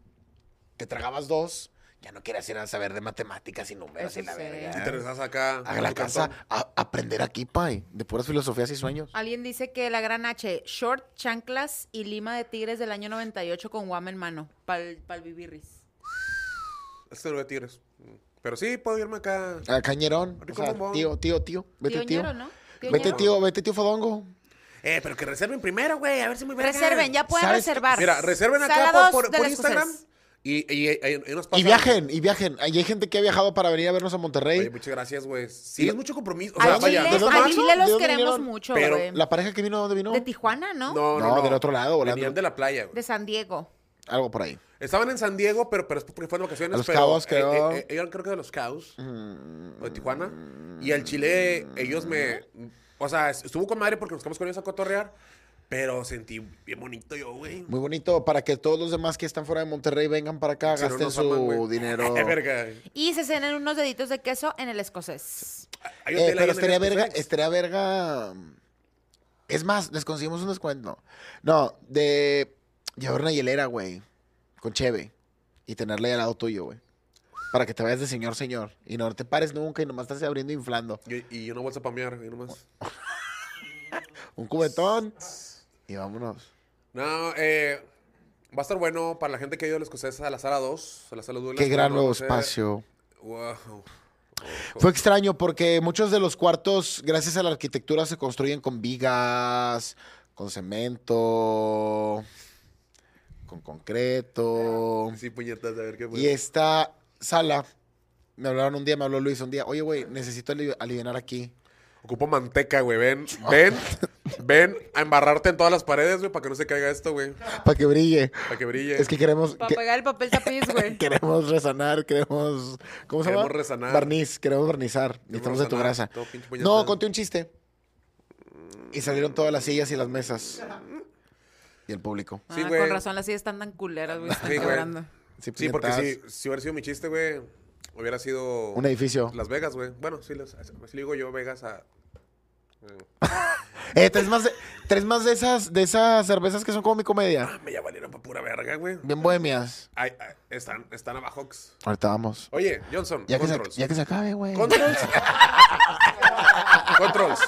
[SPEAKER 1] te tragabas dos Ya no querías ir a saber de matemáticas y números y
[SPEAKER 4] Eso
[SPEAKER 1] la
[SPEAKER 4] sí.
[SPEAKER 1] verga.
[SPEAKER 2] Y te regresas acá.
[SPEAKER 1] A la
[SPEAKER 2] tu
[SPEAKER 1] casa
[SPEAKER 2] cantón.
[SPEAKER 1] a aprender aquí, pay, de puras filosofías y sueños.
[SPEAKER 3] Alguien dice que la gran H, short, chanclas y lima de tigres del año 98 con guam en mano, pa'l, pa'l vivirris.
[SPEAKER 2] Este es lo de tigres. Pero sí, puedo irme acá.
[SPEAKER 1] A Cañerón. o
[SPEAKER 2] Rico
[SPEAKER 1] sea,
[SPEAKER 2] bombón.
[SPEAKER 1] tío, tío, tío. Vete,
[SPEAKER 3] Tío
[SPEAKER 1] tío.
[SPEAKER 3] Ñero, ¿no? Tío
[SPEAKER 1] Vete,
[SPEAKER 3] Ñero.
[SPEAKER 1] tío, vete, tío Fodongo.
[SPEAKER 2] Eh, pero que reserven primero, güey. A ver si me verga.
[SPEAKER 3] Reserven, ya pueden
[SPEAKER 1] ¿Sabes qué?
[SPEAKER 3] reservar.
[SPEAKER 2] Mira, reserven acá
[SPEAKER 3] Sala
[SPEAKER 2] por,
[SPEAKER 3] dos
[SPEAKER 2] por-
[SPEAKER 3] de
[SPEAKER 2] por
[SPEAKER 3] la
[SPEAKER 2] Instagram.
[SPEAKER 3] Escocés.
[SPEAKER 2] Y, y, y- y nos
[SPEAKER 1] Y
[SPEAKER 2] pasan-
[SPEAKER 1] viajen, y viajen. Ahí hay gente que ha viajado para venir a vernos a
[SPEAKER 2] Oye,
[SPEAKER 1] Monterrey.
[SPEAKER 2] muchas gracias, güey. Sí, es mucho compromiso. O
[SPEAKER 3] Al
[SPEAKER 2] sea,
[SPEAKER 1] Ay,
[SPEAKER 2] vaya.
[SPEAKER 1] ¿de
[SPEAKER 3] Chile,
[SPEAKER 1] dónde
[SPEAKER 3] al
[SPEAKER 1] vino?
[SPEAKER 3] Chile los
[SPEAKER 1] ¿De dónde
[SPEAKER 3] queremos
[SPEAKER 1] vinieron?
[SPEAKER 3] mucho,
[SPEAKER 2] Pero
[SPEAKER 3] güey.
[SPEAKER 1] La pareja que vino, ¿de ¿dónde vino?
[SPEAKER 3] De Tijuana, ¿no?
[SPEAKER 2] No, no,
[SPEAKER 1] No,
[SPEAKER 2] no.
[SPEAKER 1] del otro lado, volando.
[SPEAKER 2] Venían de la playa, güey.
[SPEAKER 3] De San Diego.
[SPEAKER 1] Algo por ahí.
[SPEAKER 2] Estaban en San Diego, pero, pero es porque fueron vacaciones.
[SPEAKER 1] A Los
[SPEAKER 2] pero,
[SPEAKER 1] Cabos, Mm.
[SPEAKER 2] eh,
[SPEAKER 1] creo.
[SPEAKER 2] eh, eh, eran, creo que de los Cabos. O de Tijuana. Y al Chile, ellos me. O sea, estuvo con madre porque nos quedamos con ellos a cotorrear. Pero sentí bien bonito yo, güey.
[SPEAKER 1] Muy bonito, para que todos los demás que están fuera de Monterrey vengan para acá,
[SPEAKER 2] Si no
[SPEAKER 1] gasten
[SPEAKER 2] nos
[SPEAKER 1] su
[SPEAKER 2] aman, güey.
[SPEAKER 1] dinero.
[SPEAKER 2] Eh, verga.
[SPEAKER 3] Y se cenan unos deditos de queso en el escocés.
[SPEAKER 2] Hay
[SPEAKER 1] Eh,
[SPEAKER 2] hotel ahí en
[SPEAKER 1] pero
[SPEAKER 2] el
[SPEAKER 1] estaría verga,
[SPEAKER 2] Escocés.
[SPEAKER 1] estaría verga. mm, Es más, les conseguimos un descuento. No, de llevar una hielera, güey, con Cheve y tenerla ahí al lado tuyo, güey. Para que te vayas de señor, señor. Y no te pares nunca y nomás estás abriendo e inflando.
[SPEAKER 2] Y, y una bolsa para mear, y nomás.
[SPEAKER 1] Un cubetón y vámonos.
[SPEAKER 2] No, eh, va a estar bueno para la gente que ha ido a la escocesa a la sala 2, a la sala 2.
[SPEAKER 1] Qué gran espacio.
[SPEAKER 2] Wow.
[SPEAKER 1] Fue extraño porque muchos de los cuartos, gracias a la arquitectura, se construyen con vigas, con cemento, con concreto.
[SPEAKER 2] Sí, puñetas, a ver qué
[SPEAKER 1] Y esta sala, me hablaron un día, me habló Luis un día, oye, güey, necesito aliv- aliviar aquí.
[SPEAKER 2] Ocupo manteca, güey. Ven, ven, ven a embarrarte en todas las paredes, güey, para que no se caiga esto, güey.
[SPEAKER 1] Para que brille.
[SPEAKER 2] Para que brille.
[SPEAKER 1] Es que queremos...
[SPEAKER 4] Para
[SPEAKER 1] que-
[SPEAKER 4] pegar el papel tapiz, güey.
[SPEAKER 1] Queremos resanar, queremos... ¿Cómo se llama?
[SPEAKER 2] Queremos resanar.
[SPEAKER 1] Barniz, queremos barnizar. Necesitamos de tu
[SPEAKER 2] resanar,
[SPEAKER 1] grasa.
[SPEAKER 2] todo pinche puñetón.
[SPEAKER 1] No, conté un chiste. Y salieron todas las sillas y las mesas. Y el público.
[SPEAKER 2] Sí,
[SPEAKER 4] Ah,
[SPEAKER 2] güey.
[SPEAKER 4] con razón, las sillas están tan culeras, güey. Están
[SPEAKER 2] Sí, güey.
[SPEAKER 4] quebrando.
[SPEAKER 2] Sí, porque
[SPEAKER 1] puñetadas.
[SPEAKER 2] si, si hubiera sido mi chiste, güey, hubiera sido.
[SPEAKER 1] Un edificio.
[SPEAKER 2] Las Vegas, güey. Bueno, sí, las, así le digo yo, Vegas a.
[SPEAKER 1] Eh, tres más, de, tres más de esas de esas cervezas que son como mi comedia.
[SPEAKER 2] Me ya valieron para pura verga, güey.
[SPEAKER 1] Bien bohemias.
[SPEAKER 2] Ay, ay, están, están abajo.
[SPEAKER 1] Ahorita vamos.
[SPEAKER 2] Oye, Johnson,
[SPEAKER 1] Ya que, se,
[SPEAKER 2] controls.
[SPEAKER 1] ya que se acabe, güey.
[SPEAKER 2] Controls. Controls.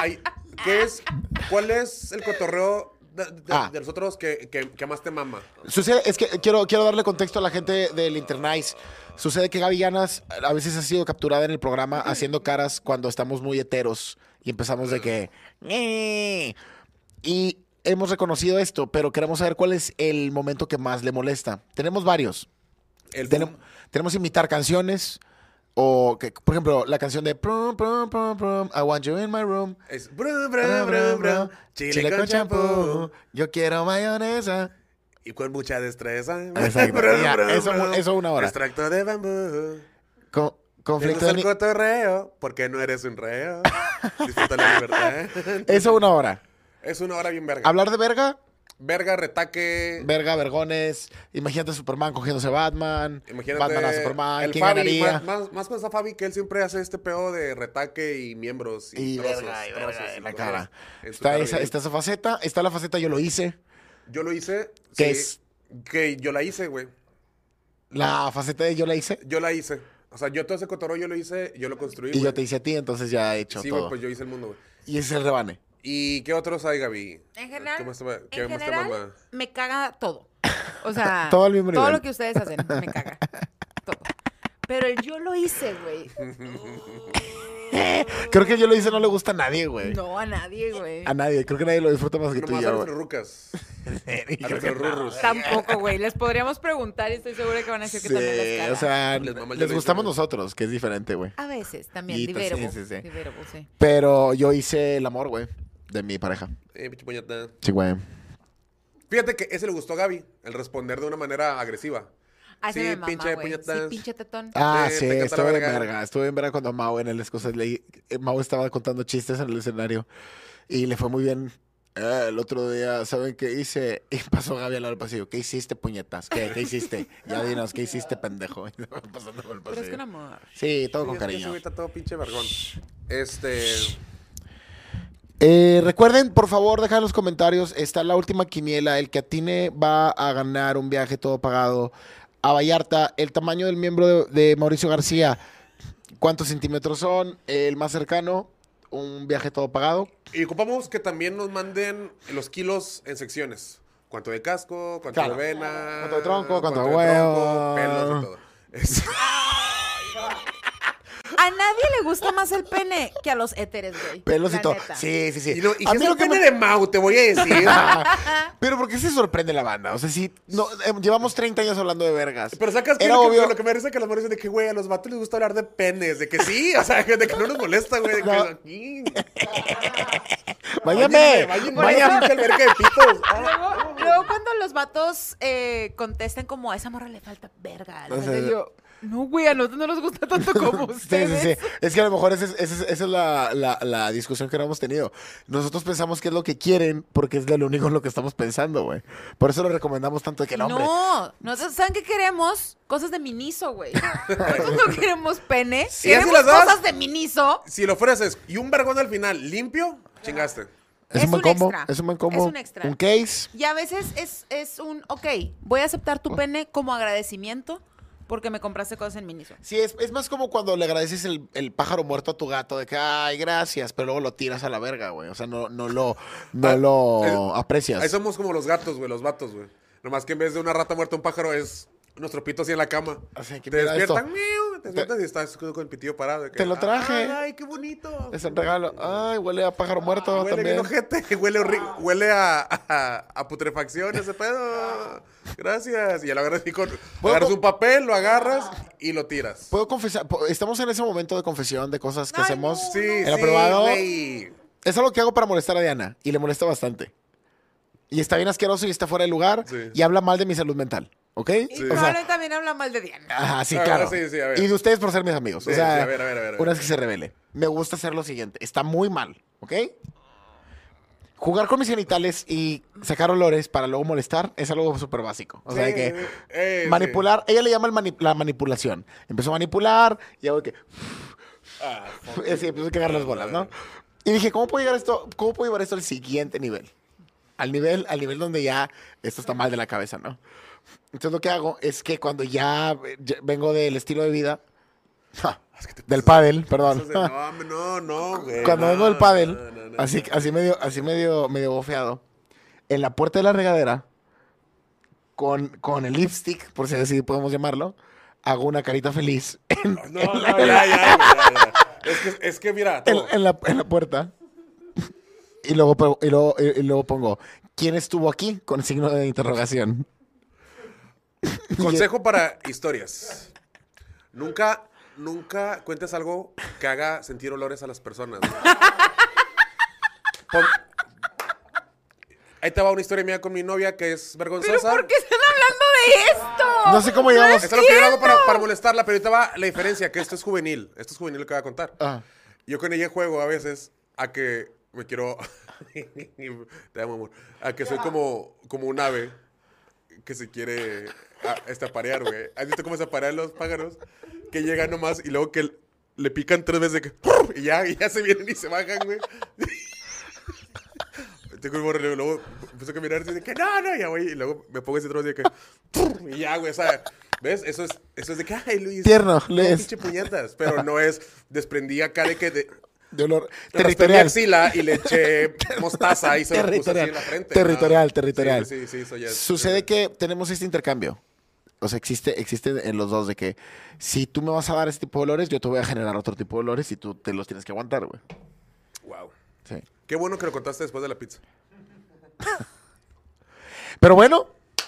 [SPEAKER 2] Ay, ¿qué es, ¿Cuál es el cotorreo de, de-
[SPEAKER 1] Ah.
[SPEAKER 2] de nosotros que, que- que más te mama?
[SPEAKER 1] Sucede, es que quiero, quiero darle contexto a la gente del Internice. Sucede que Gaby Llanas a veces ha sido capturada en el programa haciendo caras cuando estamos muy heteros y empezamos de que. "Eh". Y hemos reconocido esto, pero queremos saber cuál es el momento que más le molesta. Tenemos varios.
[SPEAKER 2] El
[SPEAKER 1] Tenem- tenemos imitar canciones. O, que, por ejemplo, la canción de prum, prum, prum, prum, I want you in my room.
[SPEAKER 2] es brum, brum, brum, brum, chile, con champú
[SPEAKER 1] Yo quiero mayonesa.
[SPEAKER 2] y con mucha destreza.
[SPEAKER 1] Exacto. Ya, eso- eso una hora.
[SPEAKER 2] Extracto de bambú.
[SPEAKER 1] Con- conflicto
[SPEAKER 2] Conflicto
[SPEAKER 1] de
[SPEAKER 2] el
[SPEAKER 1] ni-
[SPEAKER 2] cotorreo porque no eres un reo. Disfruta la libertad.
[SPEAKER 1] Eso una hora.
[SPEAKER 2] Es una hora bien verga.
[SPEAKER 1] Hablar de verga,
[SPEAKER 2] Verga, retaque.
[SPEAKER 1] verga, vergones. Imagínate a Superman cogiéndose a Batman.
[SPEAKER 2] Imagínate.
[SPEAKER 1] Batman a Superman.
[SPEAKER 2] el
[SPEAKER 1] ¿Quién
[SPEAKER 2] Fabi,
[SPEAKER 1] ganaría?
[SPEAKER 2] Más, más, más con esa Fabi que él siempre hace este pedo de retaque y miembros. Y,
[SPEAKER 1] y
[SPEAKER 2] trozos,
[SPEAKER 1] verga, y
[SPEAKER 2] trozos,
[SPEAKER 1] verga
[SPEAKER 2] y
[SPEAKER 1] en la
[SPEAKER 2] cosas.
[SPEAKER 1] cara.
[SPEAKER 2] En su
[SPEAKER 1] Está
[SPEAKER 2] cara,
[SPEAKER 1] esa,
[SPEAKER 2] güey.
[SPEAKER 1] está esa faceta. Está la faceta yo lo hice.
[SPEAKER 2] Yo lo hice.
[SPEAKER 1] ¿Qué
[SPEAKER 2] sí,
[SPEAKER 1] es?
[SPEAKER 2] Que yo la hice, güey.
[SPEAKER 1] La faceta de yo la hice.
[SPEAKER 2] Yo la hice. O sea, yo todo ese cotorreo yo lo hice, yo lo construí.
[SPEAKER 1] Y yo
[SPEAKER 2] güey.
[SPEAKER 1] te hice a ti, entonces ya he hecho
[SPEAKER 2] Sí, güey,
[SPEAKER 1] todo.
[SPEAKER 2] pues yo hice el mundo, güey.
[SPEAKER 1] Y ese es el rebane.
[SPEAKER 2] ¿Y qué otros hay, Gaby?
[SPEAKER 3] En general,
[SPEAKER 2] ¿Qué más te, ma- qué
[SPEAKER 3] en
[SPEAKER 2] más te
[SPEAKER 3] general,
[SPEAKER 2] mama?
[SPEAKER 3] me caga todo.
[SPEAKER 4] O sea,
[SPEAKER 1] Todo al mismo nivel.
[SPEAKER 4] lo que ustedes hacen me caga. Todo.
[SPEAKER 3] Pero el yo lo hice, güey.
[SPEAKER 1] Creo que yo lo hice no le gusta a nadie, güey.
[SPEAKER 4] No a nadie, güey.
[SPEAKER 1] A nadie. Creo que nadie lo disfruta más que tú y
[SPEAKER 2] Nomás a
[SPEAKER 1] yo.
[SPEAKER 2] los
[SPEAKER 1] güey.
[SPEAKER 2] rucas.
[SPEAKER 1] Yo
[SPEAKER 2] A
[SPEAKER 1] creo que
[SPEAKER 2] los rurros.
[SPEAKER 4] Tampoco, güey. Les podríamos preguntar y estoy segura que van a decir que también les
[SPEAKER 1] Sí,
[SPEAKER 4] caga.
[SPEAKER 1] o sea,
[SPEAKER 2] Les mama el
[SPEAKER 1] les,
[SPEAKER 2] yo lo hice,
[SPEAKER 1] gustamos
[SPEAKER 2] güey.
[SPEAKER 1] nosotros, que es diferente, güey.
[SPEAKER 4] A veces también,
[SPEAKER 1] Y
[SPEAKER 4] di
[SPEAKER 1] pues, sí,
[SPEAKER 4] verbo.
[SPEAKER 1] sí, sí.
[SPEAKER 4] Di verbo, sí.
[SPEAKER 1] Pero yo hice el amor, güey, de mi pareja.
[SPEAKER 2] Eh, pinche puñeta.
[SPEAKER 1] Sí, güey.
[SPEAKER 2] Fíjate que ese le gustó a Gaby, el responder de una manera agresiva.
[SPEAKER 3] Ah, ese
[SPEAKER 2] sí,
[SPEAKER 3] me mama,
[SPEAKER 2] pinche
[SPEAKER 3] güey.
[SPEAKER 2] puñetas.
[SPEAKER 3] Sí, pinche tetón.
[SPEAKER 1] Ah,
[SPEAKER 2] Sí,
[SPEAKER 1] sí,
[SPEAKER 2] te encanta la
[SPEAKER 1] estuve en
[SPEAKER 2] verga.
[SPEAKER 1] verga. Estuve en verga cuando Mau en el Escocés le... eh, Mau estaba contando chistes en el escenario y le fue muy bien. Eh, el otro día, ¿saben qué hice? Y pasó Gaby al lado del pasillo. ¿Qué hiciste, puñetas? ¿Qué, ¿Qué hiciste? Ya dinos, ¿qué hiciste, pendejo? Y pasando por el
[SPEAKER 4] Pero es
[SPEAKER 1] pasillo.
[SPEAKER 4] con amor.
[SPEAKER 1] Sí, todo
[SPEAKER 2] Sí,
[SPEAKER 1] con
[SPEAKER 2] es que ese
[SPEAKER 1] cariño.
[SPEAKER 2] güey está todo pinche vergón. Este.
[SPEAKER 1] Eh, recuerden, por favor, dejar en los comentarios. Está la última quiniela. El que atine va a ganar un viaje todo pagado a Vallarta, el tamaño del miembro de, de Mauricio García, cuántos centímetros son, el más cercano, un viaje todo pagado.
[SPEAKER 2] Y ocupamos que también nos manden los kilos en secciones. Cuánto de casco, cuánto
[SPEAKER 1] Claro.
[SPEAKER 2] de vena.
[SPEAKER 1] Cuánto de tronco, cuánto de huevo.
[SPEAKER 2] pelos y todo. Es-
[SPEAKER 3] A nadie le gusta más el pene que a los éteres, güey.
[SPEAKER 1] Pelos
[SPEAKER 3] La
[SPEAKER 1] y todo.
[SPEAKER 3] neta.
[SPEAKER 1] Sí, sí, sí.
[SPEAKER 2] y lo, y
[SPEAKER 1] A
[SPEAKER 2] que
[SPEAKER 1] mí
[SPEAKER 2] es
[SPEAKER 1] lo
[SPEAKER 2] el
[SPEAKER 1] que me-
[SPEAKER 2] pene de Mau, te voy a decir.
[SPEAKER 1] Pero ¿por qué se sorprende la banda? O sea, sí, no, eh, llevamos 30 años hablando de vergas.
[SPEAKER 2] Pero sacas que
[SPEAKER 1] Era
[SPEAKER 2] lo, que,
[SPEAKER 1] obvio.
[SPEAKER 2] lo que me parece que las mujeres dicen de que, güey, a los vatos les gusta hablar de penes. De que sí, o sea, de que no nos molesta, güey. De que,
[SPEAKER 1] No.
[SPEAKER 2] "Mm,
[SPEAKER 1] ¡Váyame!
[SPEAKER 2] váyanme,
[SPEAKER 1] ¡Váyame!
[SPEAKER 2] váyanme, alberca de pitos". Ah,
[SPEAKER 3] Luego, luego cuando los vatos eh, contestan como a esa morra le falta verga. le
[SPEAKER 1] O
[SPEAKER 3] falta-".
[SPEAKER 1] sea,
[SPEAKER 4] Yo, no, güey, a nosotros no nos gusta tanto como
[SPEAKER 1] Sí,
[SPEAKER 4] ustedes.
[SPEAKER 1] sí, sí. Es que a lo mejor esa es, esa es- esa es la, la- la discusión que no hemos tenido. Nosotros pensamos que es lo que quieren porque es de lo único en lo que estamos pensando, güey. Por eso lo recomendamos tanto de que no, hombre.
[SPEAKER 3] No, nosotros saben qué queremos cosas de miniso, güey. Nosotros no queremos pene,
[SPEAKER 2] ya se
[SPEAKER 3] queremos
[SPEAKER 2] las das.
[SPEAKER 3] cosas de miniso.
[SPEAKER 2] Si lo ofreces y un vergón al final limpio, chingaste.
[SPEAKER 1] Es,
[SPEAKER 3] Es
[SPEAKER 1] un buen
[SPEAKER 3] un
[SPEAKER 1] combo.
[SPEAKER 3] extra.
[SPEAKER 1] Es un buen combo.
[SPEAKER 3] Es un extra.
[SPEAKER 1] Un case.
[SPEAKER 3] Y a veces es, es un, ok, voy a aceptar tu pene como agradecimiento porque me compraste cosas en miniso.
[SPEAKER 1] Sí, es, es más como cuando le agradeces el, el pájaro muerto a tu gato de que, ay, gracias, pero luego lo tiras a la verga, güey. O sea, no, no lo, no
[SPEAKER 2] Ah,
[SPEAKER 1] lo
[SPEAKER 2] eso-
[SPEAKER 1] aprecias.
[SPEAKER 2] Ahí somos como los gatos, güey, los vatos, güey. Nomás que en vez de una rata muerta, un pájaro es nuestros pitos así en la cama.
[SPEAKER 1] Así que
[SPEAKER 2] te
[SPEAKER 1] mira
[SPEAKER 2] despiertan,
[SPEAKER 1] esto.
[SPEAKER 2] miau, te despiertas y estás con el pitillo parado. de que,
[SPEAKER 1] Te lo traje.
[SPEAKER 2] Ay, qué bonito.
[SPEAKER 1] Es un regalo. Ay, huele a pájaro muerto
[SPEAKER 2] Huele bien
[SPEAKER 1] también.
[SPEAKER 2] ojete, huele, horri- huele a, a, a putrefacción ese pedo. Gracias. Y ya lo agarras y con,
[SPEAKER 1] Bueno,
[SPEAKER 2] agarras
[SPEAKER 1] po-
[SPEAKER 2] un papel, lo agarras y lo tiras.
[SPEAKER 1] Puedo confesar, po- estamos en ese momento de confesión de cosas que
[SPEAKER 3] Ay,
[SPEAKER 1] hacemos.
[SPEAKER 3] no.
[SPEAKER 2] Sí,
[SPEAKER 1] en
[SPEAKER 2] sí,
[SPEAKER 1] lo privado.
[SPEAKER 2] güey.
[SPEAKER 1] Es algo que hago para molestar a Diana y le molesta bastante. Y está bien asqueroso y está fuera de lugar
[SPEAKER 2] Sí.
[SPEAKER 1] y habla mal de mi salud mental, ¿ok?
[SPEAKER 3] Y
[SPEAKER 2] Sí.
[SPEAKER 1] O sea,
[SPEAKER 3] probablemente también habla mal de Diana.
[SPEAKER 1] ajá, sí,
[SPEAKER 2] Ah,
[SPEAKER 1] claro.
[SPEAKER 2] sí, sí, a ver.
[SPEAKER 1] y de ustedes por ser mis amigos. o
[SPEAKER 2] Sí,
[SPEAKER 1] sea,
[SPEAKER 2] sí, a ver, a ver, a ver, a ver.
[SPEAKER 1] una vez que se revele. Me gusta hacer lo siguiente. Está muy mal, ¿ok? Jugar con mis genitales y sacar olores para luego molestar es algo súper básico. O sea, de
[SPEAKER 2] Sí,
[SPEAKER 1] que
[SPEAKER 2] eh, sí.
[SPEAKER 1] manipular, ella le llama el mani- la manipulación. Empezó a manipular y hago de que...
[SPEAKER 2] Ah, fuck.
[SPEAKER 1] Sí, empezó a cagar las bolas, ¿no? Y dije, ¿cómo puedo llegar esto? ¿Cómo puedo llevar esto al siguiente nivel? Al nivel, al nivel donde ya esto está mal de la cabeza, ¿no? Entonces lo que hago es que cuando ya, ya vengo del estilo de vida, ja, del pádel, perdón.
[SPEAKER 2] Entonces, No, hombre, no, no, güey.
[SPEAKER 1] Cuando
[SPEAKER 2] no,
[SPEAKER 1] vengo del pádel,
[SPEAKER 2] no, no, no.
[SPEAKER 1] así, así medio, así medio, medio bofeado, en la puerta de la regadera, con, con el lipstick, por si así podemos llamarlo, hago una carita feliz en,
[SPEAKER 2] No, no, ya, ya, ya, ya, ya. Es que, es que mira,
[SPEAKER 1] en,
[SPEAKER 2] todo.
[SPEAKER 1] en la, en la puerta. Y luego, po- y, luego, y- y luego pongo, ¿quién estuvo aquí? Con signo de interrogación.
[SPEAKER 2] Consejo para historias. Nunca, nunca cuentes algo que haga sentir olores a las personas. güey. Pon- Ahí te va una historia mía con mi novia que es vergonzosa.
[SPEAKER 3] ¿Pero por qué están hablando de esto?
[SPEAKER 1] No sé cómo llegamos.
[SPEAKER 2] Eso es lo que yo hago para, para molestarla, pero ahí te va la diferencia, que esto es juvenil. Esto es juvenil lo que voy a contar.
[SPEAKER 1] Ah,
[SPEAKER 2] Yo con ella juego a veces a que me quiero. Te amo, amor. A que soy como, como un ave que se quiere a- estaparear, güey. ¿Has visto cómo se aparean los pájaros? Que llegan nomás y luego que le pican tres veces que. ¡pum! Y ya, y ya se vienen y se bajan, güey. Tengo un morro, y luego empiezo a caminar y dice que no, no, ya, güey. Y luego me pongo ese trozo y de que. ¡pum! Y ya, güey, o sea. ¿Ves? Eso es, eso es de que, ay, Luis.
[SPEAKER 1] Tierno,
[SPEAKER 2] no,
[SPEAKER 1] Luis.
[SPEAKER 2] pinche puñetas. Pero no es, desprendí acá de que de,
[SPEAKER 1] de olor
[SPEAKER 2] raspé mi
[SPEAKER 1] territorial.
[SPEAKER 2] axila y le eché mostaza y se lo puse así
[SPEAKER 1] territorial,
[SPEAKER 2] en la frente.
[SPEAKER 1] territorial,
[SPEAKER 2] Ah,
[SPEAKER 1] territorial.
[SPEAKER 2] Sí, sí, sí, soy así.
[SPEAKER 1] Sucede que tenemos este intercambio. O sea, existe, existe en los dos de que si tú me vas a dar ese tipo de olores, yo te voy a generar otro tipo de olores y tú te los tienes que aguantar, güey.
[SPEAKER 2] Wow.
[SPEAKER 1] Sí.
[SPEAKER 2] Qué bueno que lo contaste después de la pizza.
[SPEAKER 1] Pero bueno,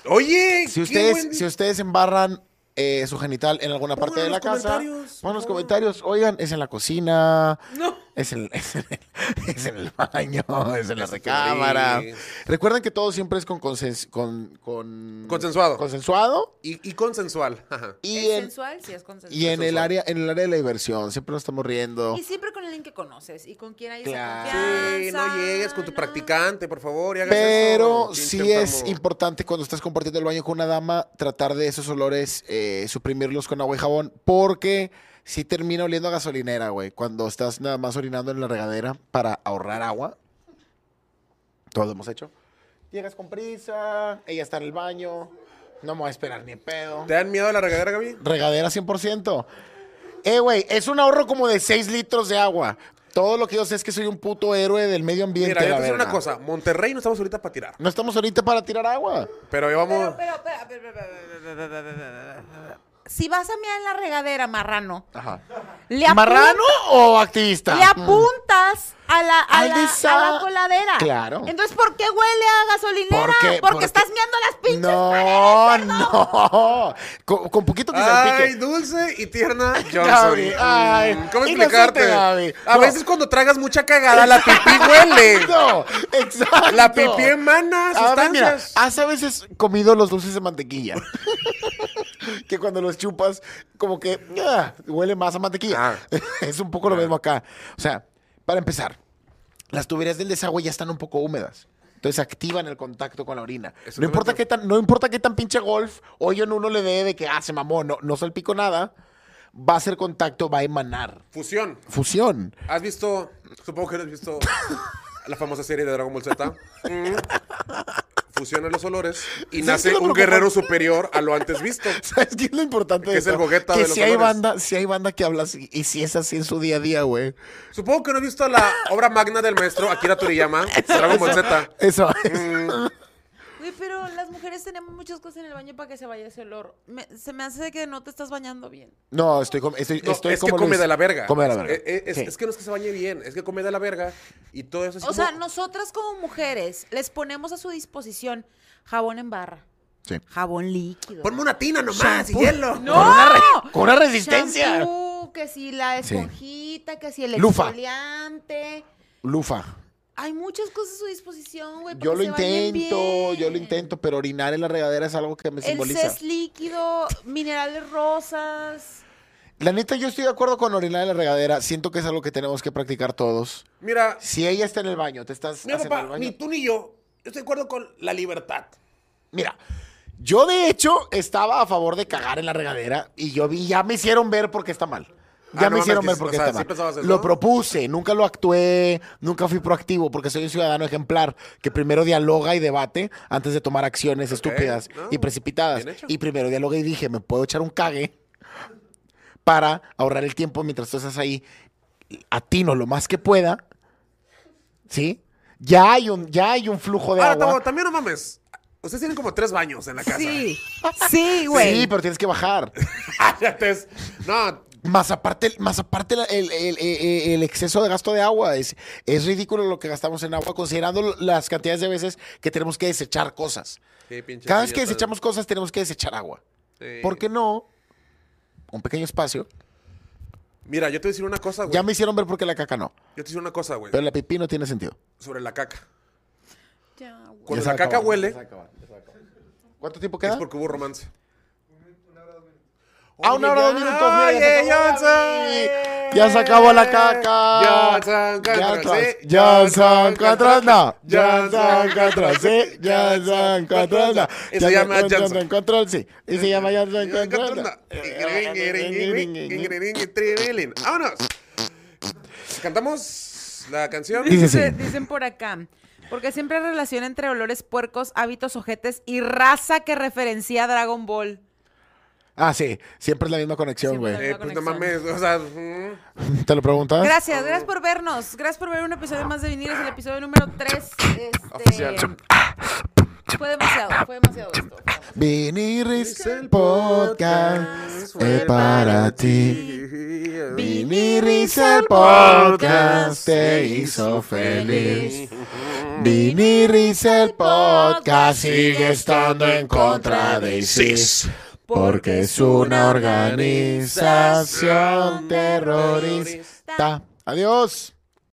[SPEAKER 2] Oye,
[SPEAKER 1] Si
[SPEAKER 2] qué
[SPEAKER 1] ustedes,
[SPEAKER 2] buen-
[SPEAKER 1] si ustedes embarran eh, su genital en alguna parte
[SPEAKER 2] Pongan
[SPEAKER 1] de la
[SPEAKER 2] los
[SPEAKER 1] casa,
[SPEAKER 2] comentarios,
[SPEAKER 1] pongan los
[SPEAKER 2] por favor.
[SPEAKER 1] comentarios. Oigan, es en la cocina,
[SPEAKER 3] No.
[SPEAKER 1] es, en, es en el, es en el baño, es en la
[SPEAKER 2] Es el
[SPEAKER 1] recámara.
[SPEAKER 2] feliz.
[SPEAKER 1] Recuerden que todo siempre es con, consens- con, con-
[SPEAKER 2] Consensuado.
[SPEAKER 1] consensuado
[SPEAKER 2] Y, y consensual. Ajá.
[SPEAKER 1] y
[SPEAKER 3] ¿Es
[SPEAKER 1] en,
[SPEAKER 3] sensual? Sí, es consensual.
[SPEAKER 1] y en el
[SPEAKER 2] Consensual.
[SPEAKER 1] área en el área de la diversión. Siempre nos estamos riendo.
[SPEAKER 3] Y siempre con alguien que conoces y con quien hay
[SPEAKER 1] Claro.
[SPEAKER 3] esa confianza.
[SPEAKER 2] Sí, no llegues con tu
[SPEAKER 3] ¿no?
[SPEAKER 2] practicante, por favor, y hagas
[SPEAKER 1] Pero
[SPEAKER 2] eso, eh, pinche
[SPEAKER 1] sí es
[SPEAKER 2] enfermo.
[SPEAKER 1] importante cuando estás compartiendo el baño con una dama, tratar de esos olores, eh, suprimirlos con agua y jabón, porque sí termina oliendo a gasolinera, güey. Cuando estás nada más orinando en la regadera para ahorrar agua. Todos lo hemos hecho. Llegas con prisa, ella está en el baño. No me voy a esperar ni en pedo.
[SPEAKER 2] ¿Te dan miedo a la regadera, Gaby?
[SPEAKER 1] Regadera 100%. Eh, güey, es un ahorro como de 6 litros de agua. Todo lo que yo sé es que soy un puto héroe del medio ambiente.
[SPEAKER 2] Mira, yo te
[SPEAKER 1] la
[SPEAKER 2] voy a decir una
[SPEAKER 1] verga.
[SPEAKER 2] cosa. Monterrey no estamos ahorita para tirar.
[SPEAKER 1] No estamos ahorita para tirar agua.
[SPEAKER 2] Pero ahí vamos.
[SPEAKER 3] Pero, espera, espera, espera, espera, espera, espera, espera. Si vas a mirar en la regadera, marrano,
[SPEAKER 1] Ajá.
[SPEAKER 3] le, apun-
[SPEAKER 1] ¿Marrano o activista?
[SPEAKER 3] le apuntas a la, a,
[SPEAKER 1] Al
[SPEAKER 3] la,
[SPEAKER 1] desa-
[SPEAKER 3] a la coladera.
[SPEAKER 1] Claro.
[SPEAKER 3] Entonces, ¿por qué huele a gasolinera?
[SPEAKER 1] ¿Por qué?
[SPEAKER 3] Porque,
[SPEAKER 1] ¿Por qué?
[SPEAKER 3] estás mirando las pinches
[SPEAKER 1] No,
[SPEAKER 3] paredes, cerdo.
[SPEAKER 1] no. Con, con poquito que
[SPEAKER 2] Ay,
[SPEAKER 1] salpique.
[SPEAKER 2] dulce y tierna Johnson.
[SPEAKER 1] Gaby, ay,
[SPEAKER 2] Mm, ¿Cómo
[SPEAKER 1] inocente,
[SPEAKER 2] explicarte?
[SPEAKER 1] Gaby.
[SPEAKER 2] A
[SPEAKER 1] No.
[SPEAKER 2] veces cuando tragas mucha cagada, la pipí huele.
[SPEAKER 1] No, exacto.
[SPEAKER 2] La pipí emana
[SPEAKER 1] A ver, mira,
[SPEAKER 2] sustancias.
[SPEAKER 1] has a veces comido los dulces de mantequilla. que cuando los chupas, como que ah, huele más a mantequilla.
[SPEAKER 2] Ah.
[SPEAKER 1] es un poco lo mismo acá. O sea, para empezar, las tuberías del desagüe ya están un poco húmedas. Entonces activan el contacto con la orina. No
[SPEAKER 2] Exactamente.
[SPEAKER 1] importa, qué tan, no importa qué tan pinche golf o yo en uno le dé de que, ah, se mamó, no, no salpico nada, va a hacer contacto, va a emanar.
[SPEAKER 2] Fusión.
[SPEAKER 1] Fusión.
[SPEAKER 2] ¿Has visto, supongo que has visto la famosa serie de Dragon Ball Z? Mm. Fusionan los olores y
[SPEAKER 1] ¿Sabes qué es
[SPEAKER 2] nace
[SPEAKER 1] lo
[SPEAKER 2] un
[SPEAKER 1] preocupante?
[SPEAKER 2] guerrero superior a lo antes visto.
[SPEAKER 1] ¿Sabes qué es lo importante?
[SPEAKER 2] Que
[SPEAKER 1] de
[SPEAKER 2] es el
[SPEAKER 1] esto?
[SPEAKER 2] Gogeta
[SPEAKER 1] Que
[SPEAKER 2] de los
[SPEAKER 1] si hay
[SPEAKER 2] olores.
[SPEAKER 1] banda, si hay banda que habla así, y si es así en su día a día, güey.
[SPEAKER 2] Supongo que no has visto la obra magna del maestro Akira Toriyama, Dragon Ball Z.
[SPEAKER 1] Eso es.
[SPEAKER 2] Mm.
[SPEAKER 3] Güey, pero las mujeres tenemos muchas cosas en el baño para que se vaya ese olor. Me- se me hace que no te estás bañando bien.
[SPEAKER 1] No, estoy, com- estoy,
[SPEAKER 2] No,
[SPEAKER 1] estoy
[SPEAKER 2] es
[SPEAKER 1] como
[SPEAKER 2] que come
[SPEAKER 1] Luis.
[SPEAKER 2] de la verga.
[SPEAKER 1] Come de la
[SPEAKER 2] Es-
[SPEAKER 1] verga.
[SPEAKER 2] Es, es-
[SPEAKER 1] Sí.
[SPEAKER 2] es que no es que se bañe bien, es que come de la verga y todo
[SPEAKER 1] Pues
[SPEAKER 2] eso. así
[SPEAKER 3] O sea,
[SPEAKER 2] como-
[SPEAKER 3] nosotras como mujeres les ponemos a su disposición jabón en barra,
[SPEAKER 1] Sí.
[SPEAKER 3] jabón líquido.
[SPEAKER 2] Ponme una tina nomás y hielo.
[SPEAKER 1] Con una, re- con una resistencia.
[SPEAKER 3] Shampoo, que si la
[SPEAKER 1] Sí.
[SPEAKER 3] esponjita, que si el
[SPEAKER 1] Lufa.
[SPEAKER 3] exfoliante.
[SPEAKER 1] Lufa.
[SPEAKER 3] Hay muchas cosas a su disposición, güey. para
[SPEAKER 1] Yo
[SPEAKER 3] que
[SPEAKER 1] lo
[SPEAKER 3] Pues se bañen
[SPEAKER 1] intento, yo lo
[SPEAKER 3] bien.
[SPEAKER 1] intento, pero orinar en la regadera es algo que me
[SPEAKER 3] El
[SPEAKER 1] simboliza.
[SPEAKER 3] CES líquido, minerales rosas.
[SPEAKER 1] La neta, yo estoy de acuerdo con orinar en la regadera. Siento que es algo que tenemos que practicar todos.
[SPEAKER 2] Mira,
[SPEAKER 1] Si ella está en el baño, te estás
[SPEAKER 2] mira,
[SPEAKER 1] haciendo el
[SPEAKER 2] papá,
[SPEAKER 1] baño.
[SPEAKER 2] ni tú ni yo, yo estoy de acuerdo con la libertad.
[SPEAKER 1] Mira, yo de hecho estaba a favor de cagar en la regadera y yo vi, ya me hicieron ver porque está mal. Ya
[SPEAKER 2] Ah, no
[SPEAKER 1] me hicieron
[SPEAKER 2] mames,
[SPEAKER 1] ver porque
[SPEAKER 2] o sea, ¿sí
[SPEAKER 1] está mal.
[SPEAKER 2] pensabas eso?
[SPEAKER 1] Lo propuse, nunca lo actué, nunca fui proactivo porque soy un ciudadano ejemplar que primero dialoga y debate antes de tomar acciones estúpidas
[SPEAKER 2] no,
[SPEAKER 1] y precipitadas.
[SPEAKER 2] bien hecho.
[SPEAKER 1] Y primero dialogué y dije, me puedo echar un cague para ahorrar el tiempo mientras tú estás ahí. Atino lo más que pueda, ¿sí? Ya hay un, ya hay un flujo de
[SPEAKER 2] Ahora,
[SPEAKER 1] agua.
[SPEAKER 2] Tabo, también no mames. Ustedes tienen como tres baños en la casa.
[SPEAKER 4] Sí, sí, güey.
[SPEAKER 1] Sí, pero tienes que bajar.
[SPEAKER 2] Ya te es- no,
[SPEAKER 1] Más aparte, más aparte la- el, el- e, el- el exceso de gasto de agua. Es, es ridículo lo que gastamos en agua, considerando las cantidades de veces que tenemos que desechar cosas. Cada vez que desechamos cosas, tenemos que desechar agua. ¿Por qué no? Un pequeño espacio.
[SPEAKER 2] Mira, yo te voy a decir una cosa, güey.
[SPEAKER 1] Ya me hicieron ver por qué la caca no.
[SPEAKER 2] Yo te decir una cosa, güey.
[SPEAKER 1] Pero la pipí no tiene sentido.
[SPEAKER 2] Sobre la caca.
[SPEAKER 3] Ya, güey.
[SPEAKER 2] Cuando
[SPEAKER 1] se va
[SPEAKER 2] la
[SPEAKER 1] a
[SPEAKER 2] caca
[SPEAKER 1] acabar,
[SPEAKER 2] huele,
[SPEAKER 1] ya se va a acabar, ya se va a acabar. ¿Cuánto tiempo
[SPEAKER 2] es
[SPEAKER 1] queda?
[SPEAKER 2] porque hubo romance.
[SPEAKER 1] Ah, una hora, dos minutos. Mira,
[SPEAKER 2] Oye,
[SPEAKER 1] ya, se acabó, Gaby. ya se acabó
[SPEAKER 2] Johnson.
[SPEAKER 1] la caca.
[SPEAKER 2] Johnson, Catras, sí.
[SPEAKER 1] Johnson, Catras, no. Johnson,
[SPEAKER 2] Johnson,
[SPEAKER 1] Catras, sí.
[SPEAKER 2] Johnson,
[SPEAKER 1] Johnson, Catras, no.
[SPEAKER 2] Y se llama Johnson.
[SPEAKER 1] Control, sí. Y se llama Johnson, Catras, no.
[SPEAKER 2] Vámonos. Cantamos la canción.
[SPEAKER 1] Dice
[SPEAKER 4] Dice-
[SPEAKER 1] sí.
[SPEAKER 4] dicen por acá. Porque siempre hay relación entre olores puercos, hábitos ojetes y raza que referencia a Dragon Ball.
[SPEAKER 1] Ah, sí. Siempre es la misma conexión,
[SPEAKER 4] Siempre
[SPEAKER 1] güey.
[SPEAKER 2] Eh, pues no mames, o sea, mm,
[SPEAKER 1] ¿Te lo preguntas?
[SPEAKER 4] Gracias, gracias por vernos. Gracias por ver un episodio más de Viniles, el episodio número 3.
[SPEAKER 2] Oficial.
[SPEAKER 4] Fue demasiado, fue demasiado esto.
[SPEAKER 1] Vinny Riz, el podcast es para ti. Vinny Riz, el podcast te hizo feliz. Vinny Riz, el podcast sigue estando en contra de ISIS. Porque es una organización terrorista. Adiós.